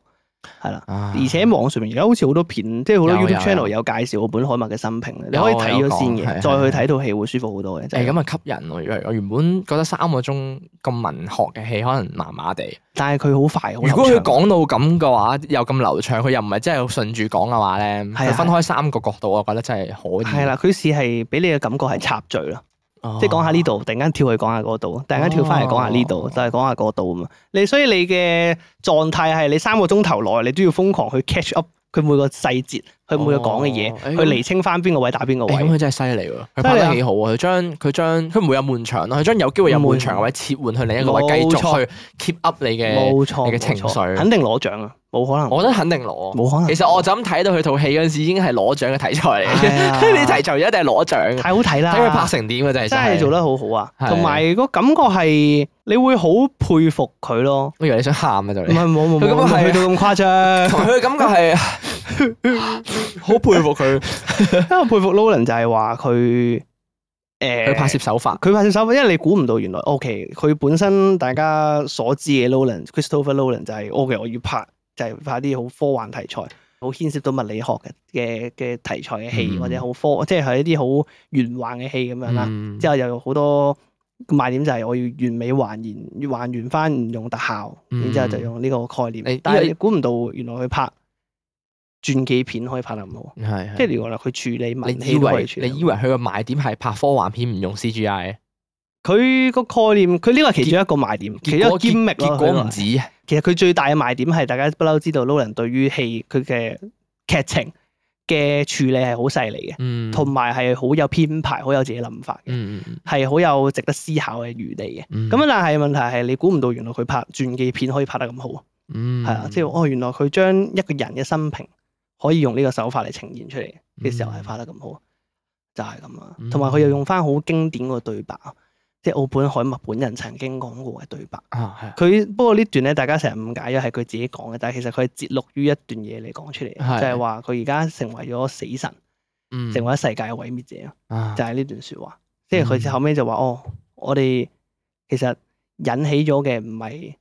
Speaker 2: 係啦。而且網上面而家好似好多片，即係好多
Speaker 1: 啊有
Speaker 2: YouTube
Speaker 1: 有有
Speaker 2: channel 有介紹澳本海默嘅生平，你可以睇
Speaker 1: 有有
Speaker 2: 咗先
Speaker 1: 講係係
Speaker 2: 嘅，再去睇套戲會舒服好多嘅。真
Speaker 1: 誒
Speaker 2: 係
Speaker 1: 咁啊吸引喎！如果係我原本覺得三個鐘咁文學嘅戲可能麻麻地，
Speaker 2: 但係佢好快，好流
Speaker 1: 如果佢
Speaker 2: 暢
Speaker 1: 講到咁嘅話，又咁流暢，佢又唔係真係順住講嘅話咧，
Speaker 2: 係啊
Speaker 1: 佢分開三個角度，我覺得真係可以。
Speaker 2: 係啦，佢試係俾你嘅感覺係插敘咯，
Speaker 1: 哦，
Speaker 2: 即係講下呢度，突然間跳去講下嗰度，突然間跳翻嚟講下呢
Speaker 1: 哦
Speaker 2: 度，但係講下嗰度啊嘛。你所以你嘅狀態係你三個鐘頭內，你都要瘋狂去 catch up 佢每個細節，佢每個講嘅嘢
Speaker 1: 哦，誒
Speaker 2: 去釐清翻邊個位打邊個
Speaker 1: 誒。咁
Speaker 2: 位。
Speaker 1: 佢啊真係犀利喎！佢
Speaker 2: 犀利啊
Speaker 1: 拍得幾好啊！佢將佢將佢唔會有悶場咯，佢將有機會有悶場嘅位切換去另一個位，
Speaker 2: 冇
Speaker 1: 繼續
Speaker 2: 錯
Speaker 1: 去 keep up 你嘅。
Speaker 2: 冇錯，
Speaker 1: 你嘅
Speaker 2: 冇
Speaker 1: 情
Speaker 2: 錯
Speaker 1: 緒
Speaker 2: 肯定攞獎啊！冇可 能，
Speaker 1: 我覺得肯定攞。
Speaker 2: 冇可啊能。
Speaker 1: 其實我就咁睇到佢套戲嗰陣時，已經係攞獎嘅題材嚟嘅。
Speaker 2: 係啊
Speaker 1: 呢啲題材一定係攞獎嘅，
Speaker 2: 太好睇啦，
Speaker 1: 睇佢拍成點嘅就啊係
Speaker 2: 真係做。得好好啊！
Speaker 1: 係
Speaker 2: 同埋個感覺係你會好佩服佢 咯。
Speaker 1: 我以為你想喊啊，就
Speaker 2: 唔
Speaker 1: 嚟。
Speaker 2: 係冇冇
Speaker 1: 佢咁
Speaker 2: 冇，
Speaker 1: 係
Speaker 2: 冇去到咁誇 張。
Speaker 1: 同埋佢嘅感覺 係好佩服佢，
Speaker 2: 因為佩服 Nolan 就係話佢誒
Speaker 1: 佢拍攝手法。
Speaker 2: 佢拍攝手法，因為你估唔到原來 OK，佢本身大家所知嘅 Nolan Christopher Nolan 就係 OK，我要拍就係、拍啲好科幻題材，好牽涉到物理學嘅嘅嘅題材嘅戲，
Speaker 1: 嗯
Speaker 2: 或者好科即係係一啲好玄幻嘅戲咁樣啦。
Speaker 1: 嗯
Speaker 2: 之後又有好多賣點就係我要完美還原，還原翻唔用特效，
Speaker 1: 嗯
Speaker 2: 然之後就用呢個概念。
Speaker 1: 你
Speaker 2: 但
Speaker 1: 因
Speaker 2: 係
Speaker 1: 為
Speaker 2: 你估唔到原來佢拍傳記片可以拍得咁好。
Speaker 3: 係
Speaker 2: 即
Speaker 3: 係
Speaker 2: 係你話佢處理文
Speaker 1: 你以
Speaker 2: 戲都可以
Speaker 1: 為
Speaker 2: 處理
Speaker 1: 你以為佢個賣點係拍科幻片唔用 C G I，
Speaker 2: 佢個概念，佢呢個係其中一個賣點，
Speaker 1: 結
Speaker 2: 其中一個
Speaker 1: 果
Speaker 2: 兼
Speaker 1: 結
Speaker 2: 密咯。
Speaker 1: 結果
Speaker 2: 佢
Speaker 1: 唔
Speaker 2: 話
Speaker 1: 止，
Speaker 2: 其實佢最大嘅賣點係大家不嬲知道 Nolan 對於戲佢嘅劇情嘅處理係好細膩嘅，
Speaker 3: 嗯
Speaker 2: 同埋係好有編排、好有自己諗法嘅，
Speaker 3: 嗯嗯
Speaker 2: 係好有值得思考嘅餘地嘅。
Speaker 3: 嗯
Speaker 2: 咁啊但係問題係你估唔到原來佢拍傳記片可以拍得咁好，係
Speaker 3: 嗯
Speaker 2: 啊，即係哦原來佢將一個人嘅生平可以用呢個手法嚟呈現出嚟嘅
Speaker 3: 嗯
Speaker 2: 時候係拍得咁好，就係咁啦。同埋佢又用翻好經典個對白，啊即係奧本海默本人曾經講過嘅對白。
Speaker 3: 啊係
Speaker 2: 佢不過呢段咧，大家成日誤解咗係佢自己講嘅，但係其實佢係節錄於一段嘢嚟講出嚟嘅，
Speaker 3: 係
Speaker 2: 就係話佢而家成為咗死神，
Speaker 3: 嗯
Speaker 2: 成為咗世界嘅毀滅者。
Speaker 3: 啊
Speaker 2: 就係呢段説話。即係
Speaker 1: 嗯
Speaker 2: 佢後尾就話：哦，我哋其實引起咗嘅唔係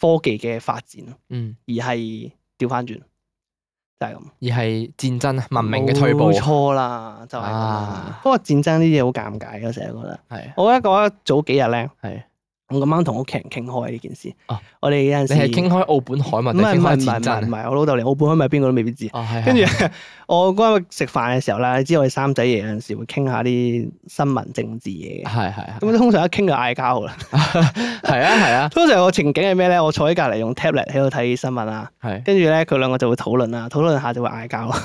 Speaker 2: 科技嘅發展，
Speaker 3: 嗯
Speaker 2: 而係調翻轉，就係、咁。
Speaker 1: 而係戰爭啊文明嘅退步
Speaker 2: 冇。錯啦，就係咁啦
Speaker 3: 啊。
Speaker 2: 不過戰爭呢啲嘢好尷尬，我啊成日覺得。
Speaker 3: 係
Speaker 2: 我覺得嗰一早幾日咧，
Speaker 3: 係
Speaker 2: 我咁啱同屋企人傾開呢件事。
Speaker 3: 啊
Speaker 2: 我哋有陣時
Speaker 1: 哦你係傾開澳本海默
Speaker 2: 唔
Speaker 1: 定
Speaker 2: 係
Speaker 1: 係
Speaker 2: 唔
Speaker 1: 傾
Speaker 2: 係
Speaker 1: 開戰
Speaker 2: 唔係唔係唔
Speaker 1: 爭啊？啊
Speaker 2: 係，我老豆連奧本海默邊個都未必知。
Speaker 3: 哦係
Speaker 2: 跟住 我嗰日食飯嘅時候咧，知我哋三仔爺有陣時會傾下啲新聞政治嘢嘅。
Speaker 3: 係係
Speaker 2: 咁通常一傾就嗌 交㗎啦。
Speaker 3: 係啊係啊
Speaker 2: 通常個情景係咩咧？我坐喺隔離用 tablet 喺度睇新聞啊，
Speaker 3: 係
Speaker 2: 跟住咧佢兩個就會討論啦，討論下就會 嗌交啦，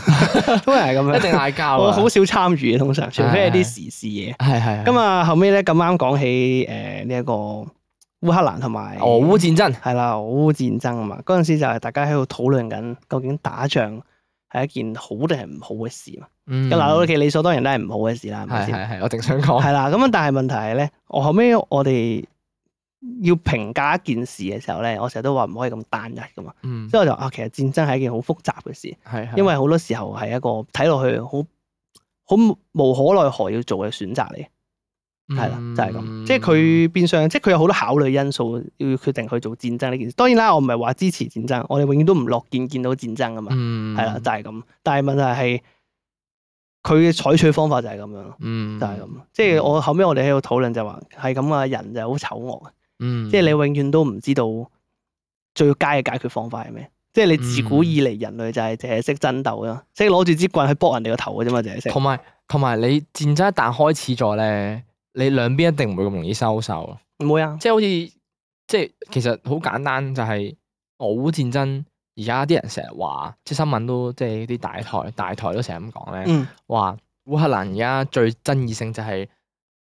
Speaker 2: 通常係咁
Speaker 1: 一
Speaker 2: 樣。
Speaker 1: 定嗌交
Speaker 2: 我
Speaker 1: 啊！
Speaker 2: 好少參與嘅，通常除非係啲
Speaker 3: 係係
Speaker 2: 時事嘢。
Speaker 3: 係係
Speaker 2: 咁啊，後尾咧咁啱講起誒呢一個烏克蘭同埋
Speaker 1: 俄哦烏戰爭
Speaker 2: 係啦，俄烏戰爭啊嘛，嗰陣時就係大家喺度討論緊究竟打仗係一件好定係唔好嘅事嘛。
Speaker 3: 咁
Speaker 2: 嗯咁嗱，我哋理所當然都係唔好嘅事啦，係咪
Speaker 1: 係
Speaker 2: 先？
Speaker 1: 嗯係係，我正想
Speaker 3: 哦
Speaker 1: 講
Speaker 2: 係啦，咁但係問題係咧，我後尾我哋要評價一件事嘅時候咧，我成日都話唔可以咁單一噶嘛，
Speaker 3: 嗯
Speaker 2: 即係我就啊，其實戰爭係一件好複雜嘅事，
Speaker 3: 係
Speaker 2: 因為好多時候係一個睇落去好好無可奈何要做嘅選擇嚟，
Speaker 3: 嗯
Speaker 1: 嗯
Speaker 2: 係啦，就係咁，即係佢變相，即係佢有好多考慮因素要決定去做戰爭呢件事。當然啦，我唔係話支持戰爭，我哋永遠都唔樂見見到戰爭噶嘛，
Speaker 3: 嗯
Speaker 2: 係啦，就係咁。但係問題係佢嘅採取方法就係咁樣咯。
Speaker 3: 嗯
Speaker 2: 就係咁，即係我後尾我哋喺度討論就話係咁啊，人就係好醜惡嘅，
Speaker 3: 嗯
Speaker 2: 即係你永遠都唔知道最佳嘅解決方法係咩。即係你自古以嚟人類就係淨係識爭鬥啦，即係攞住支棍去搏人哋個頭嘅啫嘛，淨係識。
Speaker 1: 同埋同埋你戰爭一旦開始咗咧，你兩邊一定唔會咁容易收手。
Speaker 2: 唔會啊，
Speaker 1: 即係哦好似即係其實好簡單，就係俄烏戰爭。而家啲人成日話，即係新聞都即係啲大台大台都成日咁講咧，
Speaker 2: 嗯，
Speaker 1: 話烏克蘭而家最爭議性就係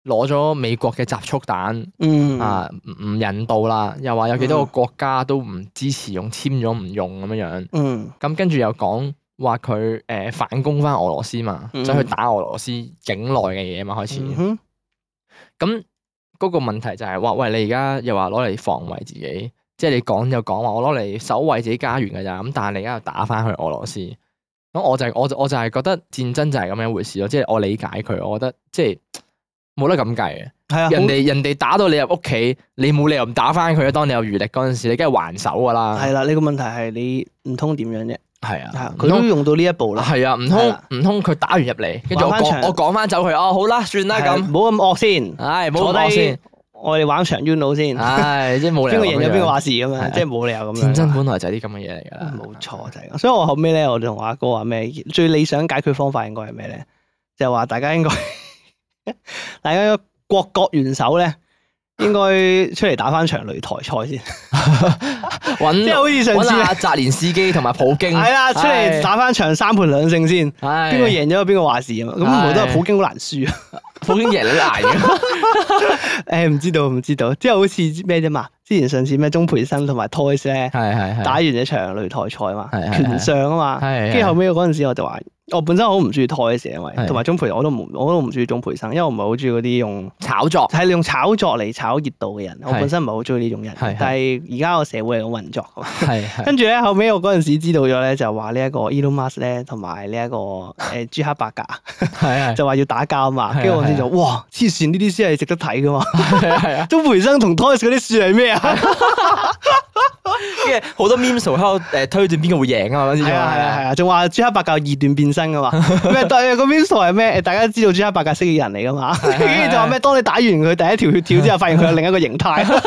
Speaker 1: 攞咗美國嘅集束彈。
Speaker 2: 嗯，
Speaker 1: 啊唔唔人道啦，又話有幾多個國家都唔支持用簽咗唔用咁樣樣，
Speaker 2: 嗯，
Speaker 1: 咁跟住又講話佢誒反攻翻俄羅斯嘛，
Speaker 2: 嗯
Speaker 1: 走去打俄羅斯境內嘅嘢嘛開始，
Speaker 2: 嗯
Speaker 1: 咁
Speaker 2: 哼，
Speaker 1: 嗰、個問題就係、話喂你而家又話攞嚟防衞自己，即係你講就講話我攞嚟守衞自己家園㗎咋，咁但係你而家又打翻去俄羅斯，咁我就係、我就我就係覺得戰爭就係咁樣一回事咯，即係我理解佢，我覺得即係冇得咁計嘅。
Speaker 2: 係啊，
Speaker 1: 人哋人哋打到你入屋企，你冇理由唔打翻佢啊！當你有餘力嗰陣時，你梗係還手噶啦。
Speaker 2: 好係啦，你個問題係你唔通點樣啫？
Speaker 1: 係
Speaker 2: 係啊
Speaker 1: 唔
Speaker 2: 佢都
Speaker 1: 通
Speaker 2: 用到呢一步啦，
Speaker 1: 係啊，唔
Speaker 2: 係
Speaker 1: 通
Speaker 2: 啦
Speaker 1: 唔通佢打完入嚟，跟住我
Speaker 2: 玩返場
Speaker 1: 講我講翻走佢哦，好啦，算啦
Speaker 2: 係啊
Speaker 1: 咁
Speaker 2: 唔，好咁惡先，
Speaker 1: 唉，冇
Speaker 2: 坐
Speaker 1: 講
Speaker 2: 低
Speaker 1: 先，
Speaker 2: 我哋玩長冤佬先，邊
Speaker 1: 唉，即係冇理
Speaker 2: 個
Speaker 1: 由咁
Speaker 2: 贏咗邊個
Speaker 1: 樣。
Speaker 2: 話事咁
Speaker 1: 係啊
Speaker 2: 樣，即係冇理由咁樣
Speaker 1: 戰
Speaker 2: 啊。
Speaker 1: 爭本來就係啲咁嘅嘢嚟㗎啦，
Speaker 2: 冇錯就係咁，所以我後尾咧，我哋同我阿哥話咩？最理想解決方法應該係咩咧？就係話大家應該， 大家應該各國元首咧，應 該出嚟打翻場擂台賽先，即係
Speaker 1: 揾
Speaker 2: 嗯好似上次
Speaker 1: 揾
Speaker 2: 呢
Speaker 1: 阿澤連斯基同埋普京，
Speaker 2: 係啦，出嚟打翻場三盤兩勝先，
Speaker 1: 唉，
Speaker 2: 邊個贏咗邊個話事啊嘛。咁唔
Speaker 1: 唉
Speaker 2: 係都係普京好難輸 啊？
Speaker 1: 普京贏你難嘅，
Speaker 2: 誒唔知道唔知道，即係好似咩啫嘛？之前上次咩鍾培生同埋 Toys 咧。
Speaker 1: 係係係
Speaker 2: 打完一場擂台賽嘛，
Speaker 1: 係係係
Speaker 2: 拳上啊嘛，
Speaker 1: 係係
Speaker 2: 跟住後尾嗰陣時我就話，我本身好唔中意台嘅因為
Speaker 1: 係
Speaker 2: 同埋鍾培我都唔我都唔中意鍾培生，因為我唔係好中意嗰啲用
Speaker 1: 炒作
Speaker 2: 係用炒作嚟炒熱度嘅人，我
Speaker 1: 係
Speaker 2: 本身唔係好中意呢種人
Speaker 1: 係係，
Speaker 2: 但係而家個社會係咁運作㗎嘛。
Speaker 1: 係係
Speaker 2: 跟住咧，後尾我嗰陣時知道咗咧，就話呢一個 Elon Musk 咧，同埋呢一個 誒朱克伯格
Speaker 1: 係係
Speaker 2: 就話要打交啊嘛，
Speaker 1: 係啊
Speaker 2: 跟住我先就哇黐線，呢啲先係值得睇噶嘛。
Speaker 1: 係啊！
Speaker 2: 鍾培生同 Toys 嗰啲算係咩啊？
Speaker 1: 跟住好多 meme 喺度誒推斷邊個會贏啊嘛，先
Speaker 2: 係啊係啊係啊，仲話朱克伯格有二段變身 噶嘛？咩？對個 Vinso 係咩？誒大家知道朱克伯格蜥蜴人嚟噶嘛？
Speaker 1: 係係
Speaker 2: 跟住就話咩？當你打完佢第 一條血條之後，發現佢有另一個形態。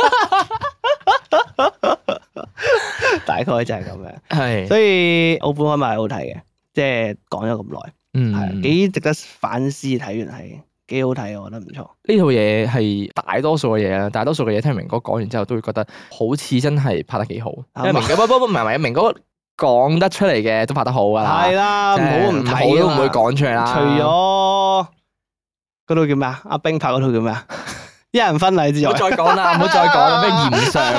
Speaker 2: 大概就係咁樣。
Speaker 1: 係，
Speaker 2: 所以奧本海默係好睇嘅，即係講咗咁耐，係
Speaker 1: 嗯，
Speaker 2: 幾值得反思。睇完係幾好睇，我覺得唔錯。
Speaker 1: 呢套嘢係大多數嘅嘢啦，大多數嘅嘢聽明哥講完之後都會覺得好似真係拍得幾好，
Speaker 2: 啊
Speaker 1: 因為明哥不不不唔係唔係明哥講得出嚟嘅都拍得好㗎啦，
Speaker 2: 係啦，唔
Speaker 1: 啊即
Speaker 2: 好
Speaker 1: 係好
Speaker 2: 唔睇
Speaker 1: 都唔會
Speaker 2: 會講。
Speaker 1: 講出嚟啦。
Speaker 2: 除咗嗰套叫咩啊？阿冰拍嗰套叫咩啊？ 一人婚禮之
Speaker 1: 唔好，
Speaker 2: 外
Speaker 1: 再講 啦，唔好再講啦，咩炎上嘅，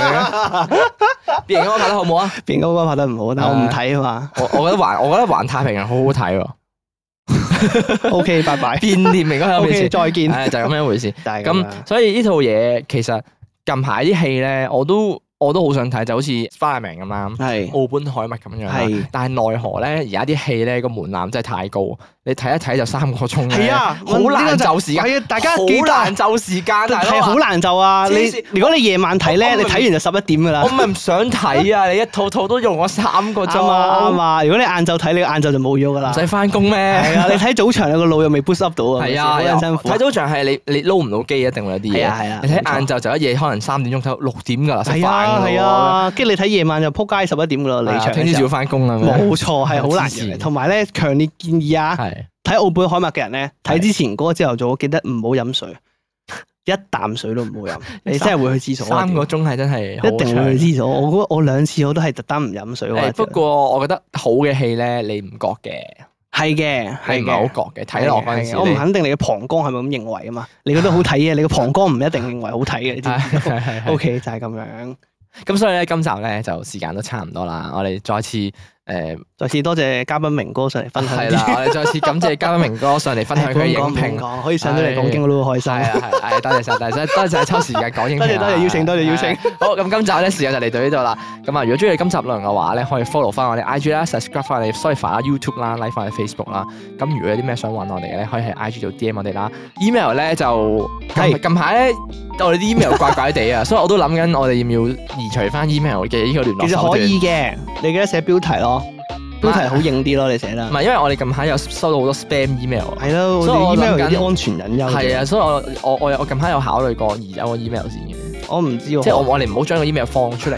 Speaker 1: 變形哥拍得好唔好啊？
Speaker 2: 變哥哥拍得唔好，但我唔睇啊嘛。
Speaker 1: 我我覺得還我覺得還太平洋好好睇喎，
Speaker 2: OK，拜拜。
Speaker 1: 變臉明哥喺我面 前，
Speaker 2: OK，再見。
Speaker 1: 唉就係咁樣一回事。
Speaker 2: 就係咁啊啦
Speaker 1: 咁。所以呢套嘢其實近排啲戲咧，我都我都好想睇，就好似 Spiderman 咁啦，
Speaker 2: 係
Speaker 1: 奧本海默咁樣啦。
Speaker 2: 嗯係
Speaker 1: 但係奈何咧，而家啲戲咧個門檻真係太高，你睇一睇就三個鐘
Speaker 2: 係
Speaker 1: 咧，
Speaker 2: 啊，
Speaker 1: 好難就時間，
Speaker 2: 係啊，大家
Speaker 1: 好
Speaker 2: 記得啊
Speaker 1: 難就時間，大佬
Speaker 2: 係
Speaker 1: 啊
Speaker 2: 好難就啊！
Speaker 1: 黐
Speaker 2: 你
Speaker 1: 線
Speaker 2: 如果你夜晚睇
Speaker 1: 我
Speaker 2: 咧，
Speaker 1: 我
Speaker 2: 你睇完就十一點㗎啦
Speaker 1: 我。咪唔想睇啊！你一套套都用我三個
Speaker 2: 啱啊
Speaker 1: 鐘
Speaker 2: 啱，啊！如果你晏晝睇，你晏晝就冇咗㗎啦
Speaker 1: 唔。使翻工咩？
Speaker 2: 係啊，你睇早場，你個腦又未 boost up 到啊，
Speaker 1: 係
Speaker 2: 好
Speaker 1: 啊，
Speaker 2: 撚辛苦啊。
Speaker 1: 睇早場係你你撈唔到機，一定會有啲
Speaker 2: 係
Speaker 1: 嘢
Speaker 2: 啊。係啊，
Speaker 1: 你睇
Speaker 2: 冇錯
Speaker 1: 晏晝就一夜，可能三點鐘睇到六點㗎啦，食飯
Speaker 2: 係啊
Speaker 1: 㗎
Speaker 2: 係
Speaker 1: 啦
Speaker 2: 啊，跟住你睇夜晚就撲街十一點㗎啦，離場
Speaker 1: 啊聽
Speaker 2: 嘅
Speaker 1: 朝
Speaker 2: 時
Speaker 1: 早
Speaker 2: 候。
Speaker 1: 翻工啦，咁樣
Speaker 2: 冇錯，係好
Speaker 1: 黐
Speaker 2: 難
Speaker 1: 線
Speaker 2: 嘅。同埋咧，強烈建議啊，
Speaker 1: 係
Speaker 2: 睇澳本海默嘅人咧，
Speaker 1: 係
Speaker 2: 睇之前嗰個朝頭早，記得唔好飲水， 一啖水都唔好飲， 你真係會去廁所啊。
Speaker 1: 三個鐘係真係好
Speaker 2: 一定會
Speaker 1: 長
Speaker 2: 去廁所。我估我兩次我都係特登唔飲水嗰
Speaker 1: 誒
Speaker 2: 日。
Speaker 1: 不過我覺得好嘅戲咧，你唔覺嘅，
Speaker 2: 係嘅，係
Speaker 1: 你唔係
Speaker 2: 嘅。
Speaker 1: 好覺嘅。睇落嗰陣時
Speaker 2: 係嘅我唔
Speaker 1: 你，
Speaker 2: 肯定你嘅膀胱係咪咁認為啊嘛？你覺得好睇嘅，你嘅膀胱唔一定認為好睇嘅，你知唔
Speaker 1: 係
Speaker 2: 知
Speaker 1: 係係係
Speaker 2: ？O K 就係咁樣。
Speaker 1: 咁所以咧，今集咧就時間都差唔多啦。我哋再次誒
Speaker 2: 再次多謝嘉賓明哥上嚟分享
Speaker 1: 係
Speaker 2: 啲
Speaker 1: 啦，我哋再次感謝嘉賓明哥上嚟分 享佢嘅
Speaker 2: 唉
Speaker 1: 影
Speaker 2: 講講
Speaker 1: 評
Speaker 2: 唔。講可以上到嚟講經，我都好開
Speaker 1: 係
Speaker 2: 心。
Speaker 1: 啊係啊，係多謝晒，多謝多謝抽時間講影評啊
Speaker 2: 多謝多謝邀請多謝邀請
Speaker 1: 係啊好，咁今集咧時間就嚟到呢度啦。咁啊，如果中意今集內容嘅話咧，可以 follow 翻我哋 IG 啦，subscribe 翻我哋 Spotify 啦、YouTube 啦、like 翻我哋 Facebook 啦。咁如果有啲咩想揾我哋嘅咧，可以喺 IG 度 DM 我哋啦。email 咧就
Speaker 2: 係
Speaker 1: 近近排咧，我哋啲 email 怪怪地啊，所以我都諗緊我哋要唔要移除翻 email 嘅呢個聯絡
Speaker 2: 其
Speaker 1: 手
Speaker 2: 實
Speaker 1: 段
Speaker 2: 可。以嘅，你記得寫標題咯，標題好應啲咯，你寫
Speaker 1: 唔
Speaker 2: 啦。
Speaker 1: 係，因為我哋近排有收到好多 spam email 啊。
Speaker 2: 係咯，我
Speaker 1: 所以
Speaker 2: 哋
Speaker 1: 我諗
Speaker 2: email 有
Speaker 1: 緊
Speaker 2: 啲安全隱憂。
Speaker 1: 係啊，，所以我我我我近排有考慮過移走個 email 先嘅。
Speaker 2: 我唔知喎，
Speaker 1: 即係我我哋唔好將個 email 放出嚟，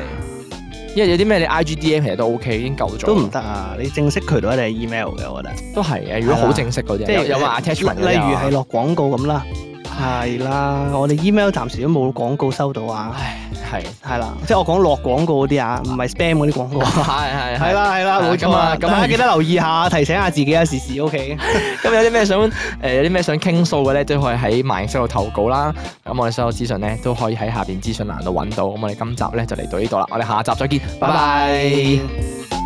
Speaker 1: 因為有啲咩你 IG DM 其實都 OK，已經夠咗。
Speaker 2: 都唔得啊！你正式渠道一定係 email 嘅，我覺得。
Speaker 1: 都係嘅。如果好正式嗰啲，啊
Speaker 2: 即
Speaker 1: 有
Speaker 2: 係
Speaker 1: 有話 attachment
Speaker 2: 例例如係落廣告咁啦，係啦，我哋 email 暫時都冇廣告收到啊。
Speaker 1: 係
Speaker 2: 係啦，即係我講落廣告嗰啲啊，唔係 spam 嗰啲廣告啊。
Speaker 1: 係係
Speaker 2: 係。啦係啦，冇
Speaker 1: 咁
Speaker 2: 錯啊！
Speaker 1: 啊咁啊
Speaker 2: 大家記得留意下，提醒下自己啊，時時 OK。
Speaker 1: 咁有啲咩想誒有啲咩想傾訴嘅咧，都可以喺萬應室度投稿啦。咁我哋所有資訊咧都可以喺下邊資訊欄度揾到。咁我哋今集咧就嚟到呢度啦，我哋下集再見，拜拜。
Speaker 2: 拜。